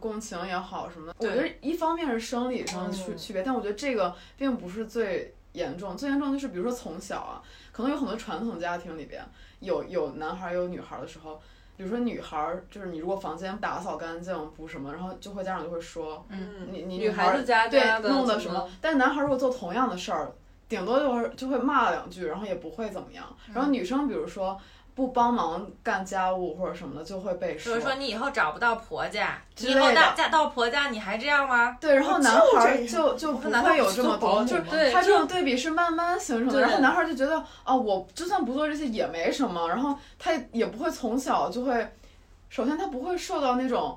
Speaker 5: 共情也好什么的，我
Speaker 1: 对
Speaker 5: 觉得一方面是生理上的区
Speaker 6: 嗯
Speaker 5: 区别，但我觉得这个并不是最严重，最严重就是比如说从小啊，可能有很多传统家庭里边有有男孩儿有女孩儿的时候。比如说女孩儿，就是你如果房间打扫干净不什么，然后就会家长就会说，
Speaker 2: 嗯，
Speaker 5: 你你
Speaker 6: 女
Speaker 5: 孩
Speaker 6: 孩
Speaker 5: 儿
Speaker 6: 子家
Speaker 5: 对
Speaker 6: 家的
Speaker 5: 弄的
Speaker 6: 的
Speaker 5: 什么？但男孩如果做同样的事儿，顶多就是就会骂两句，然后也不会怎么样。然后女生比如说不帮忙干家务或者什么的，就会被
Speaker 1: 比如说你以后找不到婆家，
Speaker 5: 之
Speaker 1: 你以后
Speaker 5: 类的
Speaker 1: 到嫁到婆家你还这样吗？
Speaker 5: 对，然后
Speaker 2: 就
Speaker 5: 男孩
Speaker 2: 这
Speaker 5: 儿
Speaker 2: 样
Speaker 5: 就就
Speaker 1: 不
Speaker 5: 不
Speaker 1: 是男孩
Speaker 5: 会
Speaker 1: 儿
Speaker 5: 有
Speaker 1: 不
Speaker 5: 这
Speaker 1: 做
Speaker 5: 么
Speaker 1: 保
Speaker 5: 多，
Speaker 1: 姆
Speaker 5: 就是
Speaker 1: 吗
Speaker 6: 对，
Speaker 5: 他这
Speaker 6: 就
Speaker 5: 种对比是慢慢形成的。
Speaker 6: 对
Speaker 5: 然后男孩儿就觉得啊，我就算不做这些也没什么，然后他也不会从小就会，首先他不会受到那种。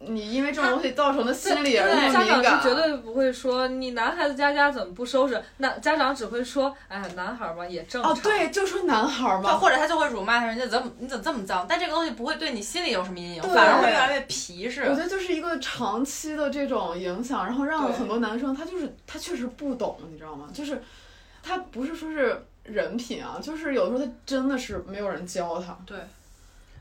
Speaker 5: 你因为这种东西造成的心理而那
Speaker 6: 对
Speaker 5: 么
Speaker 6: 家
Speaker 5: 敏感，
Speaker 6: 长是绝对不会说你男孩子家家怎么不收拾，那家长只会说，哎，男孩嘛也正常。
Speaker 5: 哦，对，就说男孩儿嘛，
Speaker 1: 他或者他就会辱骂他，人家怎么你怎么这么脏？但这个东西不会对你心里有什么阴影，
Speaker 5: 对
Speaker 1: 反而会越来越皮实
Speaker 5: 我。觉得就是一个长期的这种影响，然后让很多男生他就是他确实不懂，你知道吗？就是他不是说是人品啊，就是有的时候他真的是没有人教他。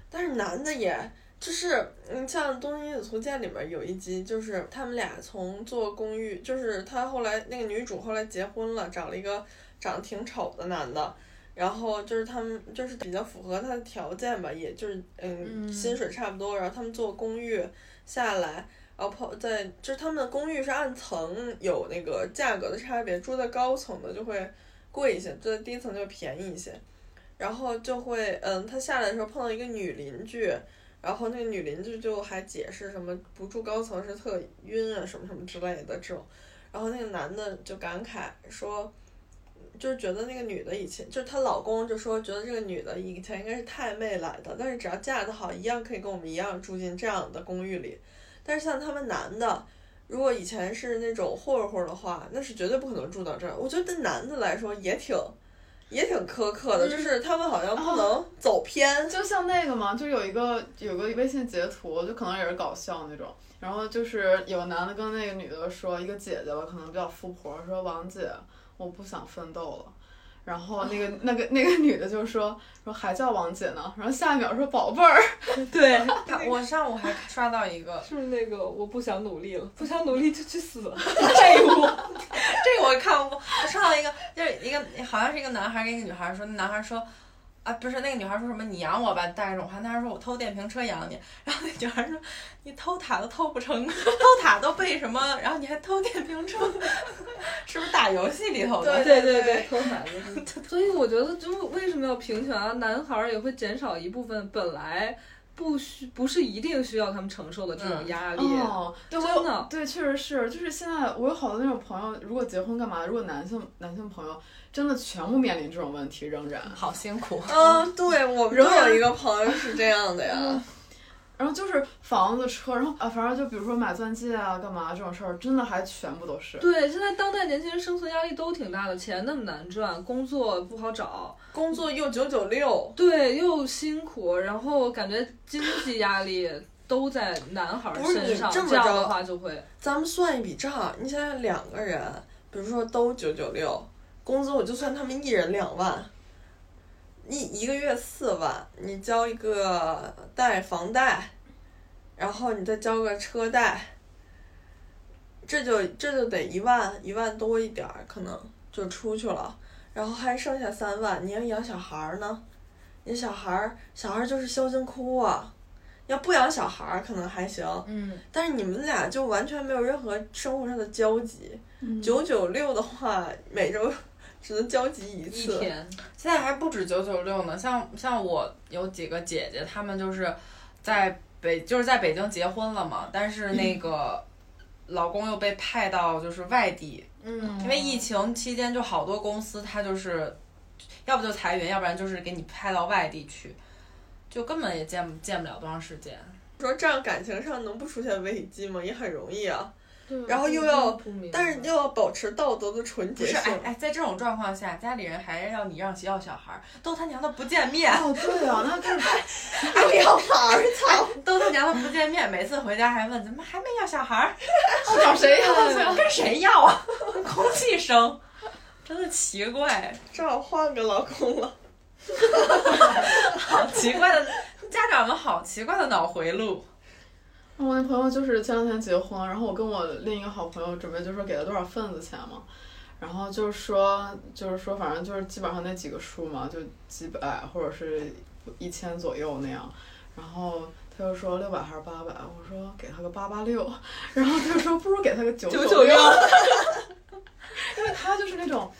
Speaker 2: 但是男的也就是，你像《东京女子图鉴》里面有一集，就是他们俩从做公寓，就是他后来那个女主后来结婚了，找了一个长得挺丑的男的。然后就是他们就是比较符合他的条件吧，也就是嗯
Speaker 6: 嗯
Speaker 2: 薪水差不多，然后他们做公寓下来，然后跑在就是他们的公寓是按层有那个价格的差别，住在高层的就会贵一些，住在低层就会便宜一些。然后就会，嗯，他下来的时候碰到一个女邻居，然后那个女邻居就还解释什么不住高层是特晕啊，什么什么之类的这种。然后那个男的就感慨说，就是觉得那个女的以前，就是她老公就说觉得这个女的以前应该是太妹来的，但是只要嫁得好，一样可以跟我们一样住进这样的公寓里。但是像他们男的，如果以前是那种混混的话，那是绝对不可能住到这儿。我觉得对男的来说也挺。也挺苛刻的，就是他们好像不能走 偏，
Speaker 5: 就像那个嘛，就有一个有个微信截图，就可能也是搞笑那种。然后就是有男的跟那个女的说，一个姐姐吧，可能比较富婆，说王姐，我不想奋斗了。然后那个、那个那个女的就说说还叫王姐呢，然后下一秒说宝贝儿，
Speaker 6: 对，
Speaker 3: 他我上午还刷到一个，
Speaker 6: 是不是那个我不想努力了，不想努力就去死， 这一幕。
Speaker 3: 这个我看过，我上到一个就是一个好像是一个男孩跟一个女孩说，那男孩说。啊，不是那个女孩说什么你养我吧，大概这种话。男孩说我偷电瓶车养你，然后那女孩说你偷塔都偷不成，偷塔都被什么，然后你还偷电瓶车， 是不是打游戏里头的？
Speaker 6: 对对对，偷孩 子。所以我觉得，就为什么要平权啊？男孩儿也会减少一部分本来不需不是一定需要他们承受的这种压力。
Speaker 5: 哦，对，我
Speaker 6: 真
Speaker 5: 有
Speaker 6: 的
Speaker 5: 对，确实是，就是现在我有好多那种朋友，如果结婚干嘛，如果男性男性朋友真的全部面临这种问题，仍然，
Speaker 1: 好辛苦，
Speaker 2: 嗯， 对，我们都有一个朋友是这样的呀。
Speaker 5: 然后就是房子、车，然后啊，反正就比如说买钻戒啊、干嘛这种事儿，真的还全部都是。
Speaker 6: 对，现在当代年轻人生存压力都挺大的，钱那么难赚，工作不好找，
Speaker 2: 工作又九九六，
Speaker 6: 对，又辛苦，然后感觉经济压力都在男孩儿
Speaker 2: 不是你
Speaker 6: 身上，
Speaker 2: 这么
Speaker 6: 这样
Speaker 2: 着
Speaker 6: 的话就会。
Speaker 2: 咱们算一笔账，你想想两个人，比如说都九九六，工资我就算他们一人两万，一一个月四万，你交一个贷房贷，然后你再交个车贷，这就这就得一万一万多一点儿，可能就出去了，然后还剩下三万，你要养小孩儿呢，你小孩儿小孩儿就是孝敬哭啊，要不养小孩儿可能还行。
Speaker 6: 嗯，
Speaker 2: 但是你们俩就完全没有任何生活上的交集。
Speaker 5: 嗯
Speaker 2: 九九六的话，每周只能交集一
Speaker 6: 一
Speaker 2: 次。
Speaker 6: 天
Speaker 3: 现在还不止九九六呢，像像我有几个姐姐，她们就是在北就是在北京结婚了嘛，但是
Speaker 1: 嗯
Speaker 3: 那个老公又被派到就是外地，
Speaker 1: 嗯
Speaker 3: 因为疫情期间就好多公司它就是要不就裁员，要不然就是给你派到外地去，就根本也见不见不了多长时间。
Speaker 2: 说这样感情上能不出现危机吗？也很容易啊。然后又要
Speaker 6: 不明白，
Speaker 2: 但是又要保持道德的纯
Speaker 4: 不
Speaker 2: 洁
Speaker 4: 是，
Speaker 2: 性。
Speaker 4: 哎哎，在这种状况下，家里人还要你让要小孩儿，都他娘的不见面，
Speaker 5: 哦，对啊，那就是
Speaker 2: 哎呀，孩儿，操！
Speaker 4: 都他娘的不见面，每次回家还问怎么还没要小孩儿，
Speaker 5: 我找谁呀、
Speaker 4: 跟谁要啊？ 空气声，真的奇怪，
Speaker 2: 正好换个老公了。
Speaker 4: 好奇怪的家长们，好奇怪的脑回路。
Speaker 5: 我那朋友就是前两天结婚，然后我跟我另一个好朋友准备就说给了多少份子钱嘛，然后就是说就是说反正就是基本上那几个数嘛，就几百或者是一千左右那样，然后。他就说六百还是八百，我说给他个八八六， 然后他就说不如给他个九九 六，因为他就是那种，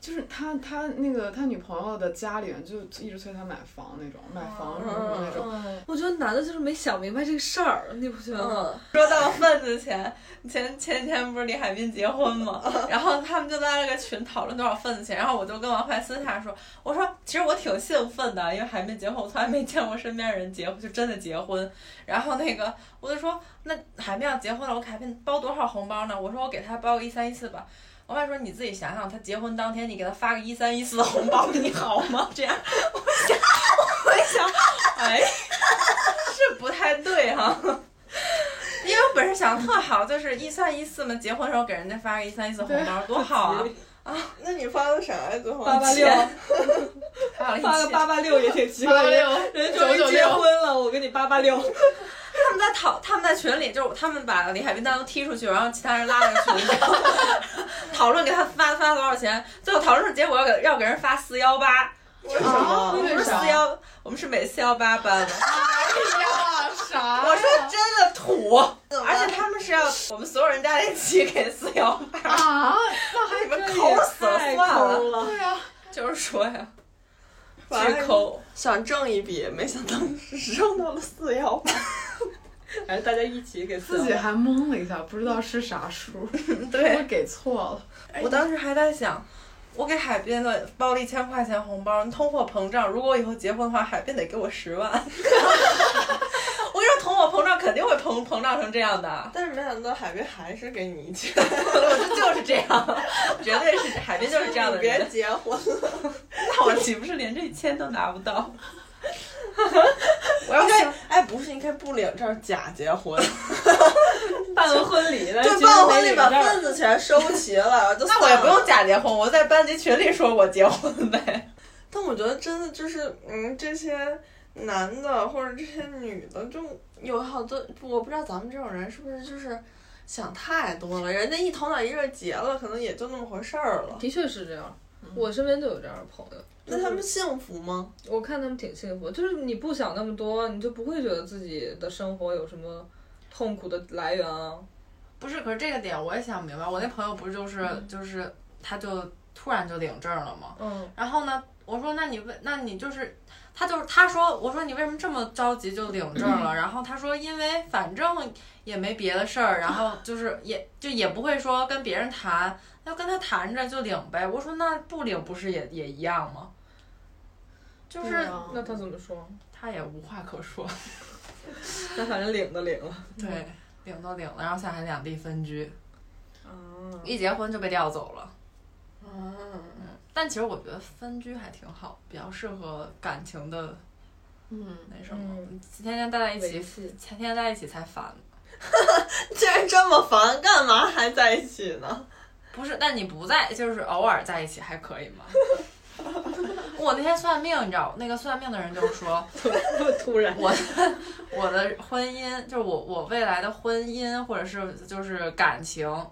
Speaker 5: 就是他他那个他女朋友的家里人就一直催他买房那种，买房什么什么那种，
Speaker 6: 我觉得男的就是没想明白这个事儿，你不觉得吗？
Speaker 2: 嗯，
Speaker 4: 说到份子钱，前前几天不是李海滨结婚嘛，然后他们就拉了个群讨论多少份子钱，然后我就跟王怀私下说，我说其实我挺兴奋的，因为还没结婚，我从来没见过身边人结婚就真的结婚。然后那个我就说，那海滨要结婚了，我给海滨包多少红包呢？我说我给他包个一三一四吧。我爸说：“你自己想想，他结婚当天你给他发个一三一四的红包，你好吗？”这样，我想，我想，哎，是不太对哈、因为我本身想的特好，就是一三一四嘛，结婚的时候给人家发个一三一四红包，多好啊！
Speaker 2: 那你发的啥呀？最后
Speaker 6: 八八六，
Speaker 4: 发了一
Speaker 6: 发个
Speaker 4: 千，
Speaker 6: 八八六也挺奇
Speaker 5: 八
Speaker 6: 怪
Speaker 5: 八
Speaker 6: 的。
Speaker 5: 六
Speaker 6: 人
Speaker 5: 九
Speaker 6: 终
Speaker 5: 九
Speaker 6: 于结
Speaker 5: 六，
Speaker 6: 婚了，我给你八八六。
Speaker 4: 他们在讨，他们在群里，就是他们把李海滨单独踢出去，然后其他人拉了个群， 然后讨论给他发发多少钱，最后讨论结果要给要给人发四幺八，
Speaker 2: 为什么？
Speaker 3: 啊
Speaker 4: 我们不是四幺，我们是每四幺八班吗？
Speaker 5: 呀啥？
Speaker 4: 我说真的土，而且他们是要我们所有人加在一起给四幺八，
Speaker 5: 啊，
Speaker 4: 你们抠死了算了，
Speaker 6: 了。
Speaker 5: 对呀、
Speaker 4: 就是说呀，
Speaker 2: 反正
Speaker 4: 巨抠。
Speaker 2: 想挣一笔，没想到只挣到了四幺八。
Speaker 6: 哎，大家一起给
Speaker 5: 自己还懵了一下，不知道是啥数，
Speaker 4: 对
Speaker 5: 我给错了。
Speaker 3: 哎
Speaker 4: 我当时还在想，我给海边的包了一千块钱红包，通货膨胀，如果我以后结婚的话，海边得给我十万。 我跟你说，通货膨胀肯定会膨膨胀成这样 的，
Speaker 2: 但是没想到海边还是给你一千，
Speaker 4: 我就就是这样，绝对是海边就是这样的
Speaker 2: 你别
Speaker 4: 人。
Speaker 2: 结婚了。
Speaker 4: 那我岂不是连这一千都拿不到？
Speaker 2: 我要该哎，不是，应该不领证，假结 婚。
Speaker 6: 办个婚礼了，
Speaker 2: 对，办婚礼把份子钱收齐了， 就
Speaker 4: 那我也不用假结婚，我在班级群里说我结婚呗。
Speaker 2: 但我觉得真的就是，嗯，这些男的或者这些女的，就有好多，我不知道咱们这种人是不是就是想太多了。人家一头脑一热结了，可能也就那么回事儿了。
Speaker 6: 的确是这样。我身边就有这样的朋友，
Speaker 2: 那他们幸福吗？
Speaker 6: 我看他们挺幸福，就是你不想那么多，你就不会觉得自己的生活有什么痛苦的来源啊。
Speaker 3: 不是，可是这个点我也想不明白。我那朋友不是就是、就是，他就突然就领证了吗？
Speaker 6: 嗯，
Speaker 3: 然后呢，我说那你为那你就是，他就是他说我说你为什么这么着急就领证了？然后他说因为反正也没别的事儿，然后就是也就也不会说跟别人谈，要跟他谈着就领呗。我说那不领不是也也一样吗？就是、
Speaker 5: 对啊
Speaker 6: 那他怎么说？
Speaker 3: 他也无话可说，
Speaker 6: 那反正领的领了。
Speaker 3: 对，领都领了，然后现在还两地分居，
Speaker 6: 啊，
Speaker 3: 一结婚就被调走了。
Speaker 2: 啊，
Speaker 3: 但其实我觉得分居还挺好，比较适合感情的
Speaker 5: 嗯，
Speaker 3: 那什么，
Speaker 6: 嗯
Speaker 3: 天天待在一
Speaker 6: 维
Speaker 3: 起，
Speaker 6: 系
Speaker 3: 天天在一起才烦。
Speaker 2: 既然这么烦，干嘛还在一起 呢？
Speaker 3: 不是，但你不在，就是偶尔在一起还可以吗？ 我那天算命，你知道，那个算命的人就说，
Speaker 6: 突然，
Speaker 3: 我我的婚姻就是我我未来的婚姻或者是就是感情，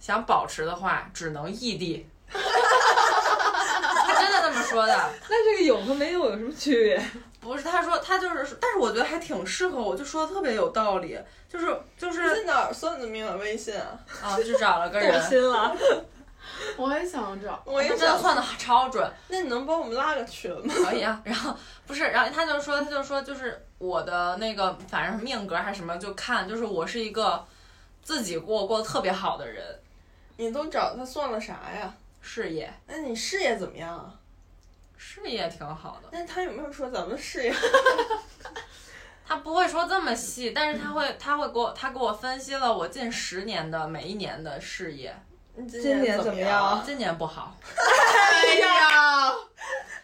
Speaker 3: 想保持的话，只能异地。 他真的这么说的，
Speaker 6: 那这个有和没有有什么区 别？
Speaker 3: 不是他说他就是，但是我觉得还挺适合我，就说的特别有道理，就是就是
Speaker 2: 在哪儿算的命啊？微信啊？
Speaker 3: 啊，就找了个
Speaker 6: 动
Speaker 3: 人，
Speaker 6: 心了，
Speaker 5: 我也想找，
Speaker 2: 我也
Speaker 3: 真的
Speaker 2: 想，
Speaker 3: 算的超准，
Speaker 2: 那你能帮我们拉个群吗？
Speaker 3: 可以啊。然 后不是，然后他就说，他就说，就是我的那个，反正命格还是什么，就看，就是我是一个自己过过得特别好的人，
Speaker 2: 你都找他算了啥呀？
Speaker 3: 事业
Speaker 2: 那你事业怎么样啊？
Speaker 3: 事业挺好的。
Speaker 2: 那他有没有说咱们事业？
Speaker 9: 他不会说这么细，但是他会他会给我他给我分析了我近十年的每一年的事业，
Speaker 2: 你
Speaker 3: 今
Speaker 2: 今
Speaker 3: 年怎
Speaker 2: 怎
Speaker 3: 么
Speaker 2: 样
Speaker 3: 样
Speaker 2: 啊？
Speaker 9: 今年不好，
Speaker 3: 哎
Speaker 5: 啊
Speaker 3: 呀，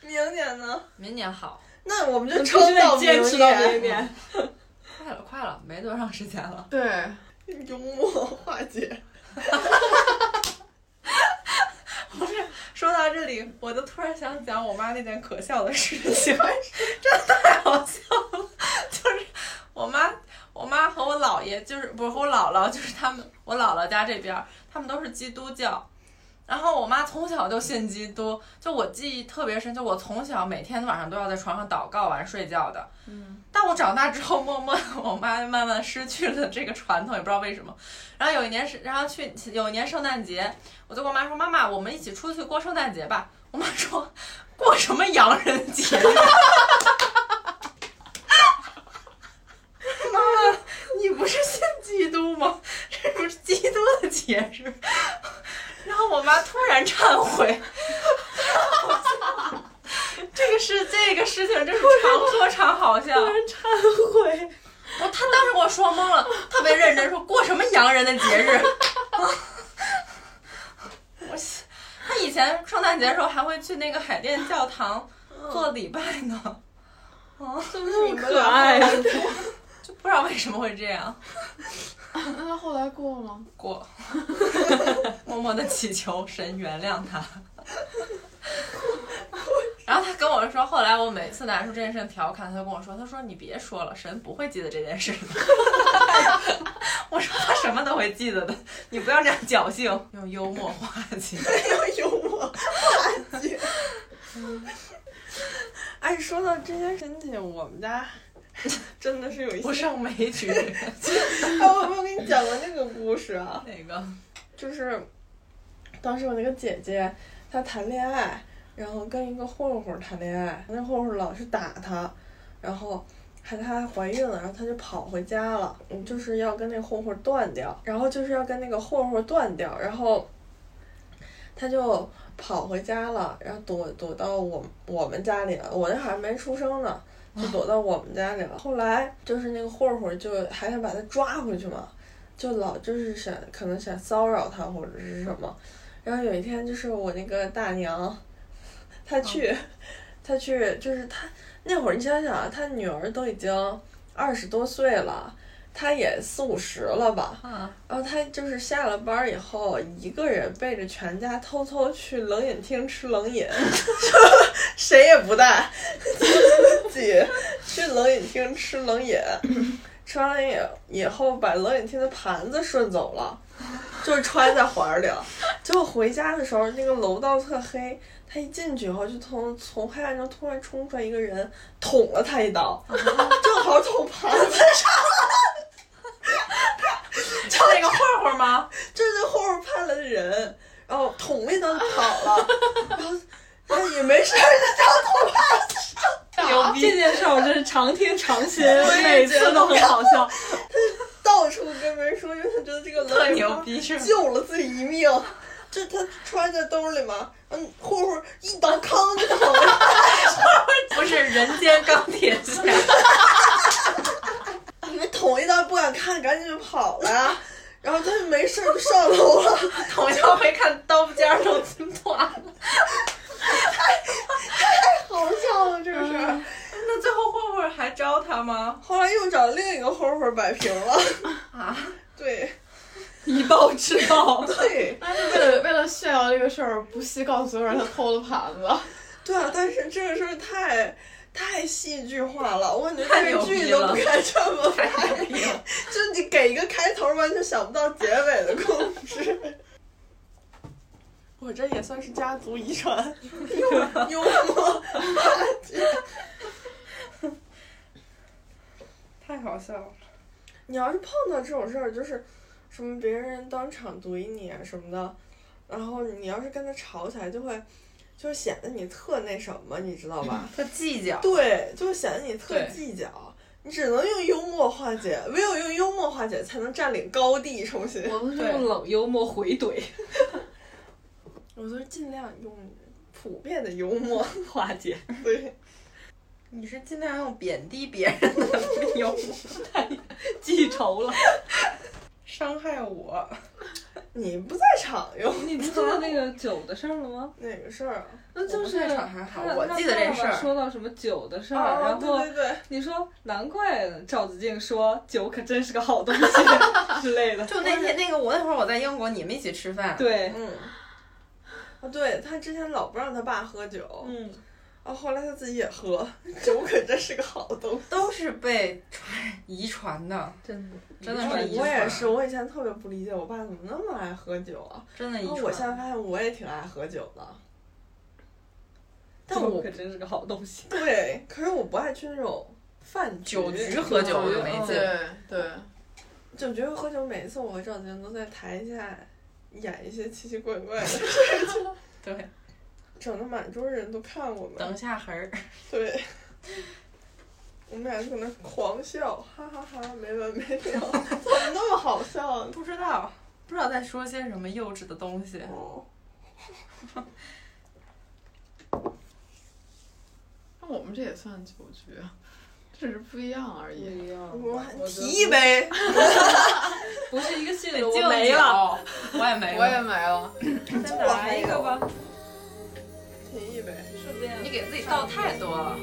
Speaker 2: 明年呢？
Speaker 9: 明年好，
Speaker 2: 那我们就
Speaker 6: 必
Speaker 2: 撑
Speaker 6: 须
Speaker 2: 到
Speaker 6: 得
Speaker 2: 明
Speaker 6: 坚持到明
Speaker 2: 年。
Speaker 6: 年。
Speaker 9: 快了快了，没多长时间了。
Speaker 5: 对，
Speaker 2: 幽默化解，
Speaker 3: 说到这里，我就突然想讲我妈那件可笑的事情， 真的太好笑了。就是我妈，我妈和我姥爷，就是不是和我姥姥，就是他们我姥姥家这边儿，他们都是基督教。然后我妈从小就信基督，就我记忆特别深，就我从小每天晚上都要在床上祷告完睡觉的。嗯，但我长大之后，默默地我妈慢慢失去了这个传统，也不知道为什么。然后有一年是，然后去有一年圣诞节，我就跟我妈说：“妈妈，我们一起出去过圣诞节吧。”我妈说：“过什么洋人节呀？” 妈妈，你不是信基督吗？这不是基督的节日。然后我妈突然忏悔，这个是这个事情，真是常说常好笑。
Speaker 2: 会
Speaker 3: 我他当时给我说懵了，特别认真说过什么洋人的节日。我是他以前圣诞节的时候还会去那个海淀教堂做礼拜呢，哦
Speaker 2: 那么
Speaker 6: 可爱
Speaker 2: 呀！
Speaker 3: 啊 就不知道为什么会这样
Speaker 5: 那他后来过吗？
Speaker 3: 过。默默的祈求神原谅他。 然后他跟我说，后来我每次拿出这件事情调侃，他就跟我说：“他说你别说了，神不会记得这件事的。”我说他什么都会记得的，你不要这样侥幸，用幽默化解。
Speaker 2: 幽默化解。 哎，说到这些身体，我们家真的是有一些。
Speaker 3: 不胜枚举。
Speaker 2: 哎， 我我跟你讲过那个故事啊，
Speaker 3: 哪个？
Speaker 2: 就是当时我那个姐姐，她谈恋爱，然后跟一个混混谈恋爱，那混混老是打她，然后还她怀孕了，然后她就跑回家了，嗯，就是要跟那混混断掉，然后就是要跟那个混混断掉，然后她就跑回家了，然后躲躲到我我们家里了，我那好像没出生呢。就躲到我们家里了。后来就是那个混混就还想把她抓回去嘛，就老就是想可能想骚扰他或者是什么，然后有一天就是我那个大娘，她去，她去就是她那会儿你想想啊，她女儿都已经二十多岁了，她也四五十了吧，
Speaker 3: 啊
Speaker 2: 然后她就是下了班儿以后，一个人背着全家偷偷去冷饮厅吃冷饮， 谁也不带，自己去冷饮厅吃冷饮。吃完冷饮以后，把冷饮厅的盘子顺走 了，就是揣在怀儿里了。结果回家的时候，那个楼道特黑，他一进去以后，就从从黑暗中突然冲出来一个人，捅了他一刀，
Speaker 3: 哦
Speaker 2: 正好捅盘子上，
Speaker 3: 就那个混混吗？
Speaker 2: 就是那后面判了的人，然后捅了一刀就跑了，然后他也没事儿，他就捅盘子上。
Speaker 6: 牛逼！这件事我真是常听常新，每次都很好笑。
Speaker 2: 到处跟别人说，因为他觉得这个冷饮
Speaker 3: 牛
Speaker 2: 包
Speaker 3: 逼是吗
Speaker 2: 救了自己一命。这他揣在兜里嘛，嗯，呼呼一刀康就捅了。
Speaker 3: 不是人间钢铁侠，
Speaker 2: 你们捅一刀不敢看，赶紧就跑了呀。然后他就没事儿就上楼了，
Speaker 3: 我要没看刀尖儿都金断了。
Speaker 2: 好笑啊了这个事儿。
Speaker 3: 那最后混混还招他吗？
Speaker 2: 后来又找另一个混混摆平了。
Speaker 3: 啊，
Speaker 2: 对
Speaker 6: 以暴制暴，
Speaker 2: 对
Speaker 5: 但是为了为了炫耀这个事儿，不惜告诉所有人他偷了盘子。
Speaker 2: 对啊！但是这个事儿太太戏剧化了，我感觉
Speaker 3: 太
Speaker 2: 电视
Speaker 3: 牛逼
Speaker 2: 剧都
Speaker 3: 了
Speaker 2: 不该这么拍。
Speaker 3: 太牛逼了！
Speaker 2: 就你给一个开头，完全想不到结尾的故事。我这也算是家族遗传， 幽默。
Speaker 3: 太好笑了。
Speaker 2: 你要是碰到这种事儿，就是什么别人当场怼你啊什么的，然后你要是跟他吵起来，就会就显得你特那什么，你知道吧？
Speaker 3: 他计较，
Speaker 2: 对，就显得你特
Speaker 3: 对
Speaker 2: 计较。你只能用幽默化解，唯有用幽默化解，才能占领高地。重新，
Speaker 6: 我都是
Speaker 3: 对
Speaker 6: 用冷幽默回怼
Speaker 2: 我就是尽量用普遍的幽默。
Speaker 6: 化解。
Speaker 2: 对，
Speaker 4: 你是尽量用贬低别人的理由，太记仇了，伤害我。
Speaker 2: 你不在场哟，
Speaker 6: 你不记得那个酒的事儿了吗？
Speaker 2: 哪个事儿啊？
Speaker 4: 那就
Speaker 6: 不
Speaker 4: 是
Speaker 6: 在场
Speaker 4: 还好，
Speaker 6: 他
Speaker 4: 我
Speaker 6: 他
Speaker 4: 记得
Speaker 6: 爸
Speaker 4: 这
Speaker 6: 爸
Speaker 4: 事儿。
Speaker 6: 说到什么酒的事儿，
Speaker 2: 啊，
Speaker 6: 然后
Speaker 2: 对对对，
Speaker 6: 你说难怪赵子敬说酒可真是个好东西 之类的。
Speaker 4: 就那天那个，我那会儿我在英国，你们一起吃饭，
Speaker 6: 对，
Speaker 2: 嗯，啊，对他之前老不让他爸喝酒，
Speaker 6: 嗯，
Speaker 2: 啊，后来他自己也喝，酒可真是个好东西。
Speaker 4: 都是被传遗传的，
Speaker 6: 真的
Speaker 4: 真的是遗
Speaker 2: 我也
Speaker 6: 嗯
Speaker 4: 传，
Speaker 2: 是，我以前特别不理解我爸怎么那么爱喝酒啊，
Speaker 4: 真的遗
Speaker 2: 然后
Speaker 4: 传。
Speaker 2: 我现在发现我也挺爱喝酒的，但
Speaker 6: 酒
Speaker 2: 我
Speaker 6: 可真是个好东西。
Speaker 2: 对，可是我不爱去那种饭
Speaker 4: 酒局喝酒我就没劲。
Speaker 5: 对对，
Speaker 2: 酒局喝酒，每一次我和赵晶都在台下演一些奇奇怪怪的，
Speaker 4: 对，
Speaker 2: 整的满桌人都看我们，
Speaker 4: 等下痕儿，
Speaker 2: 对，我们俩就在那狂笑，哈哈哈没完 没了，怎么那么好笑啊？
Speaker 4: 不知道不知道在说些什么幼稚的东西。
Speaker 2: 哦，
Speaker 5: 那我们这也算酒局，啊只是不一样而已。
Speaker 6: 一样
Speaker 2: 我提一杯，
Speaker 6: 不是一个系列，
Speaker 1: 我
Speaker 6: 敬
Speaker 1: 没
Speaker 6: 酒
Speaker 1: 了，
Speaker 4: 我也没
Speaker 5: 哎我
Speaker 4: 了，
Speaker 5: 也没了，
Speaker 6: 再拿一个吧，
Speaker 2: 提一杯。
Speaker 6: 顺便
Speaker 1: 你给自己倒太多了。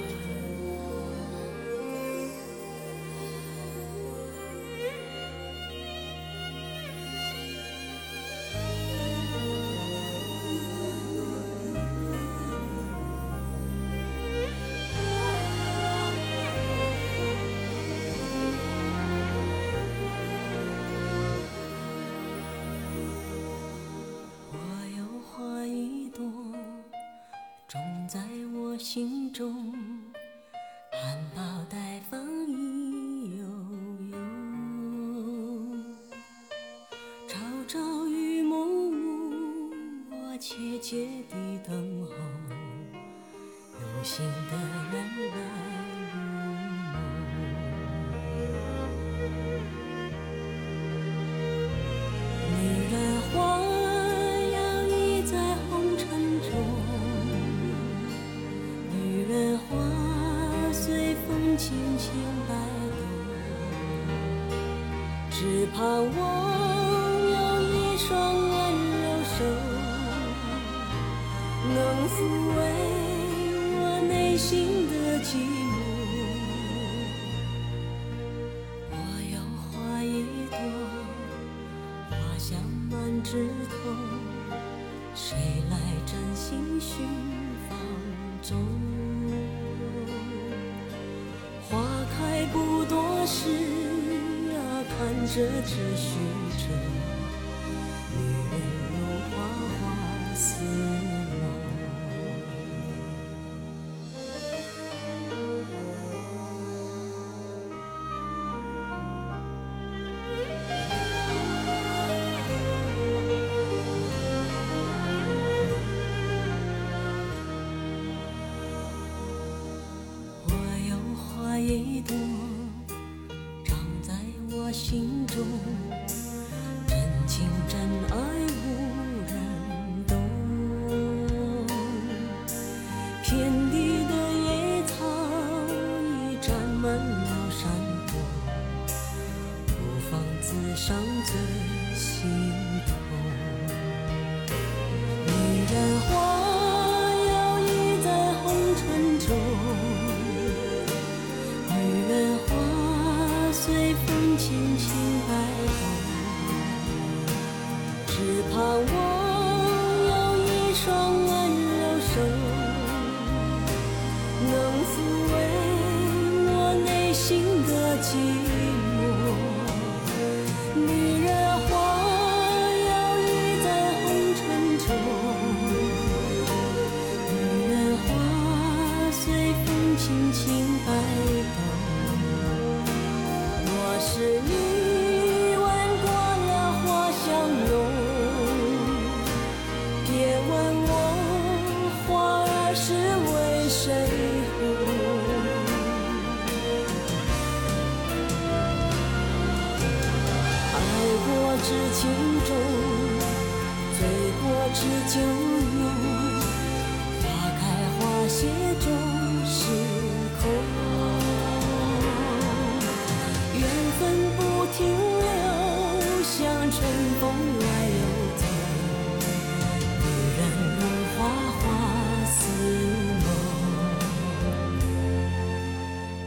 Speaker 10: 我有花一朵，种在我心中，含苞待放意悠悠。朝朝与暮暮，我切切地等候，有心的人来入梦。女人花摇曳在红尘中，女人花随风轻轻摆动，只盼望有一双温柔手，能抚慰我内心的寂寞。我要花一朵。花香满枝头，谁来真心寻芳踪？花开不多时啊，看着只虚着，女人如花花似梦。我有花一朵，长在我心中，真情真爱无人懂。遍地的野草已沾满了山坡，不妨自伤最心痛。女人花摇曳在红尘中，女人花随风轻轻摆动，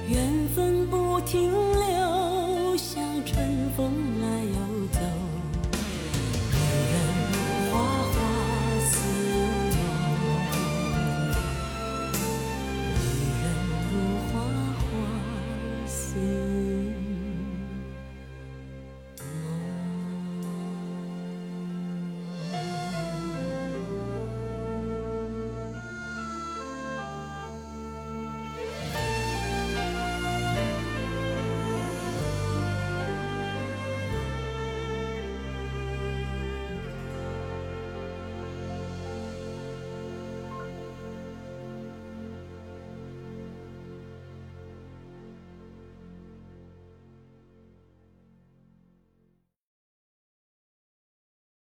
Speaker 10: 缘分不停留，像春风来又